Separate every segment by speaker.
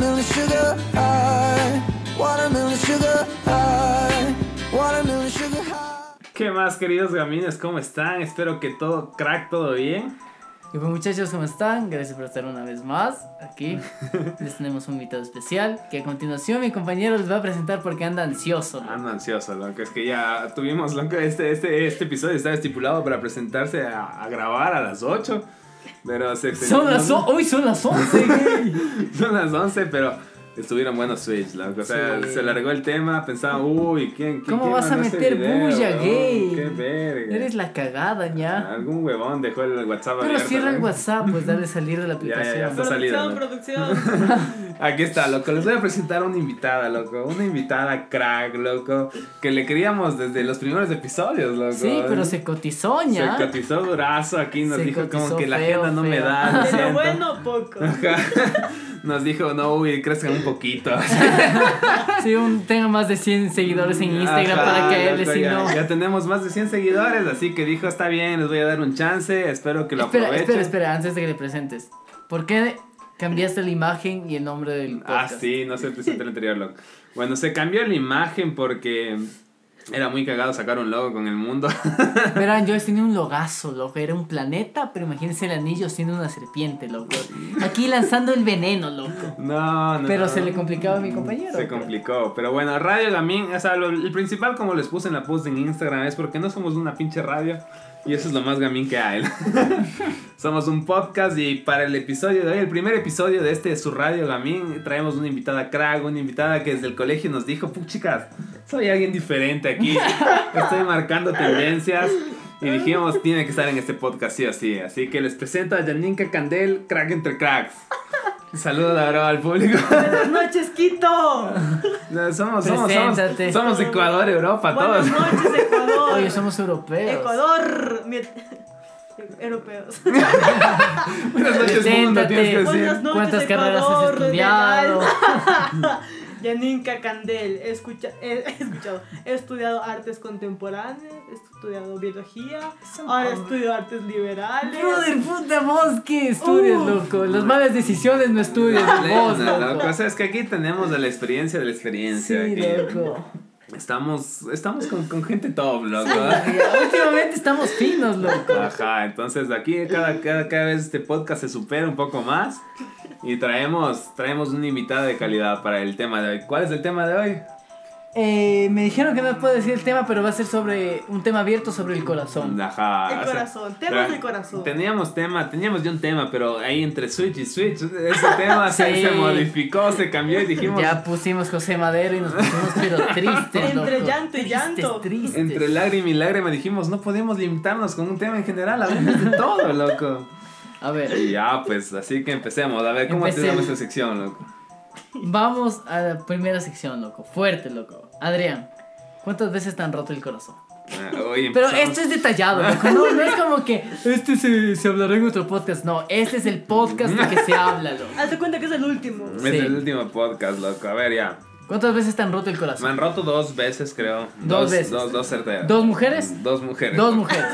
Speaker 1: sugar high, watermelon sugar high, watermelon sugar high.
Speaker 2: ¿Qué más, queridos gamines? ¿Cómo están? Espero que todo crack, todo bien.
Speaker 3: Y pues muchachos, ¿cómo están? Gracias por estar una vez más aquí. Les tenemos un invitado especial que a continuación mi compañero les va a presentar porque anda ansioso.
Speaker 2: Ando ansioso, loco. Es que ya tuvimos, loco, este, este, este episodio estaba estipulado para presentarse a, a grabar a las 8. Pero se
Speaker 3: Son las
Speaker 2: no-
Speaker 3: o- hoy son las 11, güey.
Speaker 2: Son las 11, pero estuvieron buenos switch, loco. O sea,
Speaker 3: Sí.
Speaker 2: se largó el tema, pensaba, uy, ¿quién, quién
Speaker 3: ¿Cómo
Speaker 2: quién
Speaker 3: vas a
Speaker 2: mandó este
Speaker 3: meter
Speaker 2: video?
Speaker 3: bulla,
Speaker 2: Oh,
Speaker 3: gay?
Speaker 2: Qué verga.
Speaker 3: Eres la cagada ya.
Speaker 2: Algún huevón dejó el WhatsApp
Speaker 3: Pero
Speaker 2: abierto,
Speaker 3: cierra el
Speaker 2: loco.
Speaker 3: WhatsApp, pues dale salir de la
Speaker 2: ya,
Speaker 3: aplicación.
Speaker 2: ya, está salida, ¿no?
Speaker 4: producción.
Speaker 2: Aquí está, loco. Les voy a presentar a una invitada, loco. Una invitada crack, loco. Que le queríamos desde los primeros episodios, loco.
Speaker 3: Sí, pero se cotizó
Speaker 2: ¿eh? Se
Speaker 3: ya.
Speaker 2: cotizó durazo aquí. Nos
Speaker 3: Se
Speaker 2: dijo como
Speaker 3: cotizó
Speaker 2: que la
Speaker 3: feo,
Speaker 2: agenda no me
Speaker 3: feo.
Speaker 2: da. lo
Speaker 4: De lo
Speaker 2: siento.
Speaker 4: bueno, poco.
Speaker 2: Ajá. Nos dijo, no, uy, crezcan un poquito.
Speaker 3: Sí, un, tenga más de 100 seguidores en Instagram
Speaker 2: Ajá,
Speaker 3: para que él,
Speaker 2: loco,
Speaker 3: si
Speaker 2: ya,
Speaker 3: no.
Speaker 2: Ya tenemos más de 100 seguidores, así que dijo, está bien, les voy a dar un chance. Espero que lo
Speaker 3: Espera,
Speaker 2: aprovechen.
Speaker 3: espera, espera, antes de que le presentes. ¿Por qué cambiaste la imagen y el nombre del
Speaker 2: Ah,
Speaker 3: podcast?
Speaker 2: sí, no se presentó el anterior logo. Bueno, se cambió la imagen porque era muy cagado sacar un logo con el mundo.
Speaker 3: Verán, yo tenía un logazo, loco. Era un planeta, pero imagínense el anillo siendo una serpiente, loco. Aquí lanzando el veneno, loco.
Speaker 2: No, no.
Speaker 3: Pero
Speaker 2: no.
Speaker 3: se le complicaba a mi compañero.
Speaker 2: Se
Speaker 3: creo.
Speaker 2: complicó. Pero bueno, radio también. O sea, lo- el principal, como les puse en la post en Instagram, es porque no somos una pinche radio. Y eso es lo más gamín que hay. somos un podcast y para el episodio de hoy, el primer episodio de este su radio gamín, traemos una invitada crack, una invitada que desde el colegio nos dijo, "Puch, chicas, soy alguien diferente aquí. Estoy marcando tendencias. Y dijimos, tiene que estar en este podcast sí o sí. Así que les presento a Janinka Candel, crack entre cracks. Saludos ahora al público.
Speaker 4: Buenas noches, Quito.
Speaker 2: No, somos, somos, somos,
Speaker 3: Preséntate.
Speaker 2: somos Ecuador, Europa, todos.
Speaker 4: Buenas noches, Ecuador.
Speaker 3: Oye, somos europeos.
Speaker 4: Ecuador. Mi- Europeos.
Speaker 2: Buenas noches, mundo, tienes que
Speaker 3: Preséntate.
Speaker 2: decir.
Speaker 4: Buenas noches,
Speaker 3: ¿Cuántas carreras has
Speaker 4: Ecuador,
Speaker 3: estudiado?
Speaker 4: Yaninka Candel, he, escucha- he, he escuchado, he estudiado artes contemporáneas, he estudiado biología, ahora estudio artes liberales.
Speaker 3: Brother, puta, vos que estudias,
Speaker 4: Uh.
Speaker 3: loco. Las malas decisiones no estudias, vos,
Speaker 2: Plena,
Speaker 3: loco.
Speaker 2: loco. O sea, es que aquí tenemos de la experiencia de la experiencia.
Speaker 3: Sí,
Speaker 2: aquí.
Speaker 3: loco.
Speaker 2: Estamos, estamos con, con gente top, loco.
Speaker 3: Últimamente estamos finos, loco.
Speaker 2: Ajá, entonces de aquí cada, cada, cada vez este podcast se supera un poco más y traemos, traemos una invitada de calidad para el tema de hoy. ¿Cuál es el tema de hoy?
Speaker 3: Eh, me dijeron que no puedo decir el tema, pero va a ser sobre un tema abierto sobre el corazón.
Speaker 2: Ajá.
Speaker 4: El
Speaker 2: Ah, o sea,
Speaker 4: corazón, temas del corazón.
Speaker 2: Teníamos tema, teníamos ya un tema, pero ahí entre Switch y Switch, ese tema se,
Speaker 3: Sí.
Speaker 2: se modificó, se cambió y dijimos
Speaker 3: Ya pusimos José Madero y nos pusimos pero tristes.
Speaker 4: Entre
Speaker 3: loco.
Speaker 4: llanto y
Speaker 3: Tristes,
Speaker 4: llanto.
Speaker 3: tristes.
Speaker 2: entre lágrima y lágrima dijimos, no podemos limitarnos con un tema en general, hablamos de todo, loco.
Speaker 3: A ver,
Speaker 2: Y ya, pues, así que empecemos, a ver, ¿cómo
Speaker 3: Empecemos.
Speaker 2: tenemos esta sección, loco?
Speaker 3: vamos a la primera sección, loco. Fuerte, loco. Adrián, ¿cuántas veces te han roto el corazón?
Speaker 2: Ah, hoy
Speaker 3: Pero este
Speaker 2: empezamos.
Speaker 3: esto es detallado, loco. No, no es como que este se, se hablará en otro podcast. No, este es el podcast de que se habla, loco.
Speaker 4: Hazte cuenta que es el último.
Speaker 2: es
Speaker 3: sí.
Speaker 2: el último podcast, loco, a ver, ya.
Speaker 3: ¿Cuántas veces te han roto el
Speaker 2: Me
Speaker 3: corazón?
Speaker 2: han roto dos veces, creo.
Speaker 3: Dos veces.
Speaker 2: Dos, dos certeras.
Speaker 3: ¿Dos mujeres?
Speaker 2: Dos mujeres.
Speaker 3: Dos mujeres.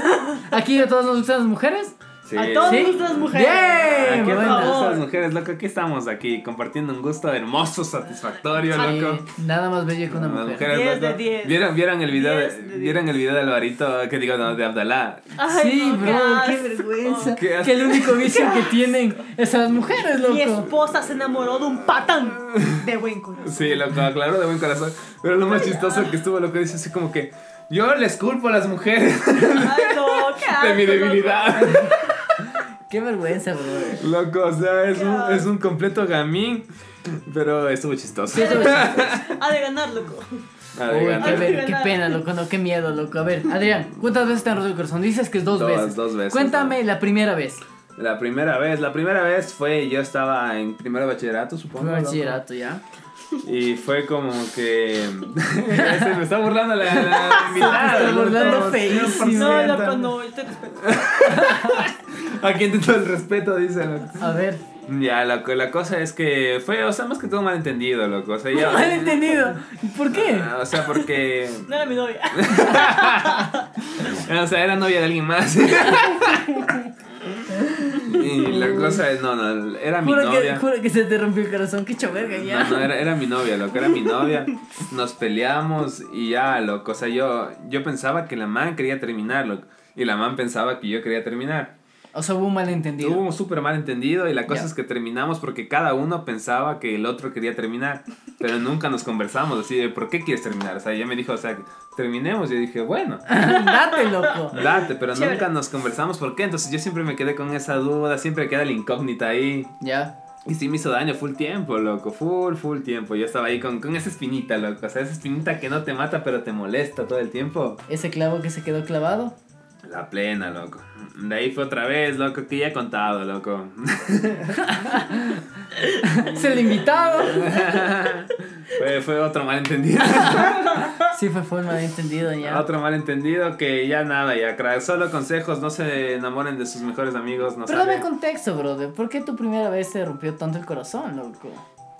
Speaker 3: ¿Aquí a todos nos gustan las mujeres?
Speaker 2: Sí.
Speaker 4: A todos
Speaker 3: ¿Sí?
Speaker 4: nuestras mujeres.
Speaker 3: Bien,
Speaker 2: Aquí
Speaker 4: por
Speaker 3: buena.
Speaker 2: estamos
Speaker 4: favor.
Speaker 2: las mujeres, loco, aquí estamos aquí compartiendo un gusto hermoso, satisfactorio,
Speaker 3: Eh,
Speaker 2: loco.
Speaker 3: nada más bello que una
Speaker 2: Las
Speaker 3: mujer.
Speaker 2: mujeres,
Speaker 4: 10 de
Speaker 2: loco.
Speaker 4: 10.
Speaker 2: ¿Vieron, vieron el video
Speaker 4: 10
Speaker 2: de,
Speaker 4: de 10.
Speaker 2: vieron el video de Alvarito que digo no, de Abdalá?
Speaker 4: Ay,
Speaker 3: sí,
Speaker 4: no, qué
Speaker 3: bro, qué,
Speaker 4: asco.
Speaker 3: vergüenza.
Speaker 2: Qué asco.
Speaker 3: que el único vicio que tienen es a las mujeres,
Speaker 4: Mi
Speaker 3: loco.
Speaker 4: esposa se enamoró de un patán de buen corazón.
Speaker 2: Sí, loco, claro, de buen corazón. Pero lo más chistoso que estuvo, loco, dice así como que yo les culpo a las mujeres
Speaker 4: Ay, no, qué
Speaker 2: de mi
Speaker 4: asco, no.
Speaker 2: debilidad.
Speaker 3: Qué vergüenza, bro.
Speaker 2: Loco, o sea, es
Speaker 4: Qué
Speaker 2: un,
Speaker 4: asco.
Speaker 2: es un completo gamín. Pero estuvo chistoso.
Speaker 3: Sí, eso es-
Speaker 4: Ha de ganar, loco.
Speaker 2: A ver,
Speaker 3: Uy,
Speaker 2: gana.
Speaker 3: qué,
Speaker 4: Ay,
Speaker 3: ver-
Speaker 4: qué
Speaker 3: qué
Speaker 4: verdad.
Speaker 3: pena, loco, no, qué miedo, loco. A ver, Adrián, ¿cuántas veces te han roto el corazón? Dices que es dos,
Speaker 2: Dos,
Speaker 3: veces.
Speaker 2: dos veces,
Speaker 3: Cuéntame la primera vez.
Speaker 2: La primera vez, la primera vez fue, yo estaba en primero de bachillerato, supongo.
Speaker 3: Fue
Speaker 2: loco.
Speaker 3: bachillerato, ¿ya?
Speaker 2: Y fue como que. se me está burlando la, la invitada.
Speaker 3: Se me está
Speaker 2: loco,
Speaker 3: burlando
Speaker 2: como
Speaker 3: feísimo.
Speaker 2: 100%.
Speaker 4: No, loco, no, yo te respeto.
Speaker 2: A quien te todo el respeto, dice. loco.
Speaker 3: A ver.
Speaker 2: Ya, la, co- la cosa es que fue, o sea, más que todo malentendido, loco. O sea, yo.
Speaker 3: Malentendido. ¿Por qué?
Speaker 2: Ah, O sea, porque.
Speaker 4: No era mi novia.
Speaker 2: O sea, era novia de alguien más. Y la cosa es, no, no, era mi
Speaker 3: Juro que,
Speaker 2: novia.
Speaker 3: juro que se te rompió el corazón, qué choverga ya.
Speaker 2: No, no, era, era mi novia, loco, era mi novia. Nos peleamos y ya, loco. O sea, yo, yo pensaba que la man quería terminar, loco. Y la man pensaba que yo quería terminar.
Speaker 3: O sea, hubo un malentendido.
Speaker 2: Hubo un súper malentendido y la cosa
Speaker 3: Ya.
Speaker 2: es que terminamos porque cada uno pensaba que el otro quería terminar. Pero nunca nos conversamos así de, ¿por qué quieres terminar? O sea, ella me dijo, o sea, que terminemos. Y yo dije, bueno.
Speaker 3: Date, loco.
Speaker 2: Date, pero
Speaker 4: Chévere.
Speaker 2: nunca nos conversamos por qué. Entonces yo siempre me quedé con esa duda, siempre queda la incógnita ahí.
Speaker 3: Ya.
Speaker 2: Y sí me hizo daño full tiempo, loco, full, full tiempo. Yo estaba ahí con, con esa espinita, loco. O sea, esa espinita que no te mata, pero te molesta todo el tiempo.
Speaker 3: Ese clavo que se quedó clavado.
Speaker 2: La plena, loco. De ahí fue otra vez, loco, que ya he contado, loco.
Speaker 3: Es el invitado.
Speaker 2: fue, fue otro malentendido.
Speaker 3: Sí, fue, fue un malentendido ya.
Speaker 2: otro malentendido que ya nada, ya crack. Solo consejos, no se enamoren de sus mejores amigos, no
Speaker 3: Pero dame
Speaker 2: salen.
Speaker 3: contexto, brother. ¿Por qué tu primera vez te rompió tanto el corazón, loco?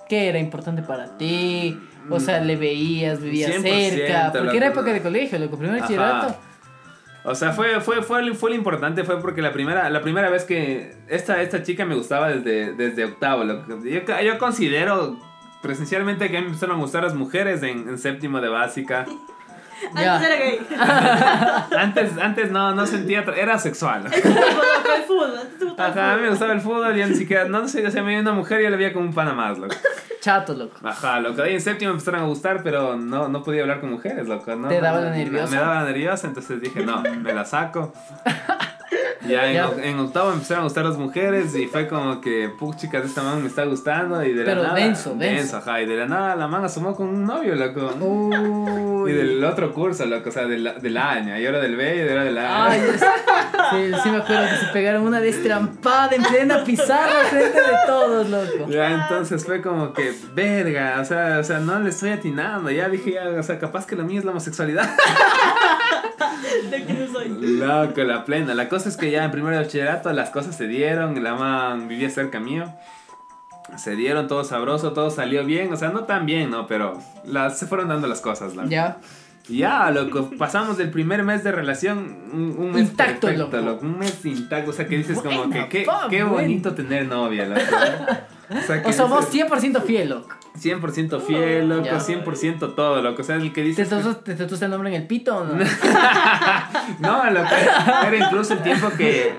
Speaker 3: ¿Qué era importante para ti? O sea, le veías, vivías
Speaker 2: 100%,
Speaker 3: cerca. Porque era
Speaker 2: loco.
Speaker 3: época de colegio, loco. Primero de
Speaker 2: Ajá.
Speaker 3: bachillerato.
Speaker 2: O sea, fue, fue, fue, fue lo importante, fue porque la primera, la primera vez que esta, esta chica me gustaba desde, desde octavo. lo que- yo, yo considero presencialmente que a mí me empezaron a gustar las mujeres en, en séptimo de básica.
Speaker 3: Ya.
Speaker 4: Antes era gay.
Speaker 2: Antes, antes no, no sentía, tra- era sexual.
Speaker 4: Loco, el fútbol. Antes te gustaba el
Speaker 2: Ajá, a mí me
Speaker 4: fútbol.
Speaker 2: gustaba el fútbol, ya ni siquiera, no sé, o sea, me veía una mujer y yo la veía como un pana más, loco.
Speaker 3: Chato, loco.
Speaker 2: Ajá, loco, ahí en séptimo me empezaron a gustar, pero no, no podía hablar con mujeres, loco. No,
Speaker 3: ¿Te
Speaker 2: no,
Speaker 3: daba
Speaker 2: no,
Speaker 3: la
Speaker 2: no,
Speaker 3: nerviosa?
Speaker 2: Me daba la nerviosa, entonces dije, no, me la saco. Ya en,
Speaker 3: Ya.
Speaker 2: oc- en octavo me empezaron a gustar las mujeres y fue como que, puch, chicas, esta man me está gustando y de
Speaker 3: Pero
Speaker 2: la nada.
Speaker 3: denso, denso.
Speaker 2: ajá, y de la nada la man asomó con un novio, loco.
Speaker 3: Uy.
Speaker 2: Y del otro curso, loco, o sea, del, del año, y ahora del B y de ahora del año.
Speaker 3: Ay, es- sí, sí me acuerdo que se pegaron una destrampada en plena pizarra frente de todos, loco.
Speaker 2: Ya, entonces fue como que, verga, o sea, o sea, no le estoy atinando, ya dije, ya, o sea, capaz que la mía es la homosexualidad.
Speaker 4: ¿De quién soy?
Speaker 2: Loco, la plena. La cosa es que ya en primer bachillerato las cosas se dieron, la man vivía cerca mío. Se dieron todo sabroso, todo salió bien, o sea, no tan bien, ¿no? Pero las, se fueron dando las cosas, la
Speaker 3: Ya.
Speaker 2: Ya, loco, pasamos del primer mes de relación, un, un mes
Speaker 3: Intacto,
Speaker 2: perfecto,
Speaker 3: loco.
Speaker 2: Un mes intacto, o sea, que dices como
Speaker 3: Buena,
Speaker 2: que qué,
Speaker 3: pa,
Speaker 2: qué
Speaker 3: buen.
Speaker 2: bonito tener novia, loco. O sea, que
Speaker 3: O sea, vos
Speaker 2: dices,
Speaker 3: 100% fiel, loco.
Speaker 2: 100% fiel, loco,
Speaker 3: Ya.
Speaker 2: 100% todo, loco. O sea, el que
Speaker 3: ¿Te
Speaker 2: dices...
Speaker 3: tatuaste te tatuaste el nombre en el pito o no?
Speaker 2: No, lo que era incluso el tiempo que,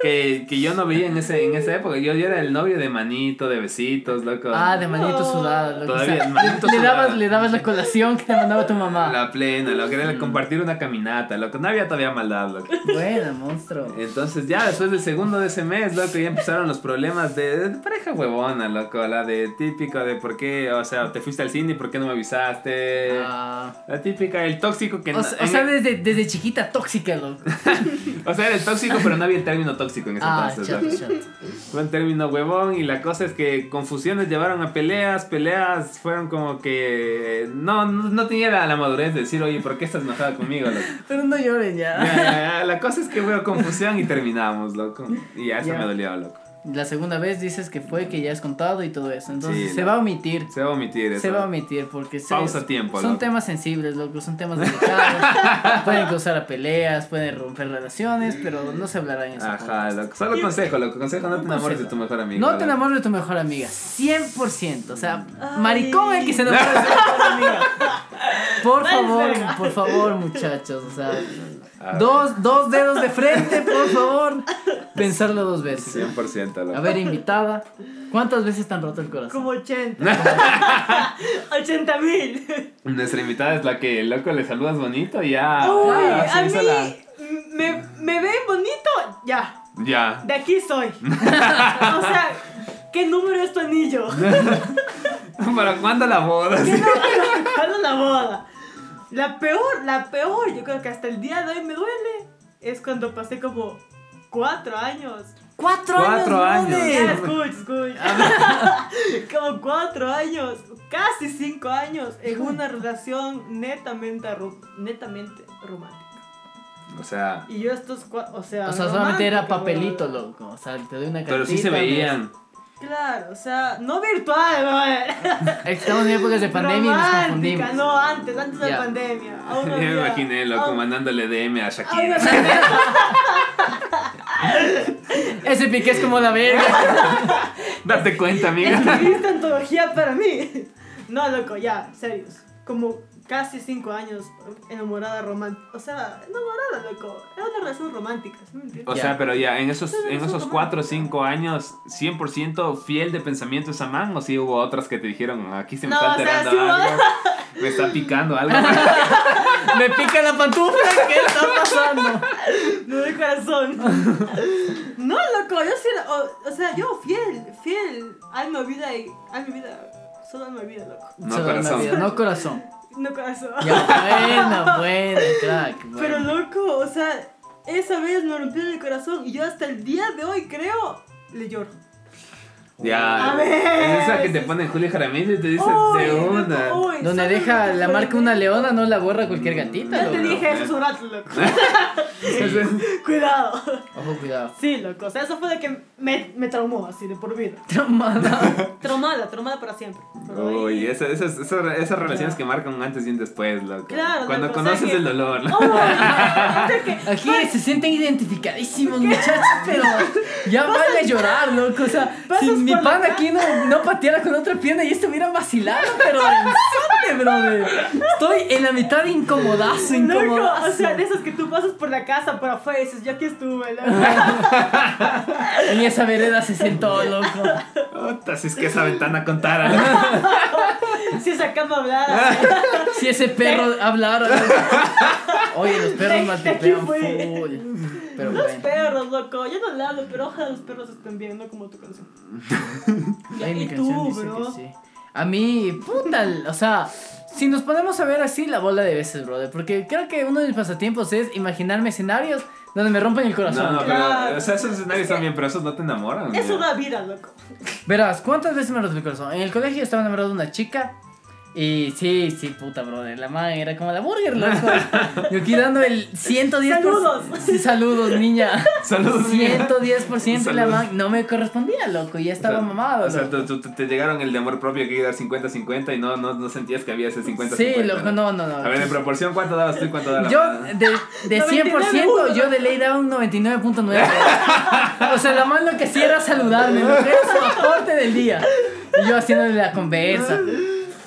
Speaker 2: que, que yo no veía en, ese, en esa época. Yo, yo era el novio de manito, de besitos, loco.
Speaker 3: Ah, de manito
Speaker 4: No.
Speaker 3: sudado, loco. O sea,
Speaker 2: Todavía, manito
Speaker 3: le, dabas,
Speaker 2: sudado.
Speaker 3: le dabas la colación que te mandaba tu mamá.
Speaker 2: La plena, lo que era el compartir una caminata, loco. No había todavía maldad, loco.
Speaker 3: Buena, monstruo.
Speaker 2: Entonces ya después del segundo de ese mes, loco, ya empezaron los problemas de, de pareja huevona, loco. La de típico de por qué, o sea, te fuiste al cine y por qué no me avisaste.
Speaker 3: Ah.
Speaker 2: La típica, el tóxico que...
Speaker 3: O,
Speaker 2: no-
Speaker 3: sea- o
Speaker 2: en-
Speaker 3: sea, desde, desde chiquita tóxica, loco.
Speaker 2: o sea, era el tóxico, pero no había el término tóxico en ese
Speaker 3: Ah,
Speaker 2: entonces.
Speaker 3: chato,
Speaker 2: loco.
Speaker 3: chato.
Speaker 2: Fue un término huevón y la cosa es que confusiones llevaron a peleas, peleas fueron como que no, no, no tenía la, la madurez de decir, oye, ¿por qué estás enojada conmigo? Loco?
Speaker 3: Pero no lloren
Speaker 2: Ya,
Speaker 3: ya.
Speaker 2: ya, ya, La cosa es que hubo confusión y terminamos, loco. Y ya eso
Speaker 3: Ya.
Speaker 2: me dolió, loco.
Speaker 3: La segunda vez dices que fue que ya has contado y todo eso.
Speaker 2: Sí,
Speaker 3: Entonces se
Speaker 2: loco.
Speaker 3: va a omitir.
Speaker 2: Se va a omitir eso.
Speaker 3: Se va a omitir porque se-
Speaker 2: Pausa tiempo,
Speaker 3: son
Speaker 2: loco.
Speaker 3: temas sensibles, loco, son temas delicados. pueden causar a peleas, pueden romper relaciones, pero no se hablará en eso.
Speaker 2: Ajá, loco. Solo consejo, loco. Consejo, no te enamores de tu mejor amigo.
Speaker 3: No
Speaker 2: loco.
Speaker 3: te enamores de tu mejor amiga, 100%. O sea,
Speaker 4: Ay.
Speaker 3: maricón el que se enamora de su mejor amiga. Por
Speaker 4: Vale,
Speaker 3: favor,
Speaker 4: verga.
Speaker 3: por favor, muchachos. O sea,
Speaker 2: A
Speaker 3: dos, dos dedos de frente, por favor. Pensarlo dos veces.
Speaker 2: 100%, loco.
Speaker 3: A ver, invitada, ¿cuántas veces te han roto el corazón?
Speaker 4: Como 80. 80 mil.
Speaker 2: Nuestra invitada es la que, loco, le saludas bonito y ya.
Speaker 4: Uy,
Speaker 2: Ah, ya, se
Speaker 4: a
Speaker 2: hizo la-
Speaker 4: mí me, me ven bonito, ya.
Speaker 2: Ya.
Speaker 4: De aquí soy. o sea, ¿qué número es tu anillo?
Speaker 2: ¿Para cuándo la boda?
Speaker 4: ¿Cuándo la boda? La peor, la peor, yo creo que hasta el día de hoy me duele. Es cuando pasé como cuatro años.
Speaker 3: ¡Cuatro,
Speaker 2: Cuatro
Speaker 3: años!
Speaker 2: años.
Speaker 4: Ya,
Speaker 3: brother!
Speaker 4: escucha, escucha. Como cuatro años, casi cinco años, en una relación netamente, ro- netamente romántica.
Speaker 2: O sea,
Speaker 4: Y yo estos cuatro, o sea...
Speaker 3: O sea, solamente era
Speaker 4: romántica,
Speaker 3: papelito,
Speaker 4: bro.
Speaker 3: loco. O sea, te doy una cartita.
Speaker 2: pero sí se veían.
Speaker 4: Claro, o sea, no virtual, bro.
Speaker 3: Es que Estamos en épocas de pandemia y nos
Speaker 4: Romántica,
Speaker 3: confundimos.
Speaker 4: No, antes, antes de
Speaker 3: Ya.
Speaker 4: la pandemia.
Speaker 2: Ya me imaginé, loco, mandándole DM a Shakira.
Speaker 4: Shakira.
Speaker 3: Ese pique es como la verga.
Speaker 2: Date cuenta, amiga.
Speaker 4: Escribiste antología para mí. No, loco, ya, serios. Como casi cinco años enamorada romántica. O sea, enamorada, loco. Era una relación romántica, ¿sí me entiendes?
Speaker 2: O
Speaker 3: Ya.
Speaker 2: sea, pero ya, en esos,
Speaker 4: Pero
Speaker 2: en
Speaker 4: eso
Speaker 2: esos
Speaker 4: como-
Speaker 2: 4 o 5 años, 100% fiel de pensamiento esa man, o si hubo otras que te dijeron, aquí se me
Speaker 4: No,
Speaker 2: está
Speaker 4: o sea,
Speaker 2: alterando
Speaker 4: sí hubo-
Speaker 2: algo, me está picando algo.
Speaker 3: Me pica la pantufla. ¿Qué está pasando?
Speaker 4: No de corazón. No, loco, yo sí era- o, o sea, yo fiel, fiel. Alma, vida y. Alma, vida. Solo alma, vida, loco.
Speaker 2: No,
Speaker 3: Solo
Speaker 2: corazón.
Speaker 3: Navidad, No corazón.
Speaker 4: No corazón.
Speaker 3: Ya, bueno, bueno, crack. bueno.
Speaker 4: Pero loco, o sea, esa vez me rompieron el corazón y yo hasta el día de hoy creo le lloro.
Speaker 2: Ya,
Speaker 4: A ver.
Speaker 2: es esa que te pone Julio Jaramillo y te dice,
Speaker 4: Uy,
Speaker 2: de
Speaker 4: loco,
Speaker 2: una.
Speaker 4: uy,
Speaker 3: Donde
Speaker 4: solo
Speaker 3: deja
Speaker 4: loco,
Speaker 3: la marca
Speaker 4: pero-
Speaker 3: una leona, no la borra cualquier gatita.
Speaker 4: Ya te
Speaker 3: loco.
Speaker 4: dije eso hace un rato, loco. Cuidado.
Speaker 3: Ojo, cuidado.
Speaker 4: Sí, loco, o sea, eso fue lo que me, me traumó así de por vida.
Speaker 3: Traumada.
Speaker 4: Traumada, traumada para siempre. Pero
Speaker 2: Uy,
Speaker 4: ahí-
Speaker 2: esa- esas, esas, esas relaciones que marcan un antes y un después, loco.
Speaker 4: Claro,
Speaker 2: Cuando
Speaker 4: loco, o sea
Speaker 2: conoces
Speaker 4: que-
Speaker 2: el dolor, ¿no?
Speaker 4: Uy, aparte que-
Speaker 3: Aquí se sienten identificadísimos, muchachos, pero ya vale llorar, loco. O sea, si
Speaker 4: pasas
Speaker 3: mi
Speaker 4: por la
Speaker 3: pan
Speaker 4: ca-
Speaker 3: aquí no, no pateara con otra pierna y esto hubiera vacilado, pero en zote, brother. Estoy en la mitad incomodazo,
Speaker 4: Loco,
Speaker 3: incomodazo.
Speaker 4: o sea, de esas que tú pasas por la casa, por afuera y dices, yo aquí estuve, loco.
Speaker 3: En esa vereda se sentó, loco.
Speaker 4: Oh.
Speaker 2: Puta, si es que esa ventana contara. loco.
Speaker 4: Si esa cama hablara.
Speaker 3: Si ese perro hablara. loco. Oye, los perros
Speaker 4: De- de aquí
Speaker 3: maltripean
Speaker 4: fue.
Speaker 3: full. Pero
Speaker 4: Los
Speaker 3: bueno.
Speaker 4: perros, loco. Yo no le hablo, pero ojalá los perros estén bien, no como tu canción.
Speaker 3: Ay, mi
Speaker 4: y
Speaker 3: canción
Speaker 4: tú,
Speaker 3: dice que
Speaker 4: bro.
Speaker 3: sí. A mí, puta, l- o sea, si nos ponemos a ver así la bola de veces, brother, porque creo que uno de mis pasatiempos es imaginarme escenarios donde me rompen el corazón.
Speaker 2: No, no, pero
Speaker 4: Claro.
Speaker 2: o sea, esos escenarios también, pero esos no te enamoran.
Speaker 4: Es
Speaker 2: ya.
Speaker 4: una vida, loco.
Speaker 3: Verás, ¿cuántas veces me rompió el corazón? En el colegio estaba enamorado de una chica. Y sí, sí, puta, brother. La madre era como la burger, loco. Yo aquí dando el 110%.
Speaker 4: Saludos.
Speaker 3: Sí, saludos, niña.
Speaker 2: Saludos, mía.
Speaker 3: 110% y la
Speaker 2: Saludos.
Speaker 3: man no me correspondía, loco. Ya estaba
Speaker 2: O sea,
Speaker 3: mamado,
Speaker 2: O sea,
Speaker 3: loco.
Speaker 2: tú- tú- te, te llegaron el de amor propio que iba a dar 50-50 y no, no, no sentías que había ese 50-50.
Speaker 3: Sí, loco, no, no, no.
Speaker 2: A ver, en proporción, ¿cuánto dabas tú y cuánto dabas?
Speaker 3: Yo, de, de 100%, yo de ley daba un 99.9. O sea, lo más lo que sí era saludarme, lo que era su aporte del día. Y yo haciéndole la conversa.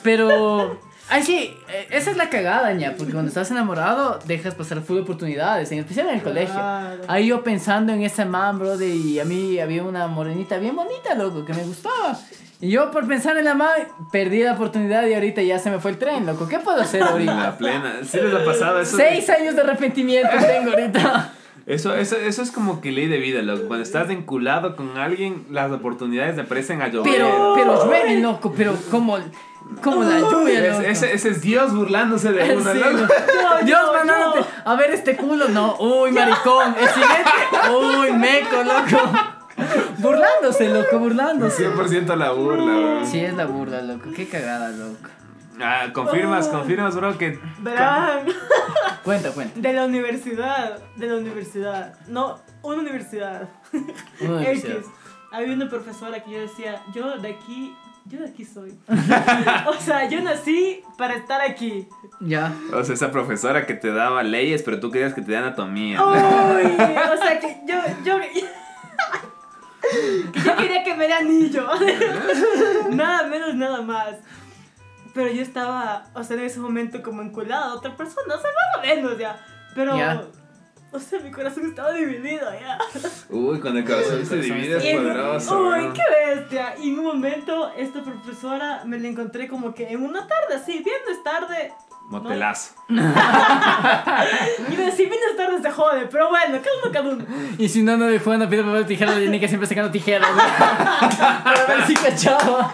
Speaker 3: Pero, ay, sí, eh, esa es la cagada, ña, porque cuando estás enamorado, dejas pasar full oportunidades, en especial en el colegio.
Speaker 4: Claro.
Speaker 3: Ahí yo pensando en ese man, bro, de- y a mí había una morenita bien bonita, loco, que me gustaba. Y yo por pensar en la man, perdí la oportunidad y ahorita ya se me fue el tren, loco. ¿Qué puedo hacer
Speaker 2: En
Speaker 3: ahorita?
Speaker 2: la plena. Sí les ha pasado eso.
Speaker 3: Seis años de arrepentimiento tengo ahorita.
Speaker 2: Eso, eso, eso es como que ley de vida, loco. Cuando estás vinculado con alguien, las oportunidades te parecen a llover.
Speaker 3: Pero, pero llueve, loco, pero como, como la lluvia,
Speaker 2: Es-
Speaker 3: loco.
Speaker 2: ese, ese es Dios burlándose de uno,
Speaker 3: Sí,
Speaker 2: loco.
Speaker 3: loco. Dios
Speaker 4: yo,
Speaker 3: mandándote. A ver este culo, no. Uy, maricón. El siguiente. Uy, meco, loco. Burlándose, loco, burlándose.
Speaker 2: 100% la burla, bro.
Speaker 3: Sí, es la burla, loco. Qué cagada, loco.
Speaker 2: Ah,
Speaker 3: Oh.
Speaker 2: confirmas, confirmas, bro, que.
Speaker 4: Verán,
Speaker 3: Cuenta, cuenta.
Speaker 4: de la universidad, de la universidad. No, una universidad.
Speaker 3: Uno de mis
Speaker 4: X.
Speaker 3: deseos.
Speaker 4: Había una profesora que yo decía, yo de aquí, yo de aquí soy. o sea, yo nací para estar aquí.
Speaker 3: Ya.
Speaker 2: O sea, esa profesora que te daba leyes, pero tú querías que te dé anatomía.
Speaker 4: Uy, o sea que yo, yo, que yo quería que me dé anillo. nada menos, nada más. Pero yo estaba, o sea, en ese momento como enculada a otra persona, o sea, más o menos ya. Pero,
Speaker 3: Ya.
Speaker 4: o sea, mi corazón estaba dividido ya.
Speaker 2: Uy, cuando el corazón se divide
Speaker 4: Y
Speaker 2: es
Speaker 4: en-
Speaker 2: poderoso.
Speaker 4: Uy,
Speaker 2: bro.
Speaker 4: qué bestia. Y en un momento, esta profesora me la encontré como que en una tarde, así, viernes tarde.
Speaker 2: Motelazo.
Speaker 4: Y me decía, viernes tarde se jode, pero bueno, cada uno, cada uno.
Speaker 3: Y si no, no de Juana pide papel tijera, tiene que siempre sacando tijeras. loco. Para ver si cachaba.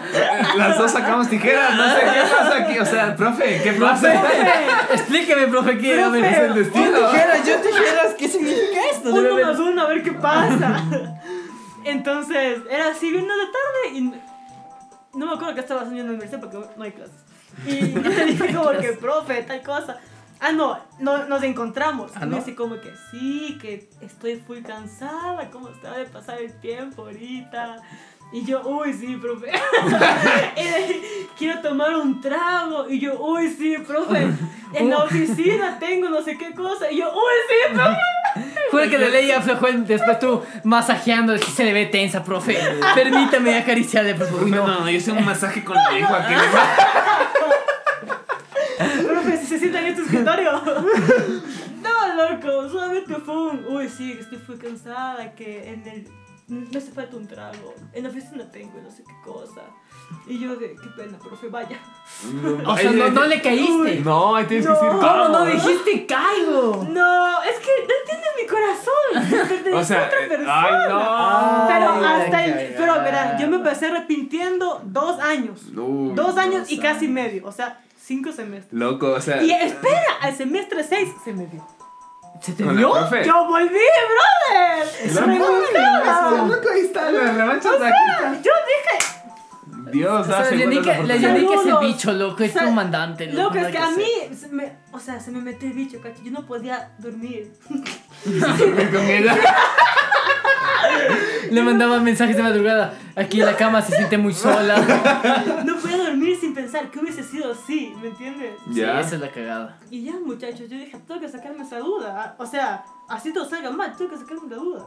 Speaker 2: Las dos sacamos tijeras, no sé qué pasa aquí. O sea, profe, ¿qué pasa?
Speaker 4: Profe.
Speaker 3: Explíqueme, profe, ¿qué
Speaker 4: Profe.
Speaker 3: A ver,
Speaker 2: Es el destino.
Speaker 3: yo tijeras, ¿qué significa esto?
Speaker 4: uno más uno, a ver qué pasa. Entonces, era así, viendo la tarde y n- no me acuerdo qué estaba haciendo en la universidad porque no hay clases. Y yo le dije como que, profe, tal cosa. Ah, no, no nos encontramos.
Speaker 3: Ah,
Speaker 4: y
Speaker 3: ¿no?
Speaker 4: me dice como que, sí, que estoy muy cansada, cómo está de pasar el tiempo ahorita. Y yo, uy, sí, profe. Y le- Quiero tomar un trago. Y yo, uy,
Speaker 3: Uh.
Speaker 4: sí, profe. En la oficina tengo no sé qué cosa. Y yo, uy, sí, profe.
Speaker 3: Juro que de ley aflojó el, después tú masajeando, si se le ve tensa, profe. Permítame acariciarle, por favor. Uy,
Speaker 2: No,
Speaker 3: no.
Speaker 2: no, yo hice un masaje con la lengua. que-
Speaker 4: ah. Profe, si se sientan
Speaker 3: este
Speaker 4: en tu escritorio. No, loco, solamente fue un. Uy, sí, estoy fui cansada, que en el. Me hace falta un trago. En la fiesta no tengo, y no sé qué cosa. Y yo de, qué pena, profe, vaya.
Speaker 3: O sea, no, no le caíste.
Speaker 2: No, ahí tienes que decir
Speaker 4: No.
Speaker 3: ¿Cómo no
Speaker 2: vamos.
Speaker 3: dijiste caigo?
Speaker 4: No, es que no entiende mi corazón. Pertenece
Speaker 2: O sea,
Speaker 4: a otra
Speaker 2: eh,
Speaker 4: persona.
Speaker 2: ay, no.
Speaker 4: Pero
Speaker 3: Ay, la
Speaker 4: hasta el.
Speaker 3: cagada.
Speaker 4: Pero verá, yo me pasé arrepintiendo dos años.
Speaker 2: Uy,
Speaker 4: dos años y
Speaker 2: dos
Speaker 4: casi
Speaker 2: años.
Speaker 4: medio. O sea, cinco semestres.
Speaker 2: Loco, o sea.
Speaker 4: Y espera, al semestre 6 se me dio.
Speaker 3: ¿Se te
Speaker 2: Con la
Speaker 3: dio?
Speaker 2: profe.
Speaker 4: ¡Yo volví, brother!
Speaker 2: La
Speaker 4: ¡Me
Speaker 2: puta madre,
Speaker 4: volvieron!
Speaker 2: loco, ahí está, las revanchas
Speaker 4: O
Speaker 2: de aquí.
Speaker 4: sea, yo dije.
Speaker 2: Dios, ah,
Speaker 3: O sea,
Speaker 2: hace
Speaker 3: le di
Speaker 2: buenas
Speaker 3: que, le di que es el
Speaker 4: Saludos.
Speaker 3: bicho, loco, es
Speaker 4: Sal-
Speaker 3: comandante, loco.
Speaker 4: Loco,
Speaker 3: no
Speaker 4: es
Speaker 3: hay
Speaker 4: que a
Speaker 3: hacer.
Speaker 4: mí. se me- o sea, se me metió el bicho, cacho. Yo no podía dormir.
Speaker 2: oportunidades con ella.
Speaker 3: Le mandaba mensajes de madrugada. Aquí en la cama se siente muy sola.
Speaker 4: No podía dormir sin pensar que hubiese sido así, ¿me entiendes?
Speaker 2: Ya.
Speaker 3: Sí, esa es la cagada.
Speaker 4: Y ya, muchachos, yo dije, tengo que sacarme esa duda. O sea, así todo salga mal, tengo que sacarme la duda.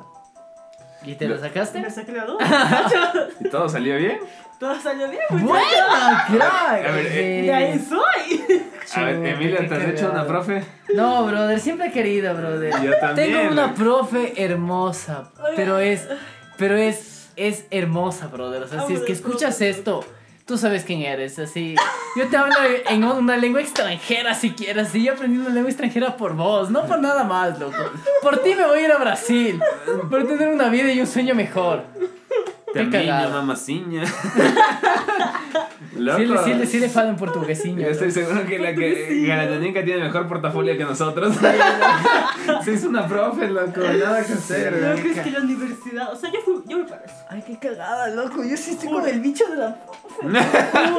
Speaker 3: ¿Y te la sacaste?
Speaker 4: Me saqué la duda, muchachos.
Speaker 2: ¿Y todo salió bien?
Speaker 4: Todo salió bien, muchachos.
Speaker 3: ¡Buena, crack!
Speaker 2: A ver, eh,
Speaker 4: Y ahí soy.
Speaker 2: A ver, Emilia, ¿te has hecho una profe?
Speaker 3: No, brother, siempre he querido, brother.
Speaker 2: Yo también. eh.
Speaker 3: Tengo una profe hermosa,
Speaker 4: Oiga.
Speaker 3: pero es, pero es, es hermosa, brother. O sea, si es que escuchas esto, tú sabes quién eres, así. Yo te hablo en una lengua extranjera si quieres, y yo aprendí una lengua extranjera por vos, no por nada más, loco. Por ti me voy a ir a Brasil, por tener una vida y un sueño mejor. Qué
Speaker 2: Tamiña,
Speaker 3: cagada.
Speaker 2: mamaciña.
Speaker 3: Sí, le-
Speaker 2: Loco.
Speaker 3: sí, le- sí le falo en portuguesiño.
Speaker 2: Yo estoy
Speaker 3: loco.
Speaker 2: seguro que la que
Speaker 4: Sí.
Speaker 2: Garayanica tiene mejor portafolio que nosotros. Se hizo una profe, loco, nada que hacer.
Speaker 4: No
Speaker 2: güey.
Speaker 4: crees que la universidad. O sea, yo fui, yo fui para eso.
Speaker 3: Ay, qué cagada, loco. Yo sí estoy
Speaker 4: con el
Speaker 3: bicho de la.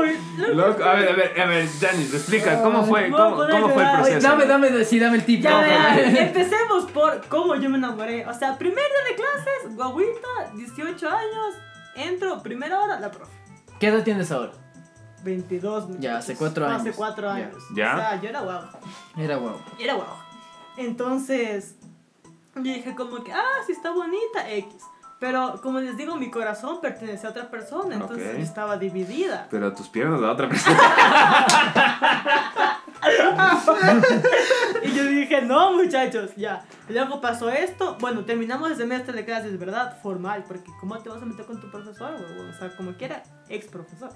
Speaker 4: Uy,
Speaker 2: Loco, a ver, a ver, a ver, Janice, explica, ¿cómo fue,
Speaker 4: Me voy a
Speaker 2: cómo,
Speaker 4: poner
Speaker 2: cómo fue el
Speaker 4: a llorar.
Speaker 2: proceso?
Speaker 3: Dame, dame, sí, dame el tip.
Speaker 4: Ya
Speaker 3: por favor.
Speaker 4: verán, empecemos por cómo yo me enamoré. O sea, primer día de clases, guaguita, 18 años, entro, primera hora, la profe.
Speaker 3: ¿Qué edad tienes ahora?
Speaker 4: 22 muchachos.
Speaker 3: Ya, hace cuatro
Speaker 4: Hace
Speaker 3: años.
Speaker 4: 4
Speaker 3: Ya.
Speaker 4: años.
Speaker 2: Ya.
Speaker 4: O sea, yo era guagua.
Speaker 3: Era guau.
Speaker 4: Yo era guagua. Entonces, yo dije como que, ah, sí está bonita, X. Pero como les digo, mi corazón pertenece a otra persona, entonces
Speaker 2: Ok.
Speaker 4: yo estaba dividida.
Speaker 2: Pero tus piernas la otra persona.
Speaker 4: Y yo dije, no, muchachos, ya. Luego pasó esto. Bueno, terminamos el semestre de clases, ¿verdad? Formal, porque ¿cómo te vas a meter con tu profesor? huevón? O sea, como quiera, ex profesor.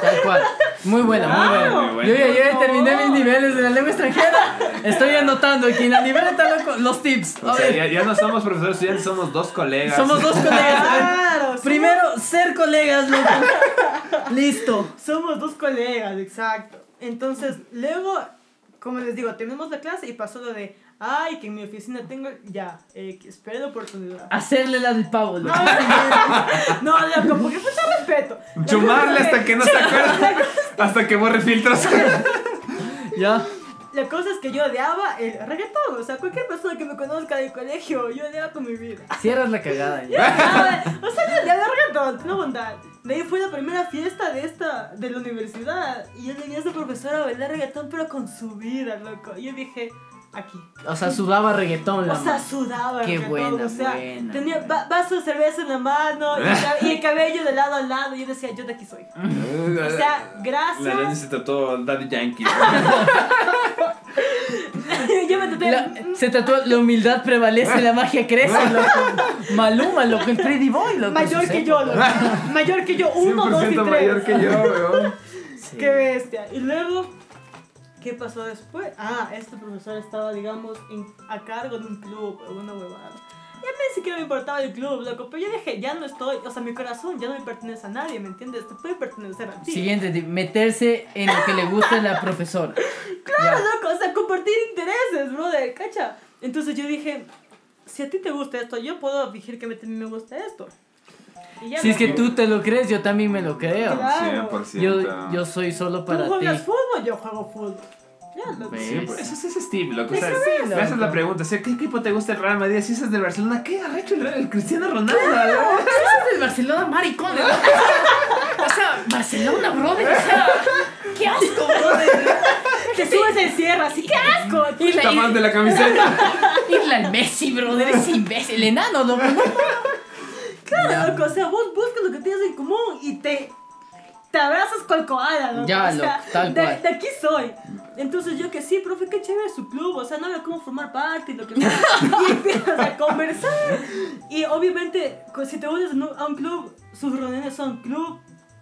Speaker 3: Tal cual. Muy buena, muy
Speaker 4: Claro.
Speaker 3: buena.
Speaker 2: Muy
Speaker 3: Yo
Speaker 2: buena.
Speaker 3: ya, yo ya
Speaker 4: Por
Speaker 3: terminé
Speaker 4: favor.
Speaker 3: mis niveles de la lengua extranjera. Estoy anotando aquí en la libreta loco, los tips. A
Speaker 2: O sea,
Speaker 3: ver,
Speaker 2: ya, ya no somos profesores estudiantes, somos dos colegas.
Speaker 3: somos dos colegas. a ver.
Speaker 4: Claro, somos-
Speaker 3: Primero, ser colegas, loco. Listo.
Speaker 4: Somos dos colegas, exacto. Entonces, luego, como les digo, terminamos la clase y pasó lo de, ay, que en mi oficina tengo, ya, X, pero la oportunidad.
Speaker 3: Hacerle la del pavo, loco.
Speaker 4: No, loco, porque falta respeto. La
Speaker 2: Chumarle
Speaker 4: cosa es
Speaker 2: hasta que no se acuerde. Hasta que borre filtros.
Speaker 3: Ya.
Speaker 4: La cosa es que yo odiaba el reggaetón, o sea, cualquier persona que me conozca del colegio, yo odiaba con mi vida.
Speaker 3: Cierras la cagada.
Speaker 4: Yo
Speaker 3: ya.
Speaker 4: odiaba, o sea, yo odiaba el reggaetón, no bondad. De ahí fue la primera fiesta de esta, de la universidad, y yo le vi a esa profesora bailar reggaetón, pero con su vida, loco. Y yo dije, aquí.
Speaker 3: O sea, sudaba reggaetón la
Speaker 4: O sea,
Speaker 3: mano.
Speaker 4: sudaba. el
Speaker 3: Qué
Speaker 4: reggaetón,
Speaker 3: buena,
Speaker 4: o sea,
Speaker 3: buena,
Speaker 4: tenía
Speaker 3: buena.
Speaker 4: va- vaso de cerveza en la mano y, ca- y el cabello de lado a lado. Yo decía, yo de aquí soy. O sea,
Speaker 2: la
Speaker 4: gracias.
Speaker 2: Janice se trató Daddy Yankee.
Speaker 4: Ah, yo me traté.
Speaker 3: La- se tatuó, la humildad prevalece, la magia crece, loco. Maluma, loco, el Freddy Boy, loco.
Speaker 4: Mayor
Speaker 3: sus
Speaker 4: que yo,
Speaker 3: épocas.
Speaker 4: loco. mayor que yo, uno, dos y
Speaker 2: 100%
Speaker 4: tres.
Speaker 2: mayor que yo, weón.
Speaker 3: Sí.
Speaker 4: Qué bestia. Y luego, ¿qué pasó después? Ah, este profesor estaba, digamos, en- a cargo de un club, una huevada. Ya ni siquiera me importaba el club, loco. Pero yo dije, ya no estoy, o sea, mi corazón ya no me pertenece a nadie, ¿me entiendes? Te puede pertenecer a ti.
Speaker 3: Siguiente tip, meterse en lo que le gusta a la profesora.
Speaker 4: Claro,
Speaker 3: Ya.
Speaker 4: loco, o sea, compartir intereses, brother, cacha. Entonces yo dije, si a ti te gusta esto, yo puedo fingir que a mí también me gusta esto. Y ya
Speaker 3: Si es que
Speaker 4: loco.
Speaker 3: tú te lo crees, yo también me lo creo.
Speaker 4: Claro.
Speaker 2: 100%.
Speaker 3: Yo, yo soy solo
Speaker 4: Tú
Speaker 3: para ti.
Speaker 4: juegas fútbol, yo juego fútbol. Ya, loco.
Speaker 3: Ve.
Speaker 2: Sí, pues, Eso, eso es Steve, loco.
Speaker 3: Eso
Speaker 2: o sea,
Speaker 3: sí,
Speaker 2: me haces
Speaker 3: loco.
Speaker 2: la pregunta, o sea, ¿qué equipo te gusta el Real Madrid? Si es del Barcelona, ¿qué ha hecho el, el Cristiano Ronaldo?
Speaker 3: ¿Qué haces del Barcelona, maricón? de verdad? O sea, Barcelona, brother, o sea, qué asco, brother.
Speaker 4: Te subes en sierra, así que asco.
Speaker 3: Y la-
Speaker 2: Está mal de la camiseta.
Speaker 3: Irle al Messi, brother, es imbécil. El enano, loco.
Speaker 4: Claro, loco, o sea, vos buscas lo que tienes en común y te, te abrazas con koala, loco.
Speaker 3: Ya,
Speaker 4: o sea,
Speaker 3: loco, tal
Speaker 4: de,
Speaker 3: cual.
Speaker 4: de aquí soy. Entonces yo que sí, profe, qué chévere su club, o sea, no veo cómo formar parte y lo que sea. Y empiezas a conversar. Y obviamente, co- si te unes en un- a un club, sus reuniones son club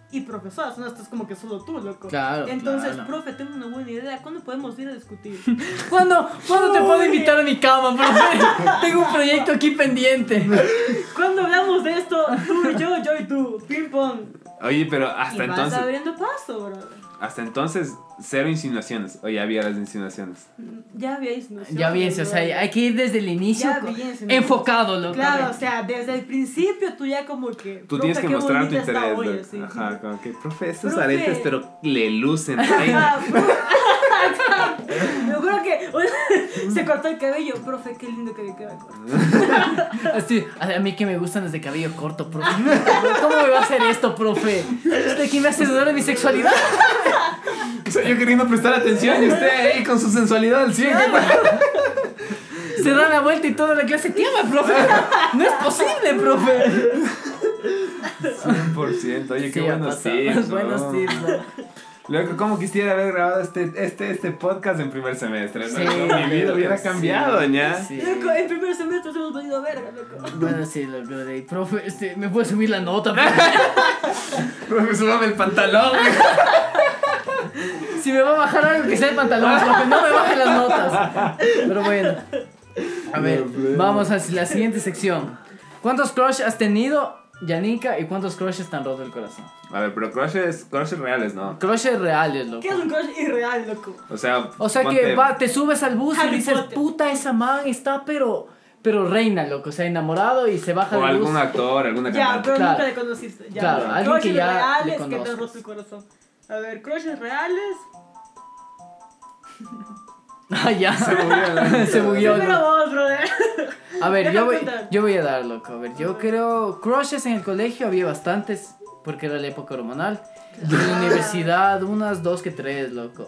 Speaker 4: y profesoras, no estás como que solo tú, loco.
Speaker 3: Claro,
Speaker 4: Entonces,
Speaker 3: claro.
Speaker 4: profe, tengo una buena idea, ¿cuándo podemos ir a discutir?
Speaker 3: ¿Cuándo, ¿Cuándo te puedo invitar a mi cama, profe? Tengo un proyecto aquí pendiente.
Speaker 4: ¿Cuándo hablamos de esto? Tú y yo, yo y tú, ping pong.
Speaker 2: Oye, pero
Speaker 4: Y
Speaker 2: hasta
Speaker 4: vas
Speaker 2: entonces,
Speaker 4: abriendo paso, brother.
Speaker 2: hasta entonces, cero insinuaciones. O ya había las insinuaciones.
Speaker 4: Ya habíais noción,
Speaker 3: Ya bien, o sea,
Speaker 4: brother.
Speaker 3: hay que ir desde el inicio
Speaker 4: Ya
Speaker 3: co-
Speaker 4: bien, se me-
Speaker 3: enfocado, loco.
Speaker 4: Claro, o sea, desde el principio tú ya como que.
Speaker 2: Tú
Speaker 4: "Profe,
Speaker 2: tienes que
Speaker 4: qué
Speaker 2: mostrar tu
Speaker 4: bonita está
Speaker 2: interés.
Speaker 4: hoy",
Speaker 2: güey.
Speaker 4: así.
Speaker 2: Ajá, como que, profe, esos
Speaker 4: Profe.
Speaker 2: aretes, pero le lucen. Ay,
Speaker 4: Ah, profe. Yo creo que oye, se cortó el cabello, profe, qué lindo que le queda. corto.
Speaker 3: Así, a a mí que me gustan los de cabello corto, profe. ¿Cómo me va a hacer esto, profe? ¿Usted aquí me hace dudar de mi sexualidad?
Speaker 2: o sea, yo queriendo prestar atención y usted ahí con su sensualidad al 100. ¿qué pasa?
Speaker 3: Se da la vuelta y toda la clase tiembla, profe. No es posible, profe.
Speaker 2: 100%. Oye, qué
Speaker 3: Sí, ha
Speaker 2: buenos
Speaker 3: pasado.
Speaker 2: tips. ¿no?
Speaker 3: buenos tips, loco.
Speaker 2: Loco, ¿cómo quisiera haber grabado este, este, este podcast en primer semestre? ¿no?
Speaker 3: Sí.
Speaker 2: mi vida hubiera cambiado,
Speaker 3: Sí,
Speaker 2: ¿ya?
Speaker 3: sí.
Speaker 4: Loco, en primer semestre hemos venido a verga, loco.
Speaker 3: eh, Bueno, sí, lo lo de profe, este, me puede subir la nota, profe?
Speaker 2: Profe, súbame el pantalón. güey.
Speaker 3: Si me va a bajar algo que sea el pantalón, profe, no me baje las notas. Pero bueno. A ver,
Speaker 2: No, pero-
Speaker 3: vamos a la siguiente sección. ¿Cuántos crush has tenido, Yanika, y cuántos crushes te han roto el corazón?
Speaker 2: A ver, pero crushes, crushes reales, ¿no?
Speaker 3: Crushes reales, loco.
Speaker 4: ¿Qué es un crush irreal, loco?
Speaker 2: O sea,
Speaker 3: O sea que
Speaker 2: ponte-
Speaker 3: va, te subes al bus y
Speaker 4: Harry
Speaker 3: dices,
Speaker 4: Potter.
Speaker 3: puta, esa man está pero, pero reina, loco. O sea, enamorado y se baja
Speaker 2: O
Speaker 3: del
Speaker 2: algún
Speaker 3: bus.
Speaker 2: actor, alguna
Speaker 4: Ya,
Speaker 2: cantante.
Speaker 4: pero
Speaker 3: Claro.
Speaker 4: nunca le conociste. Ya,
Speaker 3: Claro,
Speaker 4: loco.
Speaker 3: alguien que
Speaker 4: Crushes
Speaker 3: ya le
Speaker 4: reales que te
Speaker 3: conoces.
Speaker 4: han roto el corazón. A ver, crushes reales.
Speaker 3: Ah, ya.
Speaker 2: bugueó, ¿no?
Speaker 3: Se bugueó,
Speaker 4: Primero
Speaker 3: loco.
Speaker 4: vos, brother.
Speaker 3: A ver,
Speaker 4: Deja
Speaker 3: yo voy,
Speaker 4: contar.
Speaker 3: yo voy a dar, loco. A ver, yo creo. Crushes en el colegio había bastantes, porque era la época hormonal. Y en la universidad, unas dos que tres, loco.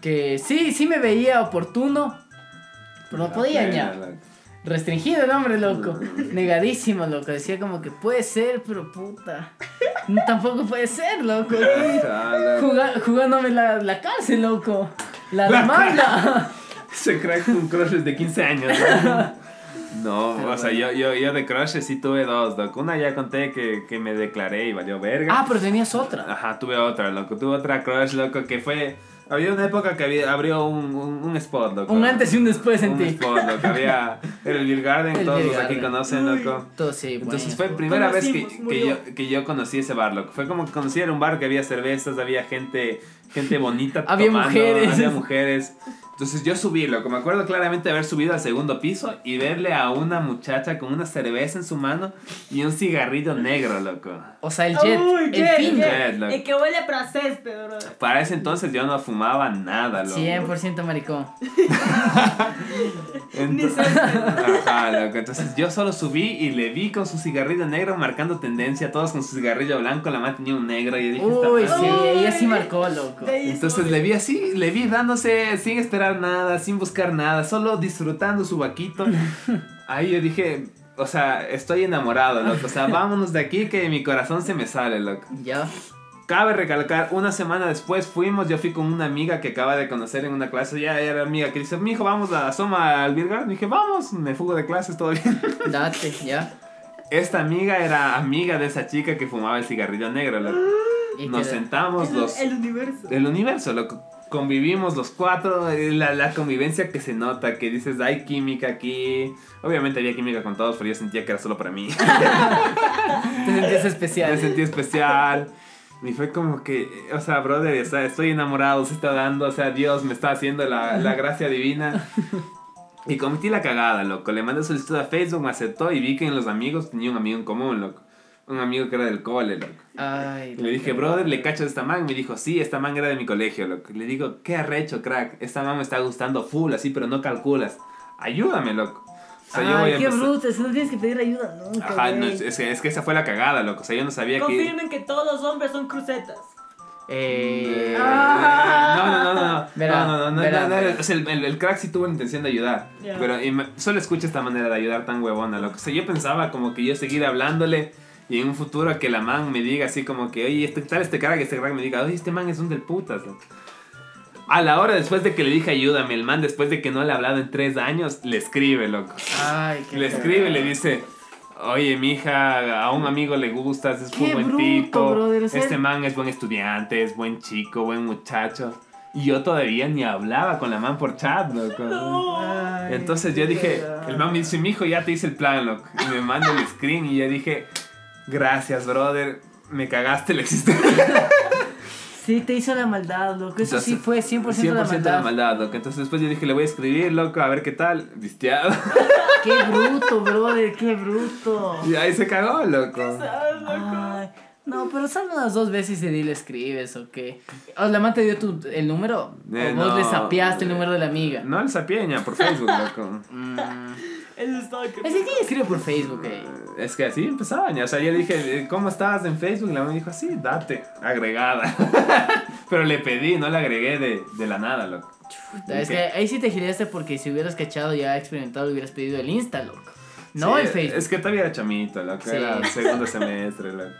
Speaker 3: Que sí, sí me veía oportuno, pero no podía
Speaker 2: Pena,
Speaker 3: ña.
Speaker 2: loco.
Speaker 3: Restringido el hombre, loco. Negadísimo, loco. Decía como que puede ser, pero puta. No, Tampoco puede ser, loco.
Speaker 2: Ah, loco.
Speaker 3: Juga- jugándome la, la cárcel, loco. La demanda.
Speaker 2: Se crack con crushes de 15 años. ¿no? No,
Speaker 3: Pero
Speaker 2: o sea, yo, yo, yo de crushes sí tuve dos, loco. Una ya conté que, que me declaré y valió verga.
Speaker 3: Ah, pero tenías otra.
Speaker 2: Ajá, tuve otra, loco. Tuve otra crush, loco, que fue. Había una época que había- abrió un, un, un spot, loco.
Speaker 3: Un antes y un después en
Speaker 2: Un
Speaker 3: ti.
Speaker 2: spot, loco. Había. Era el Beer Garden,
Speaker 3: El
Speaker 2: todos
Speaker 3: Beer
Speaker 2: los aquí
Speaker 3: Garden.
Speaker 2: conocen, loco.
Speaker 3: Todo sí,
Speaker 2: Entonces
Speaker 3: bueno.
Speaker 2: fue la primera vez que,
Speaker 4: Conocimos,
Speaker 2: que,
Speaker 4: murió.
Speaker 2: yo, que yo conocí ese bar, loco. Fue como que conocí era un bar que había cervezas, había gente, gente bonita
Speaker 3: Había
Speaker 2: tomando,
Speaker 3: mujeres.
Speaker 2: había mujeres. Entonces yo subí, loco. Me acuerdo claramente haber subido al segundo piso y verle a una muchacha con una cerveza en su mano y un cigarrillo negro, loco.
Speaker 3: O sea, el jet,
Speaker 4: Uy,
Speaker 3: el
Speaker 4: jet,
Speaker 3: fin.
Speaker 2: jet.
Speaker 4: jet. El que huele para césped, brother.
Speaker 2: Para ese entonces yo no fumaba nada, loco.
Speaker 3: 100% maricón.
Speaker 4: Ni
Speaker 2: Ento-
Speaker 4: césped.
Speaker 2: Ajá, loco. Entonces yo solo subí y le vi con su cigarrillo negro marcando tendencia. Todos con su cigarrillo blanco, la más tenía un negro. Y yo dije, "Esta
Speaker 3: Uy,
Speaker 2: madre".
Speaker 3: sí,
Speaker 4: Uy.
Speaker 3: ella sí marcó, loco.
Speaker 4: De ahí
Speaker 2: Entonces
Speaker 4: soy.
Speaker 2: le vi así, le vi dándose sin esperar nada, sin buscar nada, solo disfrutando su vaquito. Ahí yo dije, o sea, estoy enamorado, loco. O sea, vámonos de aquí que mi corazón se me sale, loco.
Speaker 3: Ya.
Speaker 2: Cabe recalcar, una semana después fuimos, yo fui con una amiga que acaba de conocer en una clase, ya era amiga que dice, mijo, vamos a asoma al Virgar. Dije, vamos, me fugo de clases, todo bien.
Speaker 3: Date, ya.
Speaker 2: Esta amiga era amiga de esa chica que fumaba el cigarrillo negro, loco.
Speaker 3: Y
Speaker 2: Nos
Speaker 3: queda.
Speaker 2: sentamos
Speaker 4: Es
Speaker 2: los...
Speaker 4: Ah. El universo.
Speaker 2: El universo, loco. Convivimos los cuatro, eh, la, la convivencia que se nota, que dices, hay química aquí. Obviamente había química con todos, pero yo sentía que era solo para mí.
Speaker 3: Te sentías
Speaker 2: Me
Speaker 3: especial.
Speaker 2: sentí especial. Y fue como que, o sea, brother, o sea, estoy enamorado, se está dando, o sea, Dios me está haciendo la, la gracia divina. Y cometí la cagada, loco. Le mandé solicitud a Facebook, me aceptó y vi que en los amigos tenía un amigo en común, loco. Un amigo que era del cole, loco.
Speaker 3: Ay,
Speaker 2: Y Le dije, brother, le cacho a esta man. Me dijo, sí, esta man era de mi colegio, loco. Y Le digo, qué arrecho, crack. Esta man me está gustando full, así, pero no calculas. Ayúdame, loco. O sea, yo voy
Speaker 3: Ay,
Speaker 2: a
Speaker 3: qué
Speaker 2: empezar-
Speaker 3: bruto, eso no tienes que pedir ayuda nunca.
Speaker 2: Ajá, no,
Speaker 3: güey.
Speaker 2: es, es que, es que esa fue la cagada, loco. O sea, yo no sabía que.
Speaker 4: Confirmen que todos los hombres son crucetas.
Speaker 3: Eh,
Speaker 4: Ah.
Speaker 2: No, no, no, no, no. no,
Speaker 3: Verá,
Speaker 2: no, no, no,
Speaker 3: verá.
Speaker 2: no, no. O sea, el, el- el crack sí tuvo la intención de ayudar.
Speaker 4: Ya.
Speaker 2: Pero ima- solo escucha esta manera de ayudar tan huevona. Lo que, o sea, yo pensaba como que yo seguir hablándole y en un futuro que la man me diga así como que, oye, este, tal este cara que este crack me diga, oye, este man es un del putas. loco". A la hora después de que le dije ayúdame, el man después de que no le ha hablado en tres años, le escribe, loco.
Speaker 3: Ay, qué
Speaker 2: Le
Speaker 3: feo.
Speaker 2: escribe y le dice, oye, mija, a un amigo le gustas, es
Speaker 3: Qué
Speaker 2: un buen
Speaker 3: bruto,
Speaker 2: tipo.
Speaker 3: brother, o sea-
Speaker 2: este man es buen estudiante, es buen chico, buen muchacho. Y yo todavía ni hablaba con la man por chat, loco.
Speaker 3: Ay,
Speaker 2: Entonces yo
Speaker 3: qué
Speaker 2: dije,
Speaker 3: feo.
Speaker 2: el man me dice, mijo, ya te hice el plan, loco. Y me manda el screen y yo dije, gracias, brother, me cagaste la existencia.
Speaker 3: Sí, te hizo la maldad, loco. Eso sí fue 100%, la
Speaker 2: 100%
Speaker 3: maldad.
Speaker 2: loco. Entonces después yo dije, le voy a escribir, loco, a ver qué tal. Visteado.
Speaker 3: Qué bruto, brother, qué bruto.
Speaker 2: Y ahí se cagó, loco.
Speaker 4: ¿Sabes, loco?
Speaker 3: Ay, no, pero sal unas dos veces y dile escribes o qué. O la man te dio tu, el número.
Speaker 2: Eh,
Speaker 3: o vos
Speaker 2: no,
Speaker 3: le sapeaste el
Speaker 2: eh,
Speaker 3: número de la amiga.
Speaker 2: No, el sapieña por Facebook, loco.
Speaker 3: Mm.
Speaker 4: El stalker.
Speaker 3: Es que ¿quién escribe por Facebook, eh?
Speaker 2: Es que así empezaban, ya. o sea, yo le dije, eh, ¿cómo estabas en Facebook? Y la mamá dijo, así, date, agregada. Pero le pedí, no la agregué de, de la nada, loco.
Speaker 3: Puta, Es que ahí sí te gileaste porque si hubieras cachado ya experimentado, hubieras pedido el Insta, loco. No
Speaker 2: Sí,
Speaker 3: el Facebook.
Speaker 2: Es que todavía era chamito, loco,
Speaker 3: Sí.
Speaker 2: era segundo semestre, loco.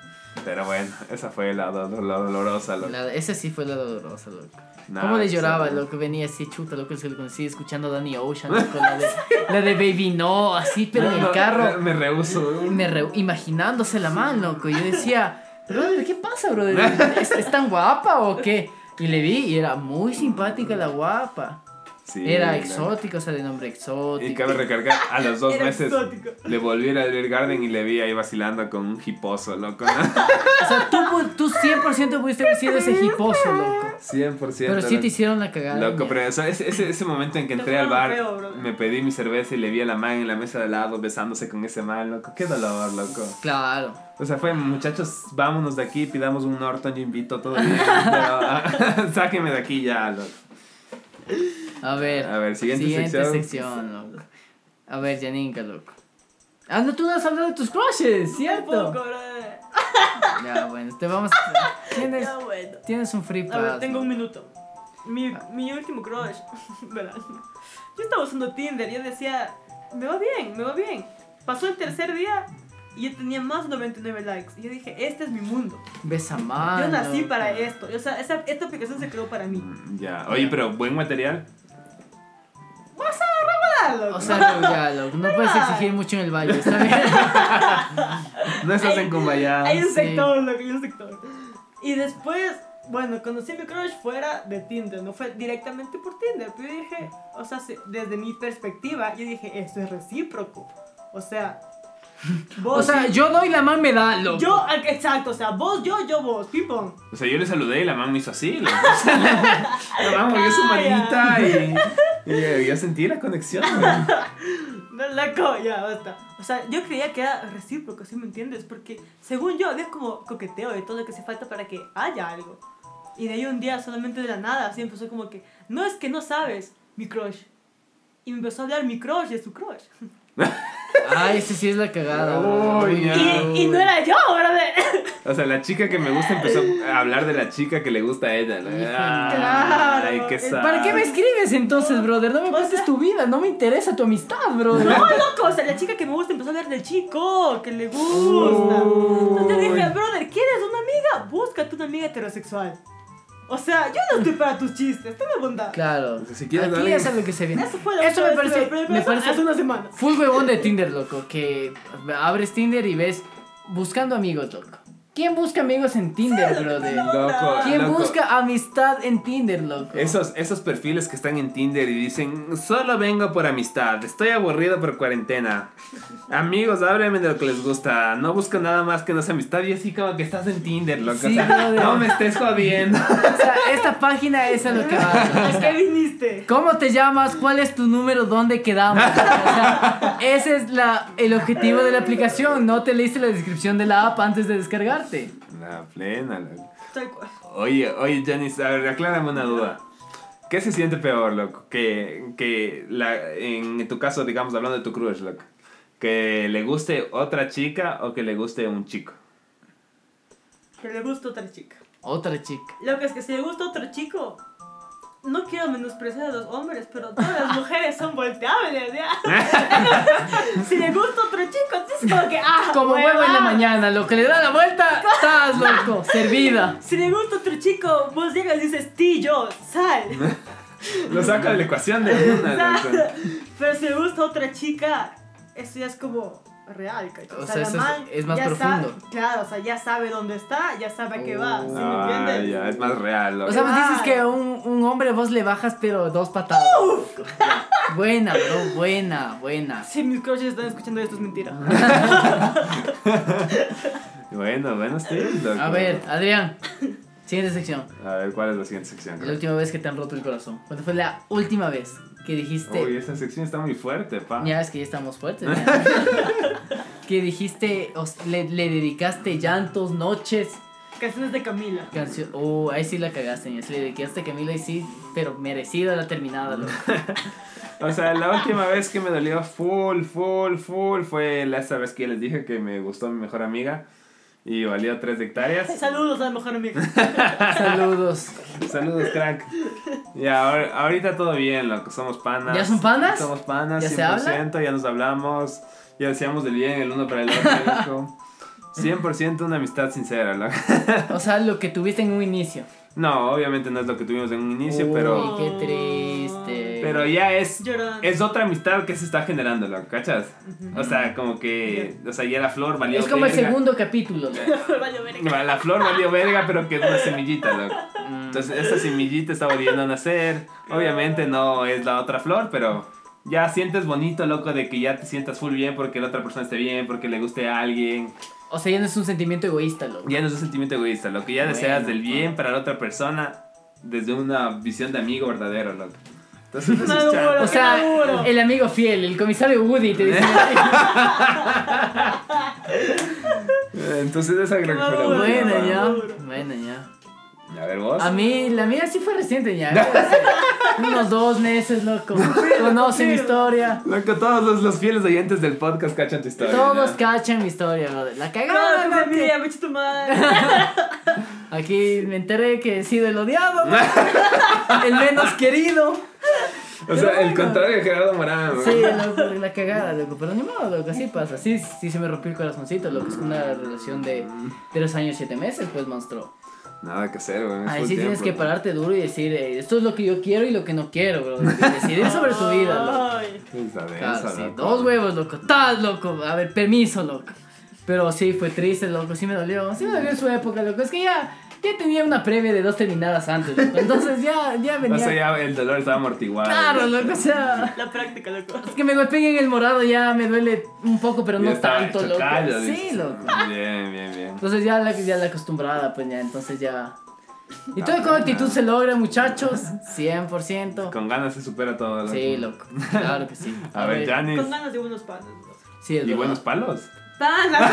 Speaker 2: Pero bueno, esa fue la, do- la dolorosa, loco.
Speaker 3: La- ese sí fue la dolorosa, loco.
Speaker 2: Nah,
Speaker 3: ¿Cómo le
Speaker 2: sí,
Speaker 3: lloraba,
Speaker 2: no.
Speaker 3: loco? Venía así, chuta, loco, se lo conocí escuchando a Danny Ocean, loco, la de, la de Baby No, así, pero en
Speaker 2: No,
Speaker 3: el carro.
Speaker 2: Me rehuso.
Speaker 3: Y me re- imaginándose la mano, loco. Y yo decía, brother, ¿qué pasa, brother? ¿Es, es tan guapa o qué? Y le vi y era muy simpática la guapa.
Speaker 2: Sí,
Speaker 3: Era
Speaker 2: loco.
Speaker 3: exótica, o sea, de nombre
Speaker 2: Y
Speaker 3: exótico.
Speaker 2: cabe recargar, a los dos
Speaker 4: Era
Speaker 2: meses
Speaker 4: exótico.
Speaker 2: le volví a ir al Beer Garden y le vi ahí vacilando con un hiposo, loco.
Speaker 3: O sea, tú, pu- tú 100% pudiste haber sido ese hiposo, loco.
Speaker 2: 100%.
Speaker 3: Pero sí
Speaker 2: loco.
Speaker 3: te hicieron la cagada.
Speaker 2: Loco,
Speaker 3: mierda.
Speaker 2: pero eso- ese, ese, ese momento en que entré al bar,
Speaker 4: Feo, bro.
Speaker 2: me pedí mi cerveza y le vi a la man en la mesa de al lado besándose con ese man, loco. Qué dolor, loco.
Speaker 3: Claro.
Speaker 2: O sea, fue, muchachos, vámonos de aquí, pidamos un Norton, yo invito todo bien. pero, sáquenme de aquí ya, loco.
Speaker 3: A ver.
Speaker 2: A ver, siguiente sección.
Speaker 3: sección, loco. A ver, Janinka, loco. Ah, no, tú no has hablado de tus crushes,
Speaker 4: Tampoco,
Speaker 3: ¿cierto?
Speaker 4: bro.
Speaker 3: Ya, bueno, te vamos a... Tienes,
Speaker 4: Ya, bueno.
Speaker 3: tienes un free pass.
Speaker 4: A ver, tengo un
Speaker 3: loco.
Speaker 4: minuto. Mi, mi último crush, ¿verdad? Yo estaba usando Tinder y yo decía, me va bien, me va bien. Pasó el tercer día y yo tenía más de 99 likes. Y yo dije, este es mi mundo.
Speaker 3: Besa más.
Speaker 4: Yo nací
Speaker 3: loco.
Speaker 4: para esto. O sea, esa- esta aplicación se creó para mí.
Speaker 2: Mm, Ya, oye, pero buen material.
Speaker 4: Ah, loco.
Speaker 3: O sea, no, ya, loco, no puedes exigir mucho en el baño, está bien.
Speaker 2: No estás en Cumbayá.
Speaker 4: Hay un
Speaker 3: sí.
Speaker 4: sector, loco, hay un sector. Y después, bueno, conocí a mi crush fuera de Tinder, no fue directamente por Tinder. Pero yo dije, o sea, se- desde mi perspectiva, yo dije, esto es recíproco. O sea, vos.
Speaker 3: O sea, yo doy la mano me da, loco.
Speaker 4: yo, ah, exacto, o sea, vos, yo, yo, vos, pipón.
Speaker 2: O sea, yo le saludé y la man me hizo así. loco. la man movió su manita y, y yo sentí la conexión. man.
Speaker 4: No, loco, ya, basta. O sea, yo creía que era recíproco, si me entiendes? Porque según yo, es como coqueteo y todo lo que hace falta para que haya algo. Y de ahí un día, solamente de la nada, así empezó como que, no es que no sabes, mi crush. Y me empezó a hablar mi crush de su crush.
Speaker 3: Ay, ese sí es la cagada. loco.
Speaker 2: Uy, ya.
Speaker 4: Y, y no era yo, ¿verdad?
Speaker 2: O sea, la chica que me gusta empezó a hablar de la chica que le gusta a ella. ¿no?
Speaker 3: Híjole.
Speaker 2: Ay,
Speaker 4: Claro.
Speaker 2: qué sad.
Speaker 3: ¿Para qué me escribes entonces, brother? No me
Speaker 4: O
Speaker 3: cuentes
Speaker 4: sea-
Speaker 3: tu vida, no me interesa tu amistad, brother.
Speaker 4: No, loco, o sea, la chica que me gusta empezó a hablar del chico, que le gusta. Entonces yo dije, brother, ¿quieres una amiga? Búscate una amiga heterosexual. O sea, yo no estoy para tus chistes, tú me bondad.
Speaker 3: Claro.
Speaker 2: Si quieres
Speaker 3: Aquí
Speaker 2: darle-
Speaker 3: ya sabes lo que se viene.
Speaker 4: Eso fue lo
Speaker 3: Eso
Speaker 4: que
Speaker 3: me
Speaker 4: yo
Speaker 3: parece,
Speaker 4: estuve, pero
Speaker 3: me
Speaker 4: eso hace
Speaker 3: parece
Speaker 4: una semana.
Speaker 3: full huevón de Tinder, loco, que abres Tinder y ves buscando amigos, loco. ¿Quién busca amigos en Tinder, brother?
Speaker 2: Loco,
Speaker 3: ¿Quién
Speaker 2: loco.
Speaker 3: busca amistad en Tinder, loco?
Speaker 2: Esos, esos perfiles que están en Tinder y dicen, solo vengo por amistad, estoy aburrido por cuarentena. Amigos, háblenme de lo que les gusta, no busco nada más que no sea amistad y así como que estás en Tinder, loco.
Speaker 3: Sí,
Speaker 2: o sea,
Speaker 3: brother.
Speaker 2: no me estés jodiendo.
Speaker 3: O sea, esta página es a lo que va. loco.
Speaker 4: ¿A qué viniste?
Speaker 3: ¿Cómo te llamas? ¿Cuál es tu número? ¿Dónde quedamos? O sea, ese es la, el objetivo de la aplicación. No te leíste la descripción de la app antes de descargarte.
Speaker 2: La plena, loco.
Speaker 4: Tal cual.
Speaker 2: Oye, oye, Janice, a ver, aclárame una duda. ¿Qué se siente peor, loco? Que, que la, en tu caso, digamos, hablando de tu crush, loco. ¿Que le guste otra chica o que le guste un chico?
Speaker 4: que le gusta otra chica.
Speaker 3: Otra chica.
Speaker 4: Lo que es que si le gusta otro chico, no quiero menospreciar a los hombres, pero todas las mujeres son volteables, ¿ya? si le gusta otro chico, entonces como que, ah,
Speaker 3: Como
Speaker 4: hueva.
Speaker 3: huevo en la mañana, lo que le da la vuelta, estás loco, servida.
Speaker 4: Si le gusta otro chico, vos llegas y dices, tío, sal.
Speaker 2: Lo saca de la ecuación de una. loco.
Speaker 4: sal. pero si le gusta otra chica, eso ya es como real, ¿cachai?
Speaker 3: O sea,
Speaker 4: la
Speaker 3: eso es-
Speaker 4: man
Speaker 3: es más
Speaker 4: ya
Speaker 3: profundo. Oh.
Speaker 4: sabe- claro, o sea, ya sabe dónde está, ya sabe a qué va, ¿sí me
Speaker 2: Ah,
Speaker 4: entiendes?
Speaker 2: ya, es más real. loco.
Speaker 3: O sea, vos
Speaker 4: Ay.
Speaker 3: dices que un, un hombre vos le bajas, pero dos patadas. Buena, bro, buena, buena.
Speaker 4: Si mis crushes están escuchando esto, es mentira.
Speaker 2: Bueno, bueno, estoy loco.
Speaker 3: A ver, Adrián, siguiente sección.
Speaker 2: A ver, ¿cuál es la siguiente sección?
Speaker 3: La última vez que te han roto el corazón. ¿Cuándo fue la última vez que dijiste...
Speaker 2: Uy, esa sección está muy fuerte, pa.
Speaker 3: Ya es que ya estamos fuertes. ya. que dijiste, o s- le, le dedicaste llantos, noches,
Speaker 4: Canciones de Camila.
Speaker 3: canción. Oh, ahí sí la cagaste, ya. sí Le dedicaste a Camila y sí, pero merecida la terminada. loco.
Speaker 2: O sea, la última vez que me dolió full, full, full fue la esa vez que les dije que me gustó mi mejor amiga y valió 3 hectáreas.
Speaker 4: Saludos a la mejor amiga.
Speaker 3: Saludos.
Speaker 2: Saludos, crack. Y ahor- ahorita todo bien, loco. Somos panas.
Speaker 3: ¿Ya son panas?
Speaker 2: Somos panas,
Speaker 3: ¿Ya se
Speaker 2: 100%. Ya nos hablamos. Ya deseamos del bien el uno para el otro, loco. 100% una amistad sincera, loco.
Speaker 3: O sea, lo que tuviste en un inicio.
Speaker 2: No, obviamente no es lo que tuvimos en un inicio,
Speaker 3: Uy,
Speaker 2: pero,
Speaker 3: qué triste.
Speaker 2: pero ya es,
Speaker 4: Llorando.
Speaker 2: es otra amistad que se está generando, loco, ¿cachas? O sea, como que, o sea, ya la flor valió
Speaker 3: es como el
Speaker 2: verga.
Speaker 3: segundo capítulo. loco.
Speaker 4: Vale, verga.
Speaker 2: No, La flor valió verga, pero quedó una semillita, loco.
Speaker 3: Mm.
Speaker 2: Entonces, esta semillita está volviendo a nacer. Obviamente no es la otra flor, pero ya sientes bonito, loco, de que ya te sientas full bien porque la otra persona esté bien, porque le guste a alguien.
Speaker 3: O sea, ya no es un sentimiento egoísta, loco.
Speaker 2: Ya no es un sentimiento egoísta, lo que ya
Speaker 3: Bueno, pues.
Speaker 2: deseas del bien para la otra persona desde una visión de amigo verdadero, loco. Entonces, eso es
Speaker 4: Maduro.
Speaker 2: chato.
Speaker 3: O sea,
Speaker 4: Seguro.
Speaker 3: el amigo fiel, el comisario Woody te dice.
Speaker 2: Entonces, esa creo que fue la última,
Speaker 4: Maduro.
Speaker 3: bueno,
Speaker 2: ¿no?
Speaker 3: ya.
Speaker 4: Seguro.
Speaker 3: Bueno, ya.
Speaker 2: A ver, vos.
Speaker 3: A mí, la mía sí fue reciente ya. o sea, unos dos meses, loco. Conoce mi historia.
Speaker 2: Loco, todos los, los fieles oyentes del podcast cachan tu historia.
Speaker 3: Todos
Speaker 2: ¿no?
Speaker 3: cachan mi historia, brother. La
Speaker 4: Claro,
Speaker 3: cagada,
Speaker 2: Ah,
Speaker 4: tu
Speaker 3: loco.
Speaker 4: familia, bicho tu madre.
Speaker 3: Aquí me enteré que he sido el odiado, loco. el menos querido.
Speaker 2: O sea, el contrario de Gerardo Morán. ¿no?
Speaker 3: Sí, loco, la cagada, loco. Pero ni modo, loco, así pasa. Sí, sí se me rompió el corazoncito, loco. Es una relación de tres años, siete meses, pues, monstruo.
Speaker 2: Nada que hacer, güey. es
Speaker 3: Ahí
Speaker 2: full
Speaker 3: sí tienes
Speaker 2: tiempo.
Speaker 3: que pararte duro y decir, eh, esto es lo que yo quiero y lo que no quiero, bro. Y decidir sobre tu vida,
Speaker 2: Ah,
Speaker 3: loco.
Speaker 4: Ay,
Speaker 2: Esa de
Speaker 3: Claro,
Speaker 2: esa,
Speaker 3: sí,
Speaker 2: loco.
Speaker 3: dos huevos, loco. Tal, loco. A ver, permiso, loco. Pero sí, fue triste, loco. Sí me dolió. Sí me dolió en su época, loco. Es que ya, ya tenía una previa de dos terminadas antes, loco. Entonces ya, ya venía.
Speaker 2: O sea, ya el dolor estaba amortiguado.
Speaker 3: Claro, loco. O sea,
Speaker 4: La práctica, loco.
Speaker 3: es que me golpeen en el morado ya me duele un poco, pero
Speaker 2: Ya
Speaker 3: no
Speaker 2: estaba
Speaker 3: tanto,
Speaker 2: hecho
Speaker 3: loco.
Speaker 2: callo,
Speaker 3: Sí,
Speaker 2: dices.
Speaker 3: loco.
Speaker 2: Bien, bien, bien.
Speaker 3: Entonces ya la, ya la acostumbrada, pues ya, entonces ya. Y
Speaker 2: Ah,
Speaker 3: todo con
Speaker 2: bueno.
Speaker 3: actitud se logra, muchachos. 100%.
Speaker 2: Con ganas se supera todo, loco.
Speaker 3: Sí, loco. Claro que sí.
Speaker 2: A ver, Janis.
Speaker 4: Con ganas de unos panes. loco.
Speaker 3: Sí, es
Speaker 2: ¿Y
Speaker 3: verdad.
Speaker 2: buenos palos?
Speaker 4: Panas.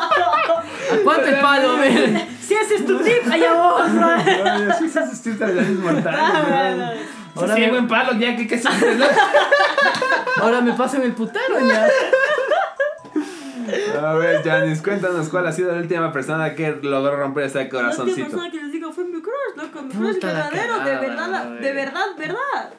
Speaker 3: ¿Cuánto el palo, ven?
Speaker 4: Si ese es tu tip, allá vos, bro.
Speaker 2: Ay, sí, esas distintas de
Speaker 4: Ah,
Speaker 2: mortales.
Speaker 4: bueno.
Speaker 3: Ahora
Speaker 2: sí,
Speaker 3: me-
Speaker 2: buen palo, ya que qué sufres, loco.
Speaker 3: Ahora me paso en el putero ya.
Speaker 2: A ver, Janis, cuéntanos cuál ha sido la última persona que logró romper ese
Speaker 4: La última
Speaker 2: corazoncito.
Speaker 4: persona que les digo fue mi crush, loco. Mi crush
Speaker 3: Puta la
Speaker 4: verdadero, de
Speaker 3: cagada,
Speaker 4: verdad, la-
Speaker 3: güey.
Speaker 4: de verdad, verdad.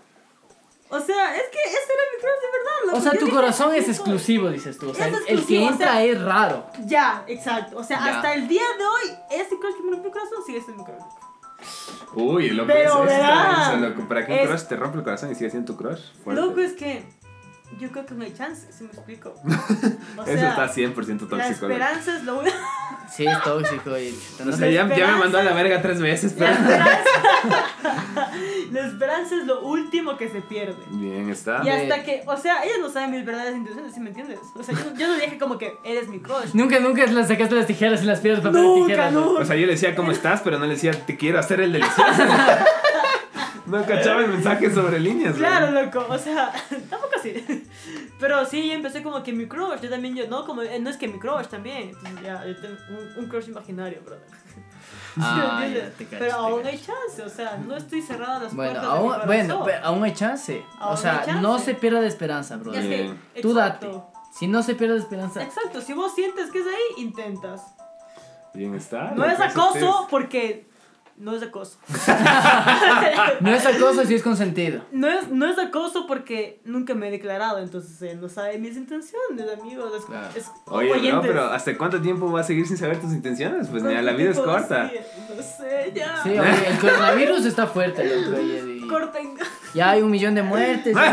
Speaker 4: O sea, es que ese era mi crush de verdad, loco.
Speaker 3: O sea,
Speaker 4: Yo
Speaker 3: tu
Speaker 4: dije,
Speaker 3: corazón es
Speaker 4: "Eso".
Speaker 3: exclusivo, dices tú. O sea,
Speaker 4: Es
Speaker 3: el- el que
Speaker 4: exclusivo, o
Speaker 3: entra
Speaker 4: sea-
Speaker 3: es raro.
Speaker 4: Ya, exacto. O sea,
Speaker 3: Ya.
Speaker 4: hasta el día de hoy, ese crush que me rompió el corazón sigue siendo mi crush.
Speaker 2: Uy, loco,
Speaker 4: Pero,
Speaker 2: eso, eso está
Speaker 4: ¿verdad?
Speaker 2: denso, loco. Para que un
Speaker 4: Es-
Speaker 2: crush te rompa el corazón y siga siendo tu crush. Fuerte.
Speaker 4: Loco, es que yo creo que no hay chance, si me explico. O
Speaker 2: Eso está
Speaker 4: sea,
Speaker 2: 100%
Speaker 4: la
Speaker 2: tóxico. loco.
Speaker 4: esperanza es lo único.
Speaker 3: Sí, es tóxico. Y, chuta,
Speaker 2: O
Speaker 3: no
Speaker 2: sea,
Speaker 3: sé.
Speaker 2: ya, ya me
Speaker 4: esperanza-
Speaker 2: mandó a la verga tres veces,
Speaker 4: La
Speaker 2: pero...
Speaker 4: esperanza- la esperanza es lo último que se pierde.
Speaker 2: Bien,
Speaker 3: Ah,
Speaker 2: está.
Speaker 4: Y hasta que, o sea, ella no sabe mis verdaderas intenciones, ¿sí me entiendes? O sea, yo, yo no dije como que eres mi crush.
Speaker 3: Nunca, nunca le sacaste las tijeras y las piedras papel
Speaker 4: Nunca,
Speaker 3: tijeras.
Speaker 4: no.
Speaker 2: O sea, yo le decía, ¿cómo estás? Pero no le decía, te quiero hacer el delicioso. no cachaba el mensaje sobre líneas. güey.
Speaker 4: Claro, loco, o sea, tampoco así. Pero sí, yo empecé como que mi crush, yo también, yo, no, como, eh, no es que mi crush también. Entonces ya, yo tengo un, un crush imaginario, brother.
Speaker 3: Ah,
Speaker 4: ¿Sí me
Speaker 3: ya,
Speaker 4: entiendes?
Speaker 3: te cacho,
Speaker 4: pero
Speaker 3: te
Speaker 4: aún
Speaker 3: cacho.
Speaker 4: hay chance, o sea, no estoy cerrada a las
Speaker 3: Bueno,
Speaker 4: puertas. de mi
Speaker 3: aún,
Speaker 4: corazón.
Speaker 3: bueno pero aún hay chance.
Speaker 4: Aún
Speaker 3: o sea,
Speaker 4: hay chance.
Speaker 3: no se pierda de esperanza, bro.
Speaker 4: Y es que,
Speaker 3: Tú date.
Speaker 4: exacto.
Speaker 3: Si no se pierde de esperanza,
Speaker 4: Exacto, si vos sientes que es ahí, intentas.
Speaker 3: Ah,
Speaker 2: Bienestar.
Speaker 4: No es
Speaker 2: entonces
Speaker 4: acoso porque no es acoso.
Speaker 3: No es acoso si es consentido.
Speaker 4: No es, no es acoso porque nunca me he declarado, entonces él no sabe mis intenciones, amigos. Es,
Speaker 3: Claro.
Speaker 4: es-
Speaker 2: es- Oye, no,
Speaker 4: oyentes.
Speaker 2: pero ¿hasta cuánto tiempo vas a seguir sin saber tus intenciones? Pues mira,
Speaker 4: ¿Cuánto
Speaker 2: la vida es
Speaker 4: tiempo
Speaker 2: corta.
Speaker 4: sigue? No sé, ya.
Speaker 3: Sí, oye, el coronavirus está fuerte, loco, oye, y
Speaker 4: Corten.
Speaker 3: Ya hay un millón de muertes. oye,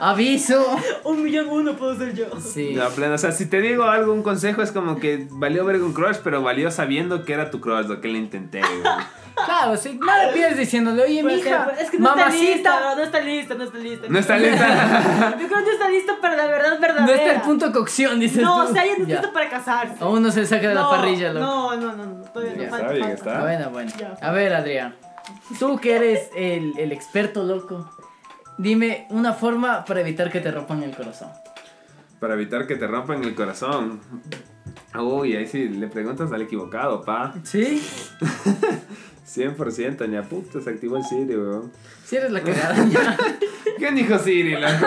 Speaker 3: aviso.
Speaker 4: Un millón uno puedo ser yo.
Speaker 3: Sí.
Speaker 2: No, pleno. O sea, si te digo algo, un consejo es como que valió ver un crush, pero valió sabiendo que era tu crush, lo que le intenté. güey.
Speaker 3: Claro, sí, no le pides diciéndole, oye,
Speaker 4: Puede ser,
Speaker 3: mija,
Speaker 4: pero Pues, es que no está lista,
Speaker 3: mamacita,
Speaker 4: bro, no está lista, no está lista.
Speaker 2: No está lista.
Speaker 4: Yo creo que no está lista para la verdad verdadera.
Speaker 3: no está el punto de cocción, dices
Speaker 4: No, o
Speaker 3: tú.
Speaker 4: sea, ya no
Speaker 3: Ya.
Speaker 4: está lista para casarse.
Speaker 3: Aún no se le saca de la
Speaker 4: No,
Speaker 3: parrilla, loco.
Speaker 4: No, no, no, no, todavía
Speaker 2: Bien
Speaker 4: no
Speaker 2: está,
Speaker 4: falta.
Speaker 2: bien
Speaker 4: falta.
Speaker 2: está.
Speaker 3: Bueno, bueno.
Speaker 4: Ya.
Speaker 3: A ver, Adrián. Tú que eres el, el experto, loco. Dime una forma para evitar que te rompan el corazón.
Speaker 2: Para evitar que te rompan el corazón. Uy, ahí sí le preguntas al equivocado, pa.
Speaker 3: ¿Sí?
Speaker 2: 100%, ña puta, se activó el Siri, weón.
Speaker 3: Si eres la cagada. ya.
Speaker 2: ¿Quién dijo Siri, loco?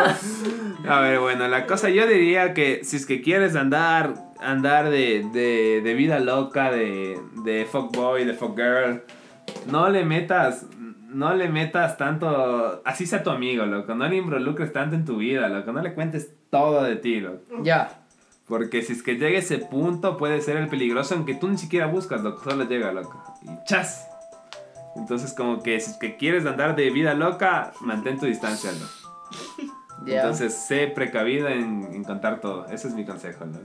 Speaker 2: A ver, bueno, la cosa yo diría que si es que quieres andar, andar de, de, de vida loca, de, de fuckboy, de fuckgirl, no le metas, no le metas tanto, así sea tu amigo, loco, no le involucres tanto en tu vida, loco, no le cuentes todo de ti, loco.
Speaker 3: Ya.
Speaker 2: Porque si es que llega ese punto puede ser el peligroso aunque tú ni siquiera buscas, loco, solo llega, loco. Y chas. Entonces como que si es que quieres andar de vida loca, mantén tu distancia, loco.
Speaker 3: Ya.
Speaker 2: Entonces, sé precavida en, en contar todo. Ese es mi consejo, ¿no?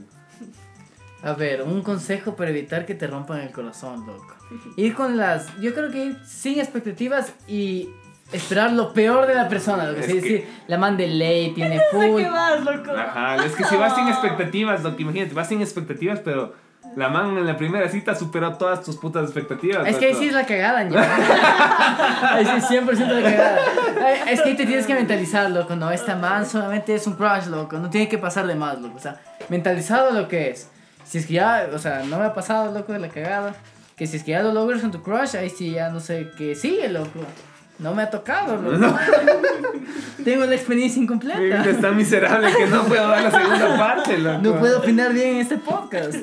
Speaker 3: A ver, un consejo para evitar que te rompan el corazón, loco. Ir con las. Yo creo que ir sin expectativas y esperar lo peor de la persona, lo que
Speaker 2: Es
Speaker 3: sí
Speaker 2: que-
Speaker 3: decir, la man de ley, tiene
Speaker 4: ¿De
Speaker 3: full.
Speaker 4: qué vas, loco?
Speaker 2: Ajá, es que si vas sin expectativas, lo que imagínate, vas sin expectativas, pero la man en la primera cita superó todas tus putas expectativas.
Speaker 3: Es que ahí
Speaker 2: loco.
Speaker 3: sí es la cagada, ña. Ahí sí es 100% la cagada. Ay, Es que ahí te tienes que mentalizar, loco. No, esta man solamente es un crush, loco. No tiene que pasar de más, loco. O sea, mentalizado lo que es. Si es que ya, o sea, no me ha pasado, loco, de la cagada. Que si es que ya lo logras con tu crush, ahí sí ya no sé qué sigue, loco. No me ha tocado, loco. Tengo la experiencia
Speaker 2: Mi vida
Speaker 3: incompleta.
Speaker 2: es tan miserable que no puedo dar la segunda parte, loco.
Speaker 3: No puedo opinar bien en este podcast.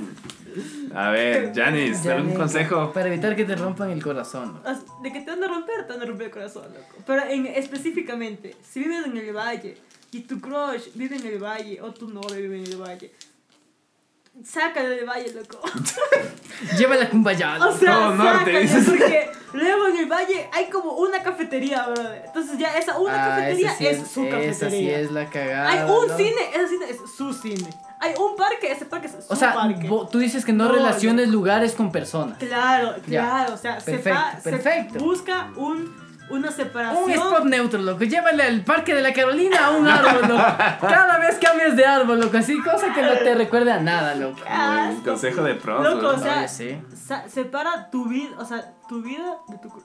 Speaker 2: A ver, Janice,
Speaker 3: Ya,
Speaker 2: ¿algún
Speaker 3: ven,
Speaker 2: consejo?
Speaker 3: Para evitar que te rompan el corazón. loco.
Speaker 4: As- De que te van a romper, te van a romper el corazón, loco. Pero en, específicamente, si vives en el valle y tu crush vive en el valle o tu novia vive en el valle, sácala del valle, loco.
Speaker 3: Llévala con vallado.
Speaker 4: O sea,
Speaker 2: Todo norte,
Speaker 4: sácala,
Speaker 2: dices.
Speaker 4: porque luego en el valle hay como una cafetería, brother. Entonces ya esa una
Speaker 3: Ah,
Speaker 4: cafetería
Speaker 3: esa sí
Speaker 4: es, su
Speaker 3: Esa sí
Speaker 4: cafetería.
Speaker 3: es la cagada.
Speaker 4: hay un
Speaker 3: ¿no?
Speaker 4: cine, ese cine es su cine. Hay un parque, ese parque es su
Speaker 3: O sea,
Speaker 4: parque.
Speaker 3: vo- tú dices que no,
Speaker 4: No,
Speaker 3: relaciones lugares con personas.
Speaker 4: Claro,
Speaker 3: Ya.
Speaker 4: claro, o sea, se
Speaker 3: Perfecto,
Speaker 4: va- se,
Speaker 3: perfecto.
Speaker 4: busca un, una separación.
Speaker 3: Un spot neutro, loco. Llévale al parque de la Carolina a un árbol, loco. Cada vez cambias de árbol, loco. Así, cosa que no te recuerde a nada, loco.
Speaker 4: Ah,
Speaker 2: Muy bien, consejo de pros,
Speaker 4: Loco,
Speaker 2: ¿no?
Speaker 4: o sea,
Speaker 3: Oye, sí.
Speaker 4: sa- separa tu vida, o sea, tu vida de tu crush.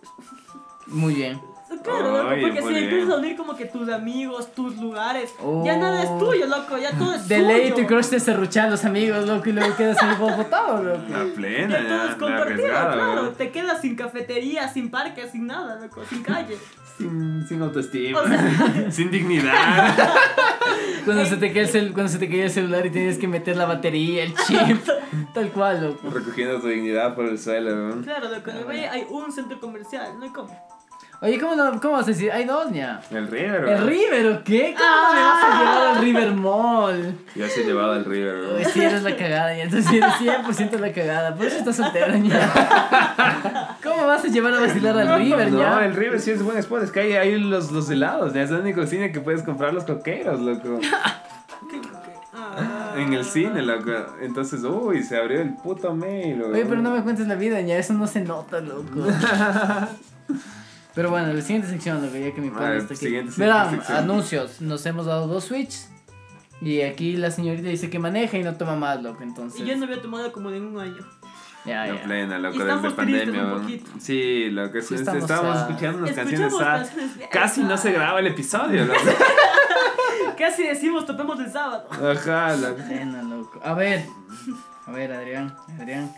Speaker 3: Muy bien.
Speaker 4: Claro, loco,
Speaker 2: Oye,
Speaker 4: porque
Speaker 2: muy
Speaker 4: si
Speaker 2: bien.
Speaker 4: empiezas a unir como que tus amigos, tus lugares,
Speaker 3: Oh.
Speaker 4: ya nada es tuyo, loco, ya todo es
Speaker 3: De
Speaker 4: suyo.
Speaker 3: ley tu crush te cerrucha a los amigos, loco, y luego quedas ahí botado, loco.
Speaker 2: La plena,
Speaker 4: Ya todo es
Speaker 2: ya, la
Speaker 4: compartido,
Speaker 2: arriesgada,
Speaker 4: claro.
Speaker 2: Eh, ¿verdad?
Speaker 4: Te quedas sin cafetería, sin parque, sin nada, loco, sin calle.
Speaker 2: Sin, sin autoestima,
Speaker 4: O sea,
Speaker 2: sin dignidad.
Speaker 3: Cuando se, te cae el cel- cuando se te cae el celular y tienes que meter la batería, el chip, tal cual, loco.
Speaker 2: Recogiendo tu dignidad por el suelo, ¿no?
Speaker 4: claro, loco, en el valle hay un centro comercial, no hay como.
Speaker 3: Oye, ¿cómo, no- cómo vas a decir? Hay dos, ña.
Speaker 2: El River, ¿no?
Speaker 3: ¿El River o qué? ¿Cómo no me vas a llevar al River Mall?
Speaker 2: Ya se llevaba el River, ¿no?
Speaker 3: Uy, Ah. Pues sí, eres la cagada, ya. Entonces, sí, eres 100% la cagada. Por eso estás soltera, ya. ¿Cómo vas a llevar a vacilar al River,
Speaker 2: no,
Speaker 3: ya?
Speaker 2: el River sí es buen spot. Es que hay, hay los, los helados. ya Es el único cine que puedes comprar los coqueros, loco.
Speaker 4: Ah.
Speaker 2: En el cine, loco. Entonces, uy, se abrió el puto mail, loco.
Speaker 3: Oye, pero no me cuentes la vida, ya. Eso no se nota, loco. Pero bueno, la siguiente sección, lo ya que mi
Speaker 2: A
Speaker 3: padre
Speaker 2: ver,
Speaker 3: está aquí.
Speaker 2: siguiente, siguiente
Speaker 3: Verán,
Speaker 2: sección.
Speaker 3: anuncios. Nos hemos dado dos Switch. Y aquí la señorita dice que maneja y no toma más, loco. Entonces,
Speaker 4: Y yo no había tomado como de un año.
Speaker 3: ya,
Speaker 2: La
Speaker 3: ya.
Speaker 2: plena, loco,
Speaker 4: Y
Speaker 2: desde
Speaker 4: estamos
Speaker 2: la
Speaker 4: tristes
Speaker 2: pandemia.
Speaker 4: un
Speaker 2: weón.
Speaker 4: poquito.
Speaker 2: Sí, loco, es-
Speaker 3: Sí,
Speaker 2: es-
Speaker 3: estamos
Speaker 2: estábamos
Speaker 3: sad.
Speaker 2: escuchando unas canciones
Speaker 4: Escuchamos
Speaker 2: sad.
Speaker 4: canciones-
Speaker 2: Casi no se graba el episodio, loco.
Speaker 4: Casi decimos topemos el sábado.
Speaker 2: Ajá, loco.
Speaker 3: Pena, loco. A ver, a ver, Adrián, Adrián.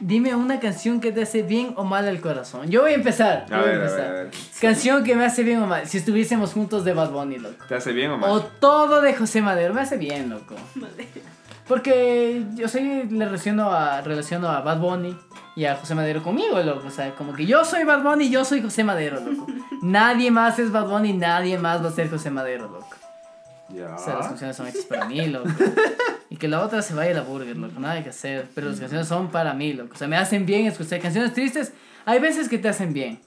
Speaker 3: Dime una canción que te hace bien o mal al corazón. Yo voy a empezar. yo
Speaker 2: A
Speaker 3: voy a
Speaker 2: ver, a ver,
Speaker 3: empezar.
Speaker 2: a ver.
Speaker 3: Canción que me hace bien o mal. Si estuviésemos juntos de Bad Bunny, loco.
Speaker 2: ¿Te hace bien o mal?
Speaker 3: O todo de José Madero. Me hace bien, loco.
Speaker 4: Madre.
Speaker 3: Porque yo sé, le relaciono a, relaciono a Bad Bunny y a José Madero conmigo, loco. O sea, como que yo soy Bad Bunny, yo soy José Madero, loco. nadie más es Bad Bunny, nadie más va a ser José Madero, loco.
Speaker 2: Ya.
Speaker 3: O sea, las canciones son hechas para mí, loco. Y que la otra se vaya a la burger, loco. Nada que hacer. Pero
Speaker 2: Mm.
Speaker 3: las canciones son para mí, loco. O sea, me hacen bien escuchar canciones tristes. Hay veces que te hacen bien.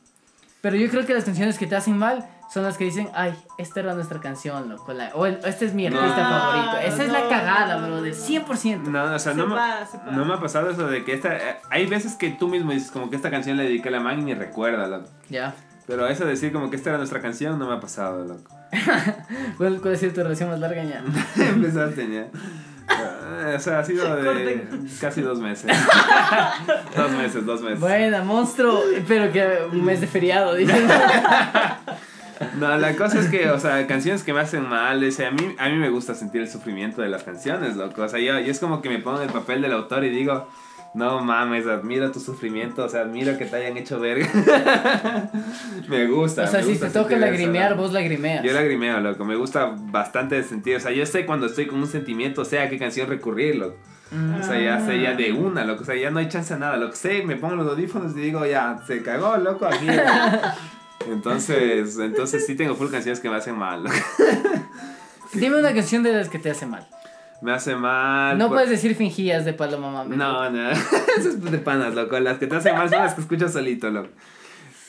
Speaker 3: Pero yo creo que las canciones que te hacen mal son las que dicen, ay, esta era nuestra canción, loco. La- o el- este es mi
Speaker 2: No.
Speaker 3: artista favorito. Esa es la
Speaker 4: No,
Speaker 3: cagada,
Speaker 4: no,
Speaker 3: bro, del
Speaker 4: no.
Speaker 3: 100%.
Speaker 2: No, o sea,
Speaker 4: Se
Speaker 2: no, me-
Speaker 4: para, se para.
Speaker 2: no me ha pasado eso de que esta. eh, hay veces que tú mismo dices, como que esta canción la dediqué a la man y ni recuerda, loco.
Speaker 3: Ya.
Speaker 2: Pero eso de decir como que esta era nuestra canción no me ha pasado, loco.
Speaker 3: ¿Cuál, cuál ha sido tu relación más larga ya?
Speaker 2: Empezaste ya. Eh, O sea, ha sido de
Speaker 4: Corten.
Speaker 2: casi dos meses. dos meses, dos meses.
Speaker 3: Buena, monstruo. Pero que un mes de feriado, dicen.
Speaker 2: No, la cosa es que, o sea, canciones que me hacen mal, o sea, a mí, a mí me gusta sentir el sufrimiento de las canciones, loco. O sea, yo, yo es como que me pongo en el papel del autor y digo, no mames, admiro tu sufrimiento, o sea, admiro que te hayan hecho verga. me gusta.
Speaker 3: O sea,
Speaker 2: me
Speaker 3: si
Speaker 2: gusta
Speaker 3: te toca
Speaker 2: sentir eso,
Speaker 3: lagrimear,
Speaker 2: loco.
Speaker 3: vos lagrimeas.
Speaker 2: Yo lagrimeo, loco, me gusta bastante sentir, o sea, yo sé cuando estoy con un sentimiento, o sea, a qué canción recurrir, loco.
Speaker 3: Mm.
Speaker 2: O sea, ya sé, ya de una, loco. O sea, ya no hay chance a nada. Lo que sé, me pongo los audífonos y digo, ya, se cagó, loco, aquí. Entonces, entonces sí tengo full canciones que me hacen mal. loco.
Speaker 3: Dime una canción de las que te hace mal.
Speaker 2: Me hace mal.
Speaker 3: No
Speaker 2: por-
Speaker 3: puedes decir fingías de Paloma Mami.
Speaker 2: Pues- No, no. Eso es de panas, loco. Las que te hacen mal son las que escuchas solito, loco.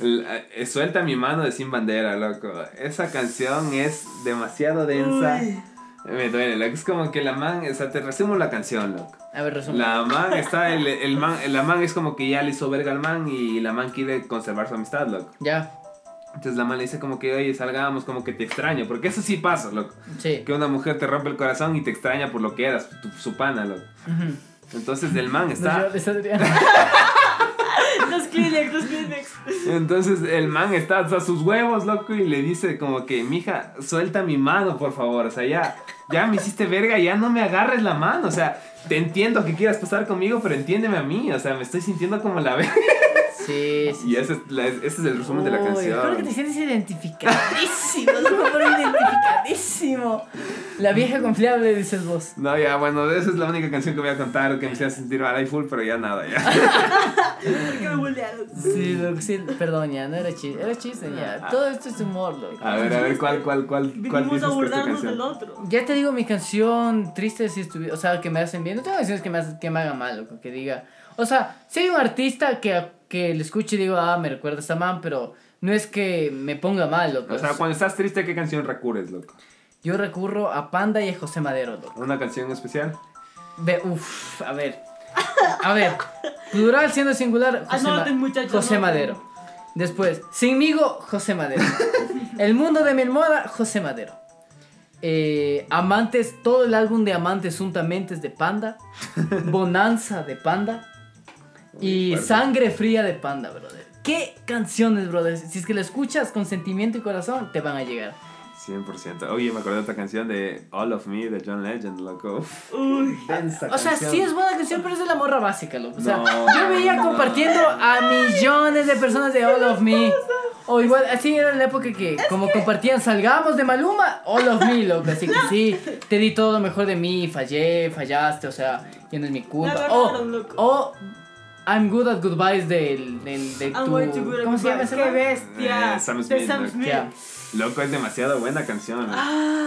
Speaker 2: La- eh, Suelta mi mano de Sin Bandera, loco. Esa canción es demasiado densa.
Speaker 4: Uy.
Speaker 2: Me duele, loco. Es como que la man, o sea, te resumo la canción, loco.
Speaker 3: A ver, resumen.
Speaker 2: La man está, el, el man, la man es como que ya le hizo verga al man y la man quiere conservar su amistad, loco.
Speaker 3: Ya,
Speaker 2: Entonces la man le dice como que, oye, salgamos, como que te extraño, porque eso sí pasa, loco.
Speaker 3: sí.
Speaker 2: Que una mujer te rompe el corazón y te extraña por lo que eras, tu- su pana, loco.
Speaker 3: Ujú.
Speaker 2: Entonces el man
Speaker 3: No,
Speaker 2: está...
Speaker 3: yo- esa diría-
Speaker 4: Los Kleenex, los Kleenex.
Speaker 2: Entonces el man está hasta sus huevos, loco, y le dice como que, mija, suelta mi mano, por favor. O sea, ya, ya me hiciste verga, ya no me agarres la mano. O sea, te entiendo que quieras pasar conmigo, pero entiéndeme a mí. O sea, me estoy sintiendo como la verga.
Speaker 3: Sí, sí.
Speaker 2: Y ese es, la- ese es el resumen de la
Speaker 3: Uy, Creo que te
Speaker 2: canción.
Speaker 3: sientes identificadísimo, loco, pero identificadísimo. La vieja confiable, dices vos.
Speaker 2: No, ya, bueno, esa es la única canción que voy a contar que me hacía sentir mal y full, pero ya nada, ya.
Speaker 4: ¿Por qué me bullearon?
Speaker 3: Sí, loco, sí. Perdón, ya, no era chiste, era chiste,
Speaker 2: Ah.
Speaker 3: ya. Todo esto es humor, loco.
Speaker 2: A ver, a ver, ¿cuál, cuál, cuál, cuál dices
Speaker 4: Vinimos a
Speaker 2: que es tu
Speaker 4: burlarnos del
Speaker 2: canción?
Speaker 4: otro.
Speaker 3: Ya te digo mi canción triste si estuvi- o sea, que me hacen bien. No tengo canciones que me, hacen- que me hagan mal, loco, que diga. O sea, si hay un artista que, que le escuche y digo, ah, me recuerda a esta man, pero no es que me ponga mal, loco.
Speaker 2: O sea, cuando estás triste, ¿qué canción recurres, loco?
Speaker 3: Yo recurro a Panda y a José Madero, loco.
Speaker 2: ¿Una canción especial?
Speaker 3: Ve, uff, a ver. A ver. Plural siendo singular, José, Ma-
Speaker 4: Anoten, muchachos,
Speaker 3: José
Speaker 4: anoten.
Speaker 3: Madero. Después, sinmigo, José Madero. El mundo de mi almohada, José Madero. Eh, Amantes, todo el álbum de Amantes juntamente es de Panda. Bonanza de Panda.
Speaker 2: Uy,
Speaker 3: Y
Speaker 2: fuerte.
Speaker 3: Sangre Fría de Panda, brother. ¿Qué canciones, brother? Si es que la escuchas con sentimiento y corazón, te van a llegar.
Speaker 2: 100%. Oye, me acordé de otra canción de All of Me de John Legend, loco. Uf,
Speaker 4: Uy.
Speaker 2: densa
Speaker 3: O sea,
Speaker 2: canción.
Speaker 3: sí es buena canción, pero es de la morra básica, loco. O sea,
Speaker 2: No,
Speaker 3: yo veía
Speaker 2: no.
Speaker 3: compartiendo a millones de personas de All of Me. O igual, así era la época que, como compartían, salgamos de Maluma, All of Me, loco. Así que sí, te di todo lo mejor de mí, fallé, fallaste, o sea, ya no es mi culpa. O,
Speaker 4: agarraron, loco.
Speaker 3: o I'm Good at Goodbyes del. del, de
Speaker 4: I'm
Speaker 3: tu-
Speaker 4: way too good at
Speaker 3: ¿Cómo se llama
Speaker 4: goodbyes.
Speaker 3: ese
Speaker 4: ¡Qué
Speaker 3: man?
Speaker 4: bestia!
Speaker 2: Eh, Sam
Speaker 4: De
Speaker 2: Smith,
Speaker 4: Sam
Speaker 2: loco.
Speaker 4: Smith.
Speaker 3: Ya.
Speaker 2: Loco, es demasiado buena canción. loco.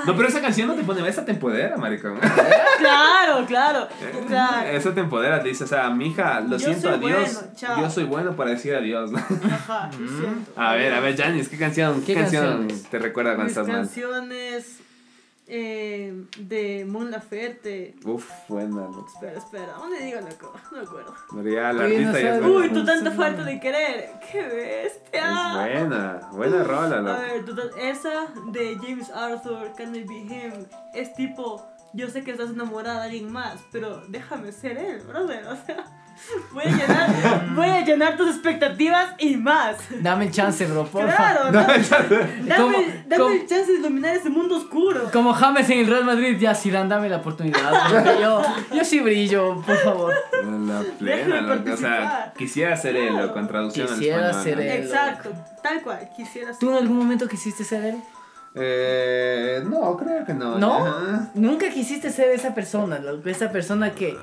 Speaker 2: No, pero esa canción no te pone, esa te empodera, maricón.
Speaker 4: Claro, claro.
Speaker 2: Eh,
Speaker 4: Claro.
Speaker 2: Eso te empodera, te dice, o sea, mija, lo
Speaker 4: Yo
Speaker 2: siento,
Speaker 4: soy
Speaker 2: adiós.
Speaker 4: bueno, chao.
Speaker 2: Yo soy bueno para decir adiós. ¿no?
Speaker 4: Ajá, sí, siento.
Speaker 2: A ver, a ver, Janis, ¿qué canción, qué,
Speaker 3: ¿Qué
Speaker 2: canción
Speaker 3: canciones?
Speaker 2: te recuerda Ah, cuando
Speaker 4: Mis
Speaker 2: estás mal?
Speaker 4: canciones eh, de Mon Laferte.
Speaker 2: Uf, buena, loco.
Speaker 4: Espera, espera, ¿dónde digo loco? No me acuerdo.
Speaker 2: María, la
Speaker 3: Oye, no
Speaker 2: artista ya es
Speaker 3: sabes-
Speaker 2: buena.
Speaker 4: Uy, tu tanta
Speaker 3: sí.
Speaker 4: falta de querer. ¡Qué
Speaker 2: Es
Speaker 4: bestia!
Speaker 2: buena, buena rola,
Speaker 4: A
Speaker 2: loco.
Speaker 4: ver, tu tan- esa de James Arthur, Can I Be Him, es tipo, yo sé que estás enamorada de alguien más, pero déjame ser él, brother. O sea, voy a llenar, voy a llenar tus expectativas y más.
Speaker 3: Dame el chance, bro, porfa.
Speaker 4: Claro, dame, dame-
Speaker 3: ¿Cómo?
Speaker 4: dame
Speaker 3: ¿Cómo?
Speaker 4: el chance de dominar ese mundo oscuro.
Speaker 3: Como James en el Real Madrid, ya, Zidane, dame la oportunidad. porque Yo, yo sí brillo, por favor.
Speaker 2: La plena,
Speaker 4: Déjame
Speaker 2: loco. O sea,
Speaker 4: participar.
Speaker 2: quisiera ser él, loco, en traducción al
Speaker 3: Quisiera
Speaker 2: español,
Speaker 3: ser
Speaker 2: ¿no?
Speaker 3: él.
Speaker 4: Exacto, tal cual, quisiera ser.
Speaker 3: ¿Tú en algún momento quisiste ser él?
Speaker 2: Eh, no, creo que no.
Speaker 3: ¿No?
Speaker 2: Ajá.
Speaker 3: Nunca quisiste ser esa persona, loco, esa persona que,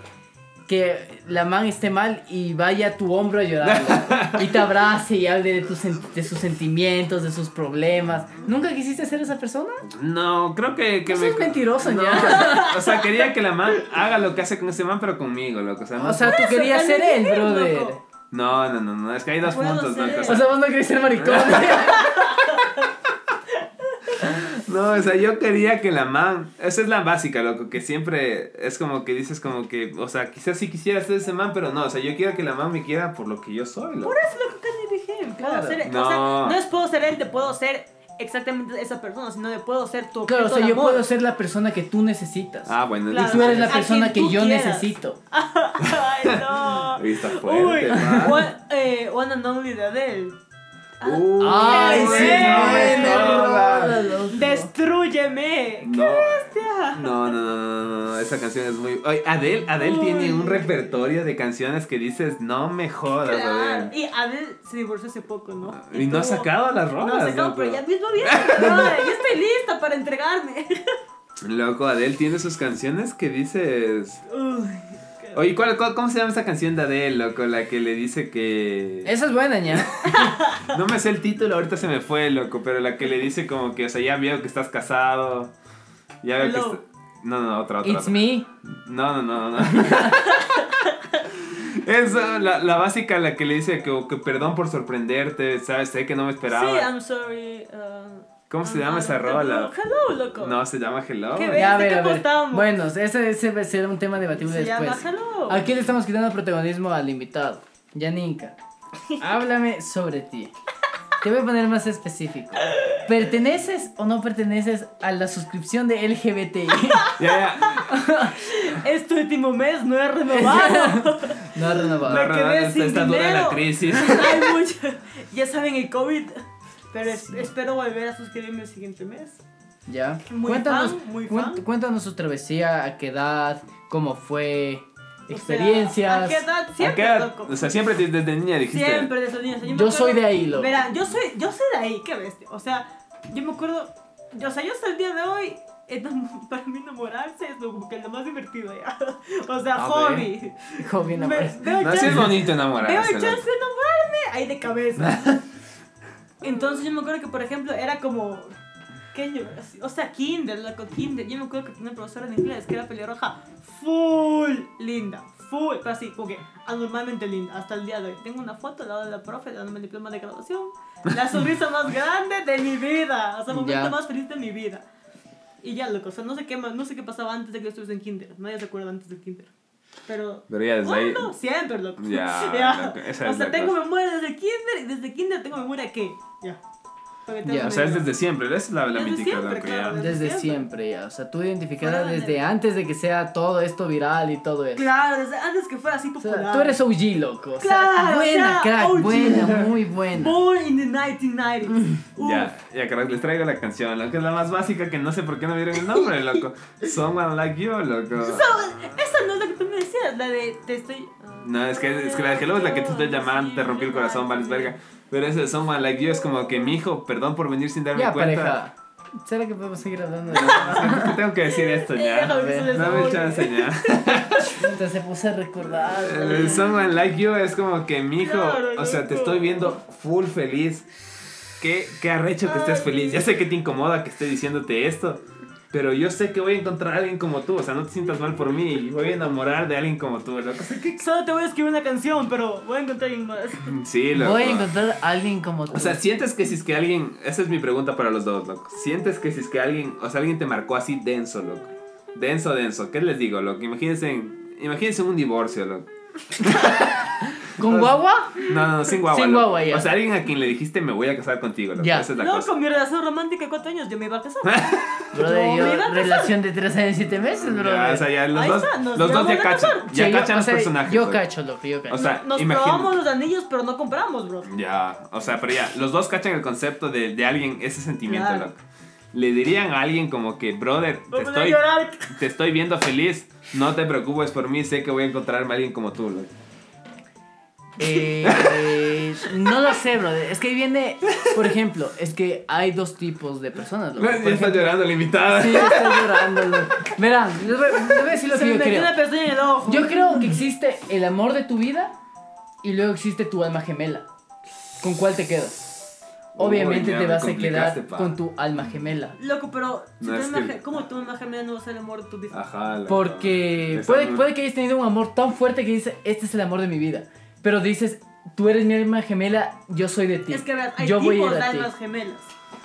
Speaker 3: que la man esté mal y vaya a tu hombro a llorar loco, y te abrace y hable de, tus sen- de sus sentimientos, de sus problemas. ¿Nunca quisiste ser esa persona?
Speaker 2: No, creo que, que
Speaker 3: Eso es mentiroso
Speaker 2: No,
Speaker 3: ya.
Speaker 2: O sea, quería que la man haga lo que hace con ese man, pero conmigo, loco. O sea, no,
Speaker 3: O sea, tú querías ser
Speaker 4: también
Speaker 3: él,
Speaker 4: dije,
Speaker 3: brother.
Speaker 4: loco.
Speaker 2: no, no, no, no, es que hay dos
Speaker 4: Puedo
Speaker 2: puntos,
Speaker 4: ser.
Speaker 2: loco. o sea,
Speaker 3: O sea, vos no querías ser maricón.
Speaker 2: No, o sea, yo quería que la man, esa es la básica, loco, que siempre es como que dices como que, o sea, quizás sí quisiera ser ese man, pero no, o sea, yo quiero que la man me quiera por lo que yo soy, loco.
Speaker 4: Es lo que casi dije. Puedo
Speaker 3: Claro.
Speaker 4: ser-
Speaker 2: No.
Speaker 4: O sea, no es puedo ser él, te puedo ser exactamente esa persona, sino de puedo ser tu objeto
Speaker 3: claro, o sea,
Speaker 4: de
Speaker 3: yo
Speaker 4: amor.
Speaker 3: puedo ser la persona que tú necesitas.
Speaker 2: Ah, bueno,
Speaker 4: Claro.
Speaker 3: Tú eres
Speaker 2: dices-
Speaker 3: la
Speaker 4: A quien
Speaker 3: persona que
Speaker 4: tú
Speaker 3: yo
Speaker 4: quieras.
Speaker 3: necesito.
Speaker 4: Ay, no.
Speaker 2: Uy, está
Speaker 4: Uy,
Speaker 2: pues. fuerte, man.
Speaker 4: one, eh, one and Only de Adele.
Speaker 2: Uy,
Speaker 3: Ay,
Speaker 2: güey,
Speaker 3: sí,
Speaker 2: no me
Speaker 3: buena
Speaker 2: jodas.
Speaker 3: rola, loco.
Speaker 4: Destrúyeme.
Speaker 2: No. No, no, no, no, no, no, esa canción es muy... Ay, Adele, Adele
Speaker 4: Uy.
Speaker 2: tiene un repertorio de canciones que dices, no me jodas,
Speaker 4: Claro.
Speaker 2: Adele.
Speaker 4: Y Adele se divorció hace poco, ¿no?
Speaker 2: Y no ha
Speaker 4: tuvo-
Speaker 2: sacado las
Speaker 4: No
Speaker 2: rolas,
Speaker 4: ha sacado,
Speaker 2: loco.
Speaker 4: pero ya mismo viene. brother, Yo estoy lista para entregarme.
Speaker 2: Loco, Adele tiene sus canciones que dices...
Speaker 4: Uy,
Speaker 2: Oye, ¿cuál, cuál- cómo se llama esa canción de Adele, loco? La que le dice que...
Speaker 3: Esa es buena, ña.
Speaker 2: No me sé el título, ahorita se me fue, loco, pero la que le dice como que, o sea, ya veo que estás casado. Ya veo que...
Speaker 4: Hello.
Speaker 2: est- No, no, otra, otra.
Speaker 3: It's
Speaker 2: otra.
Speaker 3: me.
Speaker 2: No, no, no, no. no. es uh, la, la básica, la que le dice que, que perdón por sorprenderte, ¿sabes? Sé que no me
Speaker 4: sí,
Speaker 2: esperaba.
Speaker 4: I'm sorry. uh,
Speaker 2: ¿Cómo se
Speaker 4: I'm
Speaker 2: llama
Speaker 4: out
Speaker 2: esa
Speaker 4: of the
Speaker 2: rola?
Speaker 4: blue. Hello, loco.
Speaker 2: No, se llama Hello.
Speaker 4: Qué
Speaker 2: güey.
Speaker 4: bello.
Speaker 3: Ya, a ver,
Speaker 4: ¿qué
Speaker 3: a ver.
Speaker 4: costamos?
Speaker 3: Bueno, ese, ese será un tema debatible
Speaker 4: Se llama
Speaker 3: después.
Speaker 4: Hello.
Speaker 3: Aquí le estamos quitando protagonismo al invitado, Yaninka. Háblame sobre ti. Te voy a poner más específico. ¿Perteneces o no perteneces a la suscripción de LGBTI?
Speaker 2: Ya, ya.
Speaker 4: Este último mes no he renovado.
Speaker 3: No ha
Speaker 2: La
Speaker 3: renovado.
Speaker 4: quedé
Speaker 2: verdad, está,
Speaker 4: sin
Speaker 2: está dura la
Speaker 4: dinero.
Speaker 2: crisis.
Speaker 4: Hay mucho- Ya saben, el COVID. Pero es- espero volver a suscribirme el siguiente mes.
Speaker 3: Ya.
Speaker 4: Muy
Speaker 3: cuéntanos,
Speaker 4: fan, muy
Speaker 3: cuen-
Speaker 4: fan.
Speaker 3: cuéntanos su travesía, a qué edad, cómo fue,
Speaker 4: O sea,
Speaker 3: experiencias.
Speaker 4: ¿A qué edad?
Speaker 2: ¿A qué
Speaker 4: Siempre,
Speaker 2: edad?
Speaker 4: loco.
Speaker 2: O sea, siempre te- desde niña dijiste.
Speaker 4: Siempre de esos niños. O sea,
Speaker 3: Yo
Speaker 4: me acuerdo-
Speaker 3: soy de ahí, loco.
Speaker 4: Verán, yo soy, yo soy de ahí, qué bestia. O sea, yo me acuerdo. yo- o sea, yo hasta el día de hoy. enam- Para mí enamorarse es como que lo más divertido ya. O sea,
Speaker 2: A
Speaker 4: hobby.
Speaker 3: Joven,
Speaker 4: Me-
Speaker 3: amor.
Speaker 4: veo
Speaker 2: No, sí
Speaker 4: chance-
Speaker 2: es bonito
Speaker 4: Veo
Speaker 2: enamorarse.
Speaker 4: el chance de
Speaker 2: loco.
Speaker 4: enamorarme ahí de cabeza. Entonces yo me acuerdo que, por ejemplo, era como... ¿Qué año era? O sea, kinder, loco, kinder. Yo me acuerdo que tenía una profesora de inglés que era pelirroja full linda. Full, pero así, como que anormalmente linda hasta el día de hoy. Tengo una foto al lado de la profe dándome el diploma de graduación. La sonrisa más grande de mi vida. O sea, el momento
Speaker 3: Ya.
Speaker 4: más feliz de mi vida. Y ya, loco, o sea, no sé qué, más- no sé qué pasaba antes de que yo estuviese en kinder. Nadie se acuerda antes del kinder. Pero
Speaker 2: Pero ya desde ahí.
Speaker 4: bueno, siempre, loco.
Speaker 2: Ya, loco, esa
Speaker 4: o
Speaker 2: es
Speaker 4: sea,
Speaker 2: la
Speaker 4: tengo
Speaker 2: cosa.
Speaker 4: memoria desde kinder y desde kinder tengo memoria que. Ya. Porque tengo
Speaker 3: Ya.
Speaker 2: O sea, es
Speaker 4: memoria.
Speaker 2: desde siempre. Esa es la, la
Speaker 4: Desde
Speaker 2: mítica,
Speaker 4: siempre,
Speaker 2: loco,
Speaker 4: claro.
Speaker 2: ya.
Speaker 3: Desde
Speaker 4: siempre.
Speaker 3: siempre ya, o sea, tú identificada
Speaker 4: Fuera de-
Speaker 3: desde antes de que sea todo esto viral y todo eso.
Speaker 4: Claro, desde antes que fuera así
Speaker 3: O sea,
Speaker 4: popular.
Speaker 3: tú eres OG, loco. O sea,
Speaker 4: Claro,
Speaker 3: buena,
Speaker 4: o sea,
Speaker 3: crack,
Speaker 4: OG.
Speaker 3: buena, muy buena.
Speaker 4: Born in the 1990s.
Speaker 3: Mm.
Speaker 4: Uf.
Speaker 2: Ya, ya caray, les traigo la canción, loco. Es la más básica que no sé por qué no vieron el nombre, loco. Someone Like You, loco.
Speaker 4: So, esa no es la que tú me decías, la de te estoy.
Speaker 2: No, es que, es que la de Hello es la que tú estás llamando, te rompí el corazón, vales verga. Pero ese de Someone Like You es como que mi hijo, perdón por venir sin darme
Speaker 3: Ya,
Speaker 2: cuenta.
Speaker 3: pareja. ¿Será que podemos seguir hablando de eso?
Speaker 2: Tengo que decir
Speaker 4: Eh,
Speaker 2: esto ya. Dame chance ya.
Speaker 3: Puta, se puse a recordar.
Speaker 2: El Someone Like You es como que mi hijo,
Speaker 4: Claro,
Speaker 2: o sea, te
Speaker 4: loco.
Speaker 2: estoy viendo full feliz. Qué, qué arrecho que estés
Speaker 4: Ay.
Speaker 2: feliz. Ya sé que te incomoda que esté diciéndote esto. Pero yo sé que voy a encontrar a alguien como tú, o sea, no te sientas mal por mí y voy a enamorar de alguien como tú, loco.
Speaker 4: Solo te voy a escribir una canción, pero voy a encontrar alguien más.
Speaker 2: Sí, loco.
Speaker 3: Voy a encontrar a alguien como tú.
Speaker 2: O sea, sientes que si es que alguien, esa es mi pregunta para los dos, loco. Sientes que si es que alguien, o sea, alguien te marcó así denso, loco. Denso, denso. ¿Qué les digo, loco? Imagínense, imagínense un divorcio, loco.
Speaker 3: ¿Con guagua?
Speaker 2: No, no, no, sin guagua.
Speaker 3: Sin
Speaker 2: loco.
Speaker 3: guagua, ya.
Speaker 2: O sea, alguien a quien le dijiste me voy a casar contigo, loco.
Speaker 3: Ya.
Speaker 2: Esa es la
Speaker 4: Loco,
Speaker 2: cosa.
Speaker 4: mi relación romántica de cuatro años, yo me iba a casar.
Speaker 3: Brother,
Speaker 4: No,
Speaker 3: yo,
Speaker 4: me iba a casar.
Speaker 3: relación de 3 años y 7 meses, brother.
Speaker 2: Ya, o sea, ya los
Speaker 4: Ahí
Speaker 2: dos,
Speaker 4: está, nos
Speaker 2: los dos
Speaker 4: vamos
Speaker 2: ya
Speaker 4: a
Speaker 2: cachan.
Speaker 4: casar.
Speaker 2: Ya
Speaker 3: Sí, yo-
Speaker 2: cachan
Speaker 3: o
Speaker 2: los
Speaker 3: sea,
Speaker 2: personajes. pues.
Speaker 3: Yo
Speaker 2: loco.
Speaker 3: cacho, loco, yo cacho.
Speaker 2: O sea,
Speaker 4: Nos
Speaker 2: imagínate.
Speaker 4: probamos los anillos, pero no compramos, bro.
Speaker 2: Ya, o sea, pero ya, los dos cachan el concepto de, de alguien, ese sentimiento,
Speaker 4: Claro.
Speaker 2: loco. Le dirían a alguien como que, brother,
Speaker 4: Voy
Speaker 2: te
Speaker 4: a poner a
Speaker 2: estoy,
Speaker 4: llorar.
Speaker 2: te estoy viendo feliz, no te preocupes por mí, sé que voy a encontrarme a alguien como tú, loco.
Speaker 3: Eh, eh, no lo sé, brother. Es que viene, por ejemplo, es que hay dos tipos de personas. loco.
Speaker 2: Ya
Speaker 3: Por
Speaker 2: está
Speaker 3: ejemplo,
Speaker 2: llorando la invitada.
Speaker 3: sí, está llorando. loco. Verán, les voy, les voy a decir lo
Speaker 4: Se
Speaker 3: que
Speaker 4: me
Speaker 3: yo
Speaker 4: metió
Speaker 3: creo.
Speaker 4: una pestaña en el ojo.
Speaker 3: Yo creo que existe el amor de tu vida y luego existe tu alma gemela. ¿Con cuál te quedas? Obviamente
Speaker 2: Uy, ya
Speaker 3: te
Speaker 2: me
Speaker 3: vas a
Speaker 2: complicaste,
Speaker 3: quedar
Speaker 2: pa.
Speaker 3: con tu alma gemela.
Speaker 4: Loco, pero si
Speaker 2: No,
Speaker 4: tú
Speaker 2: es
Speaker 4: eres
Speaker 2: que-
Speaker 4: maje- ¿cómo tú eres gemela no vas a ser el amor de tu
Speaker 3: Ah.
Speaker 4: vida?
Speaker 2: Ajá. la-
Speaker 3: Porque
Speaker 2: Está
Speaker 3: puede,
Speaker 2: muy-
Speaker 3: puede que hayas tenido un amor tan fuerte que dices, este es el amor de mi vida. Pero dices, tú eres mi alma gemela, yo soy de ti.
Speaker 4: Es que verás, hay
Speaker 3: yo voy a ir
Speaker 4: tipos de
Speaker 3: a ti.
Speaker 4: almas gemelas.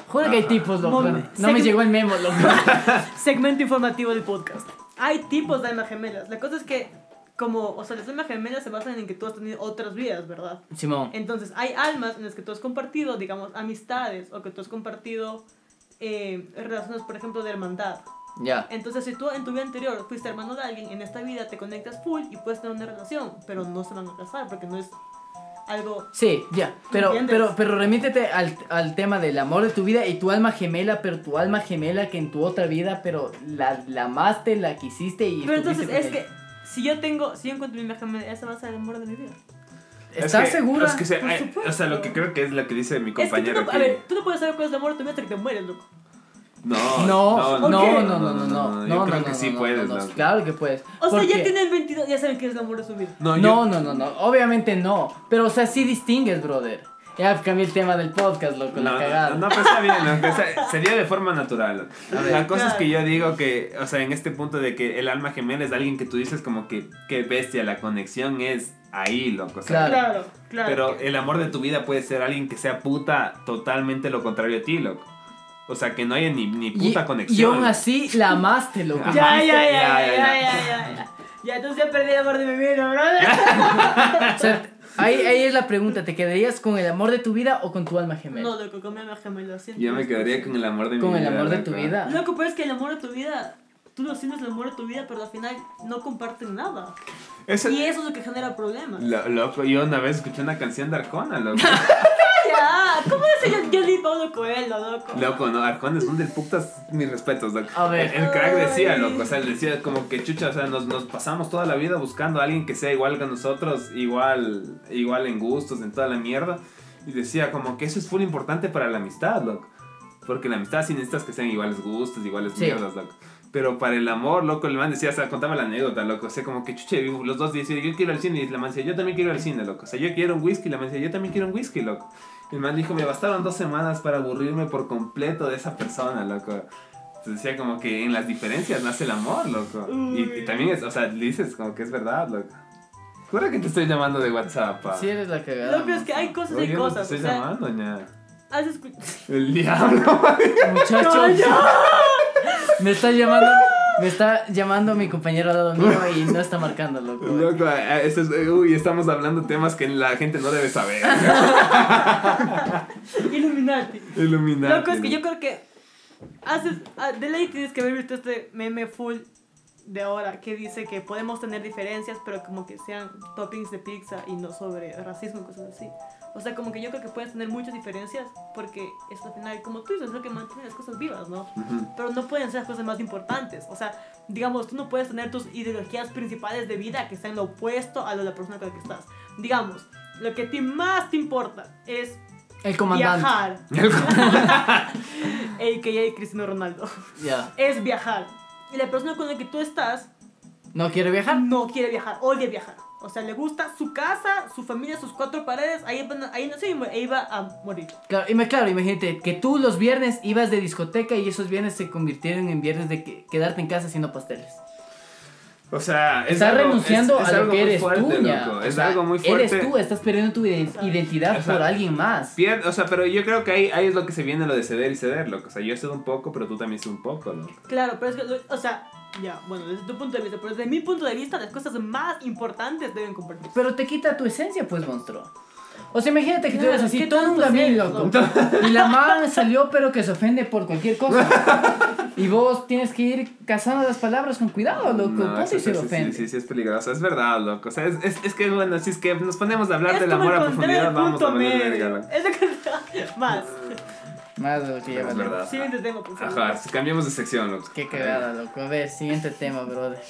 Speaker 3: Joder que hay
Speaker 2: Ajá.
Speaker 3: tipos, loco.
Speaker 4: Mom-
Speaker 3: No me
Speaker 4: segmen-
Speaker 3: llegó el memo, loco.
Speaker 4: Segmento informativo del podcast. Hay tipos de almas gemelas. La cosa es que, como, o sea, las almas gemelas se basan en que tú has tenido otras vidas, ¿verdad?
Speaker 3: Simón.
Speaker 4: Entonces, hay almas en las que tú has compartido, digamos, amistades o que tú has compartido eh, relaciones, por ejemplo, de hermandad.
Speaker 3: Ya.
Speaker 4: Entonces, si tú en tu vida anterior fuiste hermano de alguien, en esta vida te conectas full y puedes tener una relación, pero no se van a casar porque no es algo.
Speaker 3: Sí, ya. Pero,
Speaker 4: ¿Entiendes?
Speaker 3: pero, pero remítete al, al tema del amor de tu vida y tu alma gemela, pero tu alma gemela que en tu otra vida, pero la, la amaste, la quisiste y.
Speaker 4: Pero entonces, es
Speaker 3: estuviste
Speaker 4: que
Speaker 3: con
Speaker 4: si yo tengo, si yo encuentro mi imagen, esa va a ser el amor de mi vida.
Speaker 3: ella. ¿Estás
Speaker 2: Es que-
Speaker 3: segura?
Speaker 2: Es que se-
Speaker 4: Por
Speaker 2: ay,
Speaker 4: supuesto.
Speaker 2: o sea, lo que creo que es lo que dice mi
Speaker 4: Es que tú
Speaker 2: compañero
Speaker 4: no, a
Speaker 2: aquí.
Speaker 4: ver, tú no puedes saber cuál es el amor de tu vida hasta que te mueres, loco.
Speaker 2: No,
Speaker 3: No, no, no, no, no, no, no,
Speaker 2: Yo
Speaker 3: no,
Speaker 2: creo
Speaker 3: no,
Speaker 2: que
Speaker 3: no,
Speaker 2: sí
Speaker 3: no,
Speaker 2: puedes.
Speaker 3: no, no,
Speaker 2: loco.
Speaker 3: Claro que puedes.
Speaker 4: O sea,
Speaker 3: ¿Por
Speaker 4: ya
Speaker 3: qué?
Speaker 4: tienen 22, ya saben que es el amor de su vida.
Speaker 2: No, yo-
Speaker 3: No, no, no, no, obviamente no. Pero, o sea, sí distingues, brother. Ya cambié el tema del podcast, loco, la
Speaker 2: No,
Speaker 3: cagada.
Speaker 2: no, no, pero está bien, aunque sea- sería de forma natural. La cosa es que yo digo que, o sea, en este punto de que el alma gemela es alguien que tú dices como que, qué bestia, la conexión es ahí, loco. o sea,
Speaker 3: Claro.
Speaker 4: Claro, claro.
Speaker 2: Pero el amor de tu vida puede ser alguien que sea puta totalmente lo contrario a ti, loco. O sea, que no haya ni, ni
Speaker 3: Y-
Speaker 2: puta conexión.
Speaker 3: Y aún así la amaste, loco.
Speaker 2: Ajá.
Speaker 4: Ya, ya,
Speaker 2: Ya,
Speaker 4: ya, ya,
Speaker 2: ya,
Speaker 4: ya,
Speaker 2: ya.
Speaker 4: ya, ya, ya. Ya, entonces ya perdí el amor de mi vida, brother.
Speaker 3: O sea, ahí, ahí es la pregunta, ¿te quedarías con el amor de tu vida o con tu alma gemela?
Speaker 4: No, loco, con mi alma gemela, lo siento.
Speaker 2: Yo me quedaría con el amor de mi
Speaker 3: con
Speaker 2: vida.
Speaker 3: el amor de tu
Speaker 2: loco.
Speaker 3: vida.
Speaker 4: Loco, pero es que el amor de tu vida, tú lo sientes el amor de tu vida, pero al final no comparten nada.
Speaker 2: Eso-
Speaker 4: Y eso es lo que genera problemas.
Speaker 2: Lo- loco, yo una vez escuché una canción de Arjona, loco.
Speaker 4: Ya, ¿cómo dice yo, yo ni Pablo Coelho, loco?
Speaker 2: Loco, no, Arjona es un del putas, mis respetos, loco.
Speaker 3: A ver.
Speaker 2: El, el crack decía,
Speaker 4: Ay.
Speaker 2: loco, o sea, él decía como que chucha, o sea, nos, nos pasamos toda la vida buscando a alguien que sea igual que nosotros, igual, igual en gustos, en toda la mierda. Y decía como que eso es full importante para la amistad, loco. Porque en la amistad sí necesitas que sean iguales gustos, iguales
Speaker 3: Sí.
Speaker 2: mierdas, loco. Pero para el amor, loco, el man decía, o sea, contaba la anécdota, loco. O sea, como que chuche, los dos decían, yo quiero ir al cine. Y la man decía, yo también quiero ir al cine, loco. O sea, yo quiero un whisky. Y la man decía, yo también quiero un whisky, loco. Y el man dijo, me bastaron dos semanas para aburrirme por completo de esa persona, loco. Entonces decía, como que en las diferencias nace el amor, loco. Y, y también es, o sea, le dices, como que es verdad, loco. Jura que te estoy llamando de WhatsApp, pa.
Speaker 3: Si eres la cagada.
Speaker 4: Loco, pues, es que hay cosas
Speaker 2: Oye,
Speaker 4: y
Speaker 2: no te
Speaker 4: cosas.
Speaker 2: estoy
Speaker 4: o sea,
Speaker 2: llamando, ña.
Speaker 4: has escuchado.
Speaker 2: El diablo,
Speaker 3: Muchacho, me está llamando, me está llamando mi compañero al lado mío y no está marcando, loco.
Speaker 2: Loco, eh, esto es- uy, estamos hablando temas que la gente no debe saber.
Speaker 4: Illuminati.
Speaker 2: Iluminado.
Speaker 4: Loco, es que yo creo que haces, ah, de ley tienes que haber visto este meme full de ahora que dice que podemos tener diferencias, pero como que sean toppings de pizza y no sobre racismo y cosas así. O sea, como que yo creo que puedes tener muchas diferencias porque es al final, como tú dices, es lo que mantiene las cosas vivas, ¿no?
Speaker 2: Ujú.
Speaker 4: Pero no pueden ser las cosas más importantes. O sea, digamos, tú no puedes tener tus ideologías principales de vida que sean lo opuesto a lo de la persona con la que estás. Digamos, lo que a ti más te importa es
Speaker 3: El comandante.
Speaker 4: viajar. AKA Cristiano Ronaldo.
Speaker 3: Ya.
Speaker 4: Es viajar. Y la persona con la que tú estás
Speaker 3: ¿No quiere viajar?
Speaker 4: no quiere viajar, odia viajar. O sea, le gusta su casa, su familia, sus cuatro paredes. Ahí, van a- ahí no sé, ahí va a morir.
Speaker 3: Claro, ima- claro, imagínate que tú los viernes ibas de discoteca y esos viernes se convirtieron en viernes de que- quedarte en casa haciendo pasteles.
Speaker 2: O sea, es
Speaker 3: Estás
Speaker 2: algo-
Speaker 3: renunciando
Speaker 2: es- es
Speaker 3: a lo
Speaker 2: algo
Speaker 3: que
Speaker 2: muy
Speaker 3: eres
Speaker 2: fuerte,
Speaker 3: tú, ña.
Speaker 2: loco.
Speaker 3: O
Speaker 2: Es
Speaker 3: sea,
Speaker 2: algo muy fuerte.
Speaker 3: Eres tú, estás perdiendo tu ide- identidad
Speaker 2: O sea,
Speaker 3: por alguien más.
Speaker 2: Pier- o sea, pero yo creo que ahí, ahí es lo que se viene lo de ceder y ceder, loco. O sea, yo cedo un poco, pero tú también cedo un poco, loco.
Speaker 4: Claro, pero es que, lo- o sea, ya, bueno, desde tu punto de vista, pero desde mi punto de vista, las cosas más importantes deben compartirse.
Speaker 3: Pero te quita tu esencia, pues, monstruo. O sea, imagínate que tú
Speaker 4: Claro,
Speaker 3: eres así,
Speaker 4: ¿qué
Speaker 3: todo un
Speaker 4: tanto
Speaker 3: gamín,
Speaker 4: eres,
Speaker 3: loco. Y la man salió, pero que se ofende por cualquier cosa. Y vos tienes que ir cazando las palabras con cuidado, loco.
Speaker 2: No,
Speaker 3: ¿Cómo
Speaker 2: eso
Speaker 3: si
Speaker 2: sí,
Speaker 3: se
Speaker 2: sí,
Speaker 3: ofende?
Speaker 2: Sí, sí, sí, es peligroso. Es verdad, loco. O sea, es, es, es que, bueno, si es que nos ponemos a hablar
Speaker 4: Es
Speaker 2: del
Speaker 4: como
Speaker 2: amor a
Speaker 4: encontrar
Speaker 2: profundidad,
Speaker 4: el
Speaker 2: vamos a
Speaker 4: punto
Speaker 2: valer verga,
Speaker 4: medio.
Speaker 2: loco.
Speaker 4: Es lo que más.
Speaker 3: Más de lo que ya
Speaker 2: Pero Es
Speaker 3: valió.
Speaker 2: verdad.
Speaker 4: Siguiente tema, por favor.
Speaker 2: Ajá, cambiamos de sección, loco.
Speaker 3: Qué cagada, loco. A ver, siguiente tema, brother.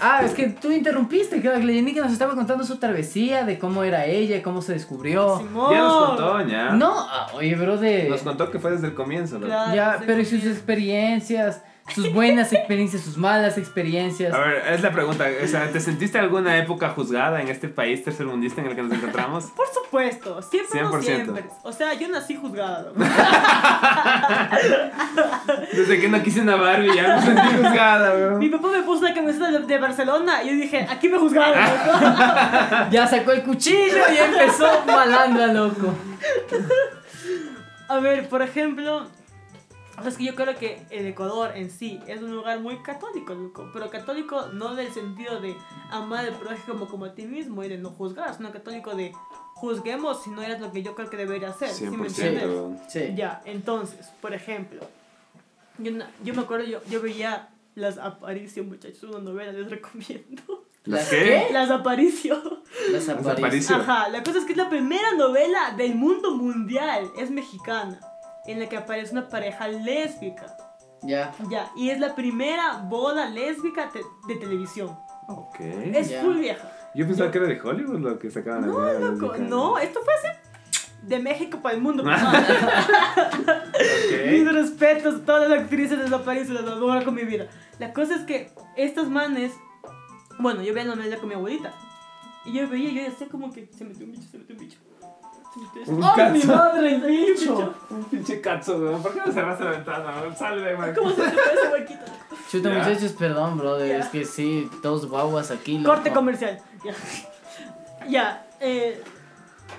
Speaker 3: Ah, es que tú interrumpiste, que la Gleyanica nos estaba contando su travesía, de cómo era ella, cómo se descubrió.
Speaker 4: Simón.
Speaker 2: Ya nos contó, ya.
Speaker 3: No, ah, oye, bro, de...
Speaker 2: Nos contó que fue desde el comienzo, bro.
Speaker 4: Claro.
Speaker 3: Ya,
Speaker 4: Sí,
Speaker 3: pero y
Speaker 4: sí.
Speaker 3: sus experiencias, sus buenas experiencias, sus malas experiencias.
Speaker 2: A ver, es la pregunta. O sea, ¿te sentiste alguna época juzgada en este país tercermundista en el que nos encontramos?
Speaker 4: Por supuesto, siempre no
Speaker 2: 100%.
Speaker 4: siempre. O sea, yo nací juzgada. loco.
Speaker 2: Desde que no quise una Barbie ya me sentí juzgada, bro.
Speaker 4: Mi papá me puso la camiseta de, de Barcelona y yo dije, aquí me juzgaron. loco".
Speaker 3: Ya sacó el cuchillo y empezó malandra, loco.
Speaker 4: A ver, por ejemplo, o sea, es que yo creo que el Ecuador en sí es un lugar muy católico, loco. Pero católico no del sentido de amar al prójimo como a ti mismo y de no juzgar, sino católico de juzguemos si no eres lo que yo creo que debería hacer. ¿sí me entiendes?
Speaker 2: bro.
Speaker 3: Sí.
Speaker 4: Ya, entonces, por ejemplo, yo, na- yo me acuerdo, yo, yo veía Las Aparicio, muchachos, una novela, les recomiendo.
Speaker 2: ¿Las
Speaker 3: ¿Las
Speaker 2: qué?
Speaker 4: Las Aparicio.
Speaker 3: Las apariciones.
Speaker 2: apariciones.
Speaker 4: Ajá, la cosa es que es la primera novela del mundo mundial, es mexicana, en la que aparece una pareja lésbica.
Speaker 3: Ya.
Speaker 4: Ya, y es la primera boda lésbica te- de televisión.
Speaker 2: Ok.
Speaker 4: Es
Speaker 3: Ya.
Speaker 4: full vieja.
Speaker 2: Yo pensaba que era de Hollywood lo que sacaban
Speaker 4: No,
Speaker 2: las nuevas,
Speaker 4: loco,
Speaker 2: dije,
Speaker 4: no,
Speaker 2: Ok.
Speaker 4: esto fue así. De México para el mundo. papá. Mis respetos a todas las actrices de la París, las adoro con mi vida. La cosa es que estos manes, bueno, yo veía la novela con mi abuelita. Y yo veía, yo decía como que se metió un bicho, se metió un bicho. Se metió
Speaker 2: Un
Speaker 4: esto. ¡Ay, mi
Speaker 2: cacho.
Speaker 4: madre! Se metió un bicho.
Speaker 2: Un pinche cazo, bro. ¿Por qué no cerraste la ventana? bro? Sale de ahí,
Speaker 4: ¿Cómo
Speaker 2: man.
Speaker 4: se te fue ese huequito?
Speaker 3: Chuta,
Speaker 2: Ya.
Speaker 3: muchachos, perdón, brother.
Speaker 4: Ya.
Speaker 3: Es que sí, dos guaguas aquí. loco.
Speaker 4: Corte comercial. Ya. Ya. eh,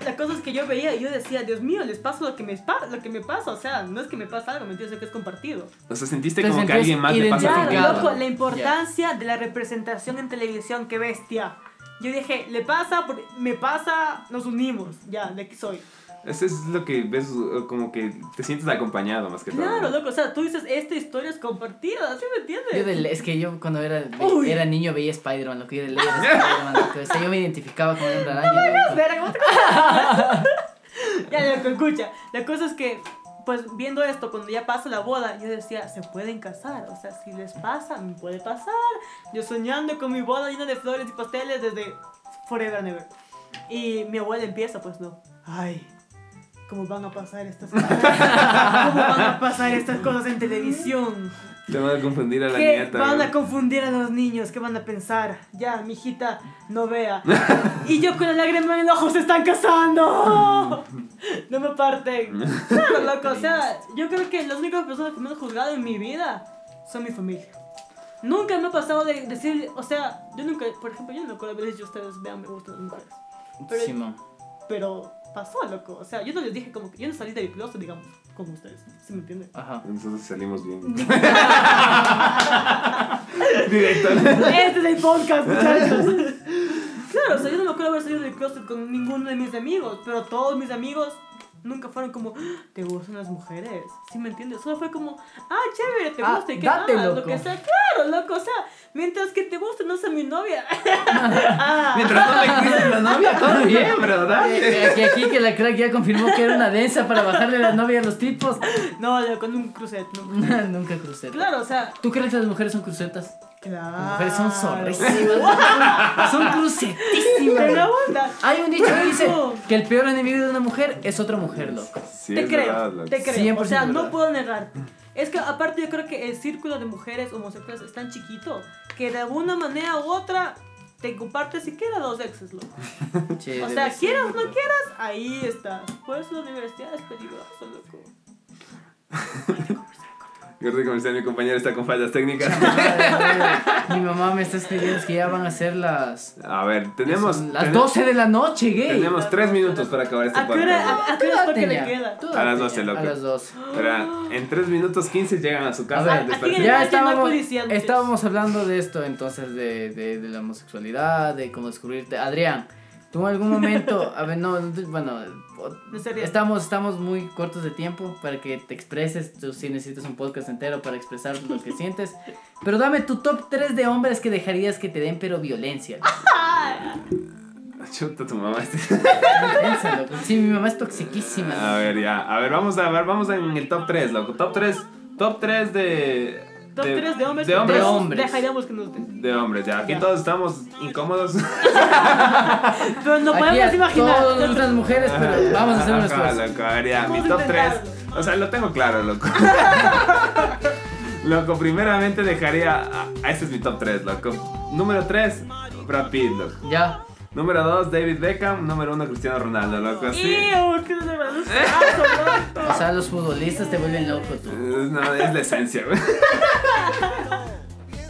Speaker 4: la cosa es que yo veía y yo decía, Dios mío, les paso lo que me, pa- lo que me pasa. O sea, no es que me pasa algo, ¿me entiendes? Es que es compartido.
Speaker 2: O sea, sentiste
Speaker 3: Te
Speaker 2: como que
Speaker 3: sentías
Speaker 2: alguien más le pasa tu
Speaker 3: identificado.
Speaker 2: vida.
Speaker 4: Claro,
Speaker 3: complicado.
Speaker 4: loco, la importancia de la representación en televisión, qué bestia. Yo dije, le pasa, por- me pasa, nos unimos. Ya, de aquí soy.
Speaker 2: Eso es lo que ves, eh, como que te sientes acompañado más que
Speaker 4: Claro,
Speaker 2: todo.
Speaker 4: loco, o sea, tú dices, esta historia es compartida, ¿sí me entiendes?
Speaker 3: Yo de le- es que yo cuando era, ve-
Speaker 4: Uy.
Speaker 3: era niño veía Spider-Man, lo que yo de ley era Spider-Man, loco. O sea, yo me identificaba con el araña. loco.
Speaker 4: Espera, ¿cómo te- ya, loco, escucha. La cosa es que, pues viendo esto, cuando ya pasa la boda, yo decía, se pueden casar. O sea, si les pasa, me puede pasar. Yo soñando con mi boda llena de flores y pasteles desde Forever and Ever. Y mi abuela empieza, pues no. Ay. ¿Cómo van a pasar estas cosas? ¿Cómo van a pasar estas cosas en televisión?
Speaker 2: Te van a confundir a la
Speaker 4: que
Speaker 2: nieta.
Speaker 4: van
Speaker 2: bro.
Speaker 4: a confundir a los niños, que van a pensar, ya, mi hijita, no vea. y yo con la lágrima en el ojo se están casando. no me parten. Claro, loco, o sea, yo creo que las únicas personas que me han juzgado en mi vida son mi familia. Nunca me ha pasado de decir, o sea, yo nunca, por ejemplo, yo no recuerdo haber dicho ustedes, vean, me gustan las mujeres. Pero,
Speaker 3: Simón.
Speaker 4: pero pasó, loco, o sea, yo no les dije como que, yo no salí del closet, digamos, como ustedes, ¿sí me entienden?
Speaker 3: Ajá.
Speaker 2: Entonces salimos bien. Directo.
Speaker 4: Este es el podcast, muchachos. Claro, o sea, yo no me acuerdo haber salido del closet con ninguno de mis amigos, pero todos mis amigos nunca fueron como, "Ah, ¿te gustan las mujeres? ¿Sí me entiendes? Solo fue como, ah, chévere, te
Speaker 3: Ah,
Speaker 4: gusta y qué
Speaker 3: date,
Speaker 4: más, lo
Speaker 3: loco.
Speaker 4: que sea. Claro, loco, o sea, mientras que te guste, no sea mi novia. Ah,
Speaker 2: Mientras no me quiten la novia, todo bien, bro. Dale.
Speaker 3: Eh, que aquí que la crack ya confirmó que era una densa para bajarle la novia a los tipos.
Speaker 4: no, loco, no un crucet, no.
Speaker 3: Nunca cruceta.
Speaker 4: Claro, o sea,
Speaker 3: ¿Tú crees que las mujeres son crucetas?
Speaker 4: claro.
Speaker 3: Las mujeres son zorrísimas.
Speaker 4: Ah.
Speaker 3: son crucetísimas.
Speaker 4: Pero aguanta.
Speaker 3: Hay un dicho que dice
Speaker 4: Loco.
Speaker 3: que el peor enemigo de una mujer es otra mujer, loco.
Speaker 2: Sí,
Speaker 4: te
Speaker 2: es
Speaker 4: creo,
Speaker 2: verdad, loco.
Speaker 4: te creo. O
Speaker 3: 100%
Speaker 4: sea, no
Speaker 3: verdad.
Speaker 4: puedo negarte. Es que aparte yo creo que el círculo de mujeres homosexuales es tan chiquito que de alguna manera u otra te compartes siquiera dos exes, loco. O sea, quieras o no quieras, ahí estás. Por eso la universidad es peligrosa, loco.
Speaker 2: Corte comercial, mi compañero está con fallas técnicas.
Speaker 3: Mi mamá me está escribiendo que ya van a ser las.
Speaker 2: A ver, tenemos.
Speaker 3: son las
Speaker 2: ten-
Speaker 3: 12 de la noche, gay.
Speaker 2: Tenemos tres minutos para acabar este
Speaker 4: ¿A qué hora,
Speaker 2: podcast.
Speaker 4: a, a
Speaker 3: Tú
Speaker 4: qué hora es lo
Speaker 3: date
Speaker 4: que le
Speaker 3: ya,
Speaker 4: queda?
Speaker 3: tú
Speaker 2: A
Speaker 3: date
Speaker 2: las 12,
Speaker 3: ya,
Speaker 2: loco.
Speaker 3: A las 12.
Speaker 2: Pero en 3 minutos 15 llegan a su casa.
Speaker 3: A ver,
Speaker 2: les
Speaker 4: aquí en
Speaker 2: parece-
Speaker 4: el-
Speaker 3: Ya
Speaker 4: Imagínate, no
Speaker 3: estábamos,
Speaker 4: hay policía, muchachos.
Speaker 3: estábamos hablando de esto, entonces, de, de, de la homosexualidad, de cómo descubrirte. Adrián, tú en algún momento, a ver, no, no te- bueno,
Speaker 4: No sería-
Speaker 3: estamos, estamos muy cortos de tiempo para que te expreses, tú sí necesitas un podcast entero para expresar lo que sientes, pero dame tu top 3 de hombres que dejarías que te den, pero violencia. loco.
Speaker 2: Chuta tu mamá. este.
Speaker 3: Violencia, loco. Sí, mi mamá es toxiquísima.
Speaker 2: A
Speaker 3: loco.
Speaker 2: ver, ya. A ver, vamos a ver, vamos en el top 3, loco. Top 3. Top 3 de.
Speaker 4: Doctores de hombres.
Speaker 2: de hombres.
Speaker 3: De hombres.
Speaker 4: Deja, iremos que nos den.
Speaker 2: De hombres, ya. Aquí
Speaker 4: Ya.
Speaker 2: todos estamos incómodos.
Speaker 4: Pero no
Speaker 3: Aquí
Speaker 4: podemos
Speaker 3: a
Speaker 4: imaginar.
Speaker 3: Todos nos gustan las mujeres, pero vamos a hacer un
Speaker 2: Ajá,
Speaker 3: esfuerzo.
Speaker 2: loco, a ver, ya, mi
Speaker 4: Vamos a
Speaker 2: top 3.
Speaker 4: intentarlo.
Speaker 2: O sea, lo tengo claro, loco. loco, primeramente dejaría. a- a- Ese es mi top 3, loco. Número 3, Brad Pitt, loco.
Speaker 3: Ya.
Speaker 2: Número 2, David Beckham. Número 1, Cristiano Ronaldo, loco. Así.
Speaker 4: Iu, que no se me asusta, loco.
Speaker 3: O sea, los futbolistas te vuelven loco tú.
Speaker 2: Eh, No, es la esencia, güey.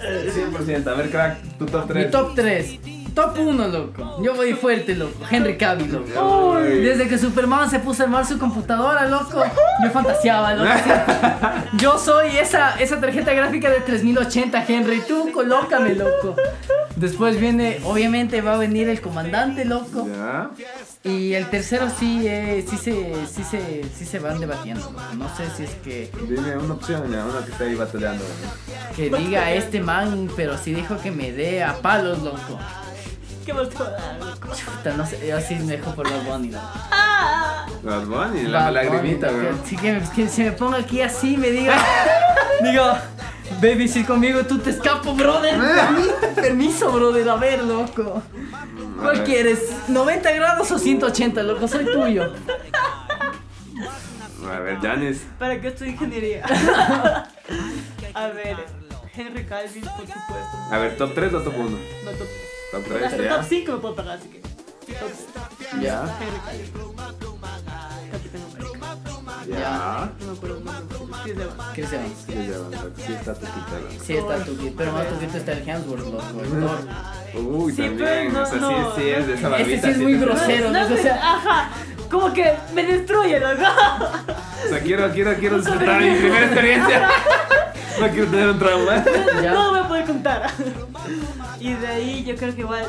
Speaker 2: 100%. A ver, crack, tu top 3.
Speaker 3: Mi top 3. Top 1, loco. Yo voy fuerte, loco. Henry Cavill, loco. Desde que Superman se puso a armar su computadora, loco, yo fantaseaba, loco. así. Yo soy esa, esa tarjeta gráfica de 3080, Henry. Tú colócame, loco. Después viene, obviamente va a venir el comandante, loco.
Speaker 2: Ya.
Speaker 3: Y el tercero sí, eh, sí, se, sí, se, sí se van debatiendo. loco. No sé si es que,
Speaker 2: Dime una opción, ya, una que está ahí batallando. güey.
Speaker 3: que diga este man, pero sí dijo que me dé a palos, loco.
Speaker 4: ¿Qué más te va a dar, loco?
Speaker 3: Puta, no sé, yo sí me dejo por los Bunny, loco.
Speaker 4: Ah,
Speaker 2: Bad Bunny, la
Speaker 3: Bad Bunny,
Speaker 2: lagrimita,
Speaker 3: loco.
Speaker 2: güey.
Speaker 3: Sí, que, que se me ponga aquí así y me diga, diga, baby, si conmigo tú te escapo, brother. Permi- Permiso, brother, a ver, loco.
Speaker 2: Ah. A
Speaker 3: ¿Cuál
Speaker 2: ver.
Speaker 3: quieres? ¿90 grados o 180, loco? Soy tuyo.
Speaker 2: A ver, Janis.
Speaker 4: ¿Para qué estudié ingeniería? A ver, Henry Calvin, por supuesto.
Speaker 2: A ver, top 3 o top 1?
Speaker 4: No, top
Speaker 2: Top
Speaker 4: 3.
Speaker 2: 3,
Speaker 4: Hasta top
Speaker 2: ya.
Speaker 4: 5 me puedo pagar, así que. Top tres.
Speaker 2: Ya.
Speaker 4: Henry Calvin. Capitán América.
Speaker 2: Ya.
Speaker 4: No me acuerdo el nombre. Sí, es de Batman.
Speaker 3: ¿Qué se va?
Speaker 2: Sí, ya, bueno, sí está tu pita,
Speaker 3: Sí, está Tuki, pero más Tuquito está el Hemsworth, loco. el Thor.
Speaker 2: güey. Uy,
Speaker 4: Sí,
Speaker 2: también.
Speaker 4: pero no,
Speaker 2: o sea, sí,
Speaker 4: no,
Speaker 2: sí, es de esa
Speaker 3: no. Ese
Speaker 2: barbita.
Speaker 3: sí es muy
Speaker 2: te-
Speaker 3: grosero. Pero,
Speaker 4: no,
Speaker 3: o sea-
Speaker 4: ajá, como que me destruye, loco.
Speaker 2: O sea, quiero, quiero, quiero disfrutar mi primera experiencia. No quiero tener un trauma.
Speaker 3: Ya.
Speaker 4: No me puede contar. Y de ahí yo creo que igual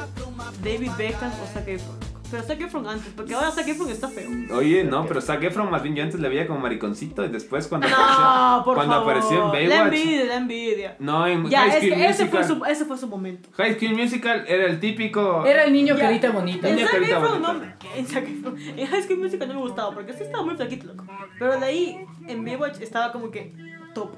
Speaker 4: David Beckham o Zac Efron. Pero Zac Efron antes, porque ahora Zac Efron está feo.
Speaker 2: Oye, no, pero Zac Efron más bien yo antes le veía como mariconcito y después cuando
Speaker 4: No,
Speaker 2: apareció,
Speaker 4: por
Speaker 2: cuando
Speaker 4: favor.
Speaker 2: apareció en
Speaker 4: La
Speaker 2: Baywatch.
Speaker 4: envidia, la envidia.
Speaker 2: No, en
Speaker 4: Ya,
Speaker 2: High
Speaker 4: es
Speaker 2: School
Speaker 4: que ese fue,
Speaker 2: Musical.
Speaker 4: su, ese fue su momento.
Speaker 2: High School Musical era el típico.
Speaker 3: Era el niño
Speaker 4: Ya.
Speaker 3: carita bonita.
Speaker 4: En
Speaker 2: Niña
Speaker 4: Zac
Speaker 2: carita
Speaker 4: Efron, no,
Speaker 2: bonita.
Speaker 4: en Zac Efron. En High School Musical no me gustaba porque sí estaba muy flaquito, loco. Pero de ahí en Baywatch estaba como que top.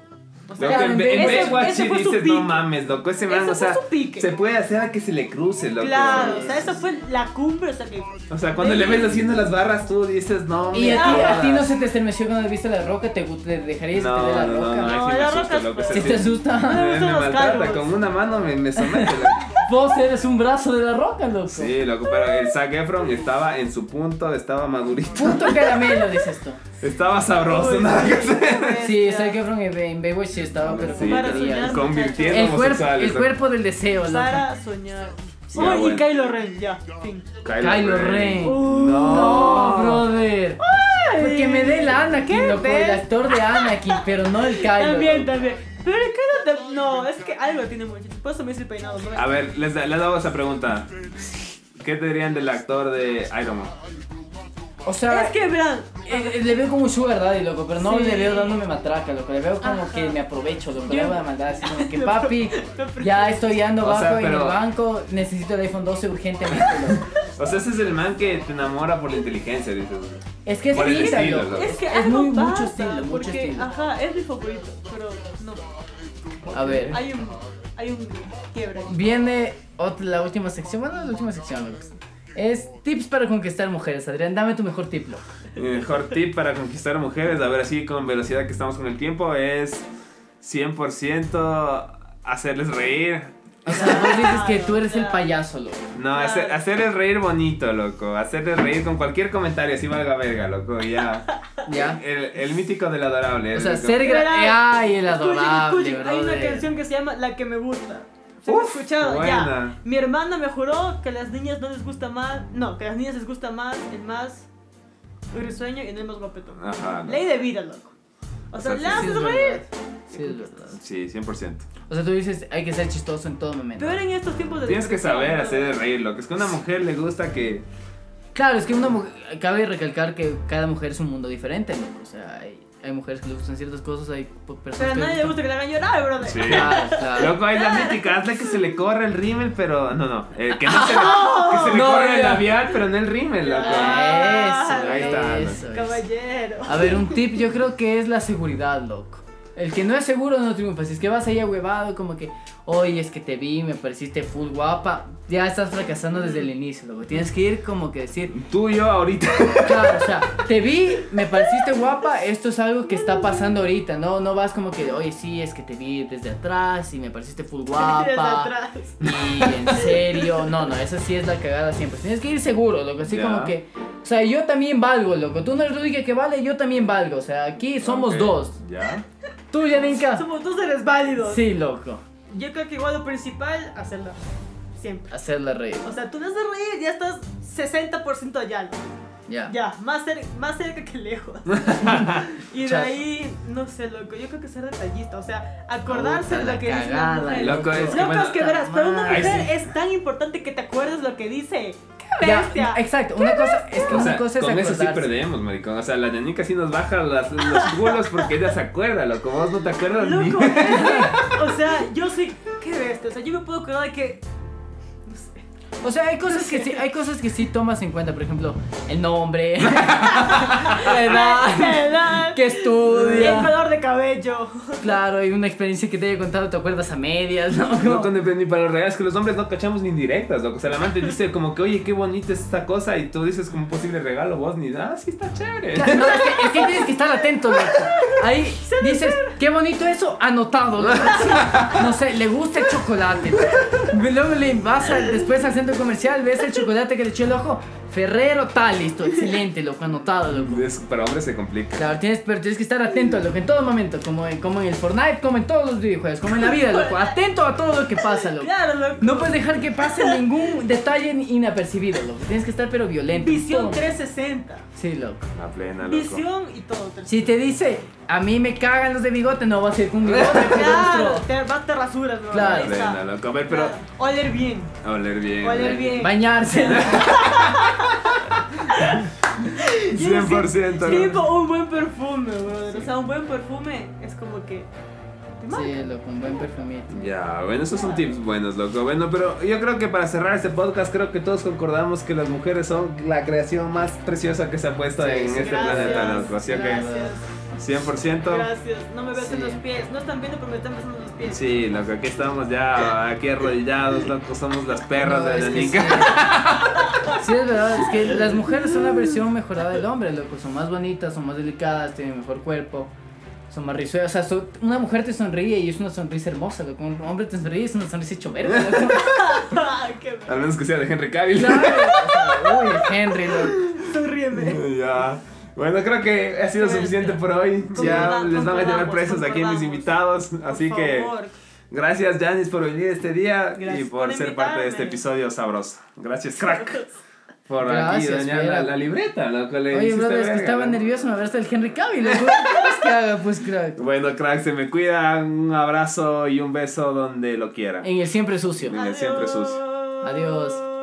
Speaker 4: O
Speaker 2: Loco,
Speaker 3: Claro,
Speaker 2: en,
Speaker 3: en
Speaker 2: en
Speaker 3: ese-
Speaker 2: Baywatch
Speaker 4: ese
Speaker 2: sí
Speaker 4: fue su
Speaker 2: dices, no
Speaker 4: pique.
Speaker 2: mames, loco, ese man,
Speaker 4: Ese
Speaker 2: o
Speaker 4: fue
Speaker 2: sea,
Speaker 4: su pique.
Speaker 2: se puede hacer a que se le cruce, loco.
Speaker 4: Claro, o sea, esa fue la cumbre de Zac Efron.
Speaker 2: O sea, cuando le ves haciendo las barras, tú dices, no,
Speaker 3: Y a ti,
Speaker 2: mierda.
Speaker 3: a ti no se te estremeció cuando viste la roca, te, gu- te dejarías que te dé la
Speaker 2: No, no, no,
Speaker 3: roca.
Speaker 4: No,
Speaker 2: ahí sí me
Speaker 4: la
Speaker 2: asusta,
Speaker 4: este roca es
Speaker 2: loco.
Speaker 4: fea.
Speaker 2: ese
Speaker 3: Si te
Speaker 2: sí.
Speaker 3: asusta,
Speaker 2: Me,
Speaker 4: Me
Speaker 2: me
Speaker 4: gustan los
Speaker 2: maltrata,
Speaker 4: calvos.
Speaker 2: con una mano me, me somete. loco.
Speaker 3: vos eres un brazo de la roca, loco.
Speaker 2: Sí, loco, pero el Zac Efron estaba en su punto, estaba madurito,
Speaker 3: Punto caramelo, dices tú.
Speaker 2: estaba sabroso, nada que hacer.
Speaker 3: Sí, Zac Efron en en Baywatch sí estaba, pero
Speaker 2: Sí,
Speaker 3: como
Speaker 4: Para
Speaker 3: quería.
Speaker 4: soñar.
Speaker 2: convirtiendo
Speaker 3: El, cuerpo,
Speaker 2: homosexuales,
Speaker 3: el cuerpo del deseo, loco.
Speaker 4: Para soñar.
Speaker 2: Sí,
Speaker 4: Uy,
Speaker 2: ah, bueno.
Speaker 4: y Kylo Ren, ya, fin.
Speaker 2: loco.
Speaker 3: Kylo Ren.
Speaker 2: No.
Speaker 3: No, brother. Porque me dé el Anakin,
Speaker 4: ¿Qué
Speaker 3: loco,
Speaker 4: ves?
Speaker 3: el actor de Anakin, pero no el Kylo.
Speaker 4: También,
Speaker 3: loco.
Speaker 4: también. Pero el cara de- No, es que algo tiene mucho. Por eso me hice el peinado. ¿no?
Speaker 2: A ver, les, les hago esa pregunta. ¿Qué te dirían del actor de Iron Man?
Speaker 3: O sea,
Speaker 4: Es que verán.
Speaker 3: eh, eh, le veo como un sugar daddy, loco, pero no
Speaker 4: Sí.
Speaker 3: le veo dándome matraca, loco. Le veo como
Speaker 4: Ajá.
Speaker 3: que me aprovecho, loco. Le
Speaker 4: Yo-
Speaker 3: hago una maldad así como que,
Speaker 4: Lo
Speaker 3: papi, ya estoy ando
Speaker 2: O
Speaker 3: bajo
Speaker 2: sea,
Speaker 3: en
Speaker 2: pero-
Speaker 3: el banco, necesito el iPhone 12 urgentemente, loco.
Speaker 2: O sea, ese es el man que te enamora por la inteligencia, dices.
Speaker 3: Es que es
Speaker 2: Por el
Speaker 3: linda,
Speaker 2: estilo,
Speaker 3: loco.
Speaker 2: loco.
Speaker 4: Es que
Speaker 3: es
Speaker 4: algo
Speaker 3: muy,
Speaker 4: pasa,
Speaker 3: mucho estilo, mucho
Speaker 4: porque, ah,
Speaker 3: estilo.
Speaker 4: Ajá, es mi favorito, pero no.
Speaker 3: A ver,
Speaker 4: Hay un. Hay un quiebre. ahí.
Speaker 3: viene ot- la última sección. Bueno, la última sección, loco. Es tips para conquistar mujeres, Adrián. Dame tu mejor tip, loco.
Speaker 2: Mi mejor tip para conquistar mujeres, a ver, así con velocidad que estamos con el tiempo, es 100% hacerles reír.
Speaker 3: O sea, vos dices que tú eres el payaso, loco.
Speaker 2: No, hace- hacerles reír bonito, loco. Hacerles reír con cualquier comentario, así valga verga, loco. Ya.
Speaker 3: ¿Ya?
Speaker 2: El, el mítico del adorable.
Speaker 3: O
Speaker 2: es
Speaker 3: sea,
Speaker 2: loco.
Speaker 3: ser
Speaker 4: Verá,
Speaker 3: gra... Ay, el
Speaker 4: Escuchen,
Speaker 3: adorable,
Speaker 4: escuchen, Hay una
Speaker 3: brother.
Speaker 4: canción que se llama La que me gusta. ¿Se han
Speaker 2: Uf,
Speaker 4: escuchado?
Speaker 2: buena.
Speaker 4: Ya. Mi hermana me juró que a las niñas no les gusta más. No, que a las niñas les gusta más el más risueño y no el más guapetón.
Speaker 2: Ajá. Ah, no.
Speaker 4: Ley de vida, loco. O sea,
Speaker 2: O sea, sí,
Speaker 4: le
Speaker 3: Sí,
Speaker 4: haces
Speaker 3: es
Speaker 4: reír.
Speaker 3: verdad. Sí, es verdad.
Speaker 2: Sí, 100%.
Speaker 3: O sea, tú dices, hay que ser chistoso en todo momento.
Speaker 4: Pero en estos tiempos de
Speaker 2: Tienes que
Speaker 4: distracción,
Speaker 2: saber
Speaker 4: ¿no?
Speaker 2: hacerles reír, loco. Es que a una mujer le gusta que.
Speaker 3: Claro, es que una mujer, cabe recalcar que cada mujer es un mundo diferente, loco. O sea, hay, hay mujeres que le gustan ciertas cosas, hay po-
Speaker 4: Pero
Speaker 3: personas
Speaker 4: a
Speaker 3: que...
Speaker 4: nadie le gusta que le hagan llorar, brother.
Speaker 2: Sí.
Speaker 3: Claro, claro.
Speaker 2: Loco, hay
Speaker 3: Ah.
Speaker 2: la mítica, hazle que se le corra el rímel, pero. No, no. eh, que no se le, que se le
Speaker 3: No,
Speaker 2: corra el
Speaker 3: ya. Ah.
Speaker 2: labial, pero no el rímel, loco.
Speaker 3: Eso,
Speaker 4: Ahí
Speaker 2: está,
Speaker 3: eso, eso.
Speaker 4: Caballero.
Speaker 3: A ver, un tip yo creo que es la seguridad, loco. El que no es seguro no triunfa. Si es que vas ahí ahuevado, como que, oye, es que te vi, me pareciste full guapa, ya estás fracasando desde el inicio, loco. Tienes que ir como que decir,
Speaker 2: Tú y yo ahorita.
Speaker 3: Claro, o sea, te vi, me pareciste guapa, esto es algo que está pasando ahorita, ¿no? No vas como que, oye, sí, es que te vi desde atrás y me pareciste full
Speaker 4: Desde
Speaker 3: guapa.
Speaker 4: atrás.
Speaker 3: Y en serio, no, no, esa sí es la cagada siempre. Tienes que ir seguro, loco, así
Speaker 2: Ya.
Speaker 3: como que, o sea, yo también valgo, loco. Tú no eres la única que vale, yo también valgo. O sea, aquí somos
Speaker 2: Ok,
Speaker 3: dos.
Speaker 2: Ya.
Speaker 3: Tú, Yaninka.
Speaker 4: Somos dos seres válidos.
Speaker 3: Sí, loco.
Speaker 4: Yo creo que igual lo principal, hacerlo. Siempre.
Speaker 3: Hacerla reír.
Speaker 4: O sea, tú no haces reír, ya estás 60% allá. ¿no?
Speaker 3: Ya.
Speaker 4: Ya, más, cer- más cerca que lejos. y de
Speaker 3: Chas.
Speaker 4: ahí, no sé, loco, yo creo que ser detallista, o sea,
Speaker 3: Puta,
Speaker 4: acordarse de
Speaker 3: la
Speaker 4: lo que dice la
Speaker 3: cagada,
Speaker 4: mujer.
Speaker 2: Loco, es que
Speaker 4: Loco,
Speaker 2: bueno,
Speaker 4: es que verás, para una
Speaker 2: Ay,
Speaker 4: mujer
Speaker 2: sí.
Speaker 4: es tan importante que te acuerdes lo que dice. ¡Qué
Speaker 3: Ya,
Speaker 4: bestia!
Speaker 3: exacto. Una cosa es que
Speaker 2: O
Speaker 3: una
Speaker 2: sea,
Speaker 3: cosa es
Speaker 2: con eso sí
Speaker 3: acordarse.
Speaker 2: perdemos, maricón. O sea, la Yanica sí nos baja las- los culos porque ella se acuerda, loco. Vos no te acuerdas ni.
Speaker 4: Loco, es que, o sea, yo soy, qué bestia, o sea, yo me puedo acordar de que, no sé,
Speaker 3: O sea, hay cosas que sí, hay cosas que sí tomas en cuenta, por ejemplo, el nombre, la
Speaker 2: Ah.
Speaker 3: edad,
Speaker 4: la edad,
Speaker 3: que
Speaker 4: el
Speaker 3: estudia.
Speaker 4: color de cabello.
Speaker 3: Claro, y una experiencia que te haya contado, te acuerdas a medias, ¿no?
Speaker 2: Loco, ni, ni para los regalos que los hombres no cachamos ni indirectas, loco. O sea, la amante dice como que, oye, qué bonita es esta cosa. Y tú dices como un posible regalo, vos ni, ah, sí está chévere.
Speaker 3: Claro, no, es, que, es que tienes que estar atento, loco. Ahí dices, qué bonito eso, anotado. loco. Sí, No sé, le gusta el chocolate. Luego le vas al- después al centro comercial, ves el chocolate que le echó el ojo, Ferrero tal, listo, excelente, loco, anotado, loco.
Speaker 2: Es- para hombres se complica.
Speaker 3: Claro, tienes, pero tienes que estar atento a lo que en todo momento, como en, como en el Fortnite, como en todos los videojuegos, como en la vida, loco. Atento a todo lo que pasa, loco.
Speaker 4: Claro, loco.
Speaker 3: No puedes dejar que pase ningún detalle ni- inapercibido, loco. Tienes que estar pero violento.
Speaker 4: Visión
Speaker 3: Todo.
Speaker 4: 360,
Speaker 3: Sí, loco.
Speaker 2: La plena, loco.
Speaker 4: visión y todo.
Speaker 3: Si te dice, a mí me cagan los de bigote, no vas a ir con bigote. pero
Speaker 4: Claro,
Speaker 3: otro.
Speaker 4: te, vas te rasuras, ¿no?
Speaker 3: Claro.
Speaker 2: La
Speaker 4: Ahí está.
Speaker 2: plena, loco. A ver, pero.
Speaker 4: Oler bien.
Speaker 2: Oler bien. eh.
Speaker 4: Oler
Speaker 2: loco.
Speaker 4: bien.
Speaker 3: Bañarse.
Speaker 2: 100%.
Speaker 4: Tipo
Speaker 2: loco.
Speaker 4: un buen perfume, brother. O sea, un buen perfume es como que. Te marca.
Speaker 3: Sí, loco, un buen perfumito.
Speaker 2: Ya, bueno, esos son tips buenos, loco. Bueno, pero yo creo que para cerrar este podcast, creo que todos concordamos que las mujeres son la creación más preciosa que se ha puesto
Speaker 3: Sí,
Speaker 2: en
Speaker 3: sí,
Speaker 2: este
Speaker 4: Gracias,
Speaker 2: planeta, loco. Así
Speaker 4: gracias,
Speaker 2: que 100%.
Speaker 4: gracias. No me ves en
Speaker 3: Sí.
Speaker 4: los pies. No están viendo, pero me están besando los pies.
Speaker 2: Sí, loco, aquí estamos ya, aquí arrodillados, loco, somos las perras
Speaker 3: No,
Speaker 2: de
Speaker 3: es
Speaker 2: la
Speaker 3: que sí.
Speaker 2: Nica.
Speaker 3: Sí, es verdad, es que las mujeres son la versión mejorada del hombre, loco. Son más bonitas, son más delicadas, tienen mejor cuerpo, son más risueñas. O sea, son- una mujer te sonríe y es una sonrisa hermosa, loco. Un hombre te sonríe y es una sonrisa hecho verga, loco.
Speaker 4: Ah, qué
Speaker 2: Al
Speaker 4: bueno.
Speaker 2: menos que sea de Henry Cavill.
Speaker 3: Claro, o sea, uy, Henry, loco.
Speaker 4: Sonríeme.
Speaker 2: Ya. Bueno, creo que ha sido
Speaker 4: Qué
Speaker 2: suficiente
Speaker 4: bestia.
Speaker 2: por hoy. Ya les
Speaker 4: Concorda-
Speaker 2: van a llevar
Speaker 4: concordamos,
Speaker 2: presos aquí mis
Speaker 4: concordamos.
Speaker 2: invitados. Así
Speaker 4: Por
Speaker 2: que
Speaker 4: favor.
Speaker 2: gracias, Janis, por venir este día y
Speaker 4: Gracias
Speaker 2: por
Speaker 4: por
Speaker 2: ser parte de este
Speaker 4: invitarme.
Speaker 2: episodio sabroso. Gracias, crack, por
Speaker 3: Gracias,
Speaker 2: aquí dañar la,
Speaker 3: Vera.
Speaker 2: la libreta. loco, le
Speaker 3: Oye,
Speaker 2: hiciste
Speaker 3: brother, es que
Speaker 2: verga,
Speaker 3: estaba
Speaker 2: ¿no?
Speaker 3: nervioso, me hablaste del Henry Cavill, loco. ¿Qué más que haga, pues, crack?
Speaker 2: Bueno, crack, se me cuida. Un abrazo y un beso donde lo quieran.
Speaker 3: En el siempre sucio.
Speaker 2: Venga, siempre sus.
Speaker 3: Adiós.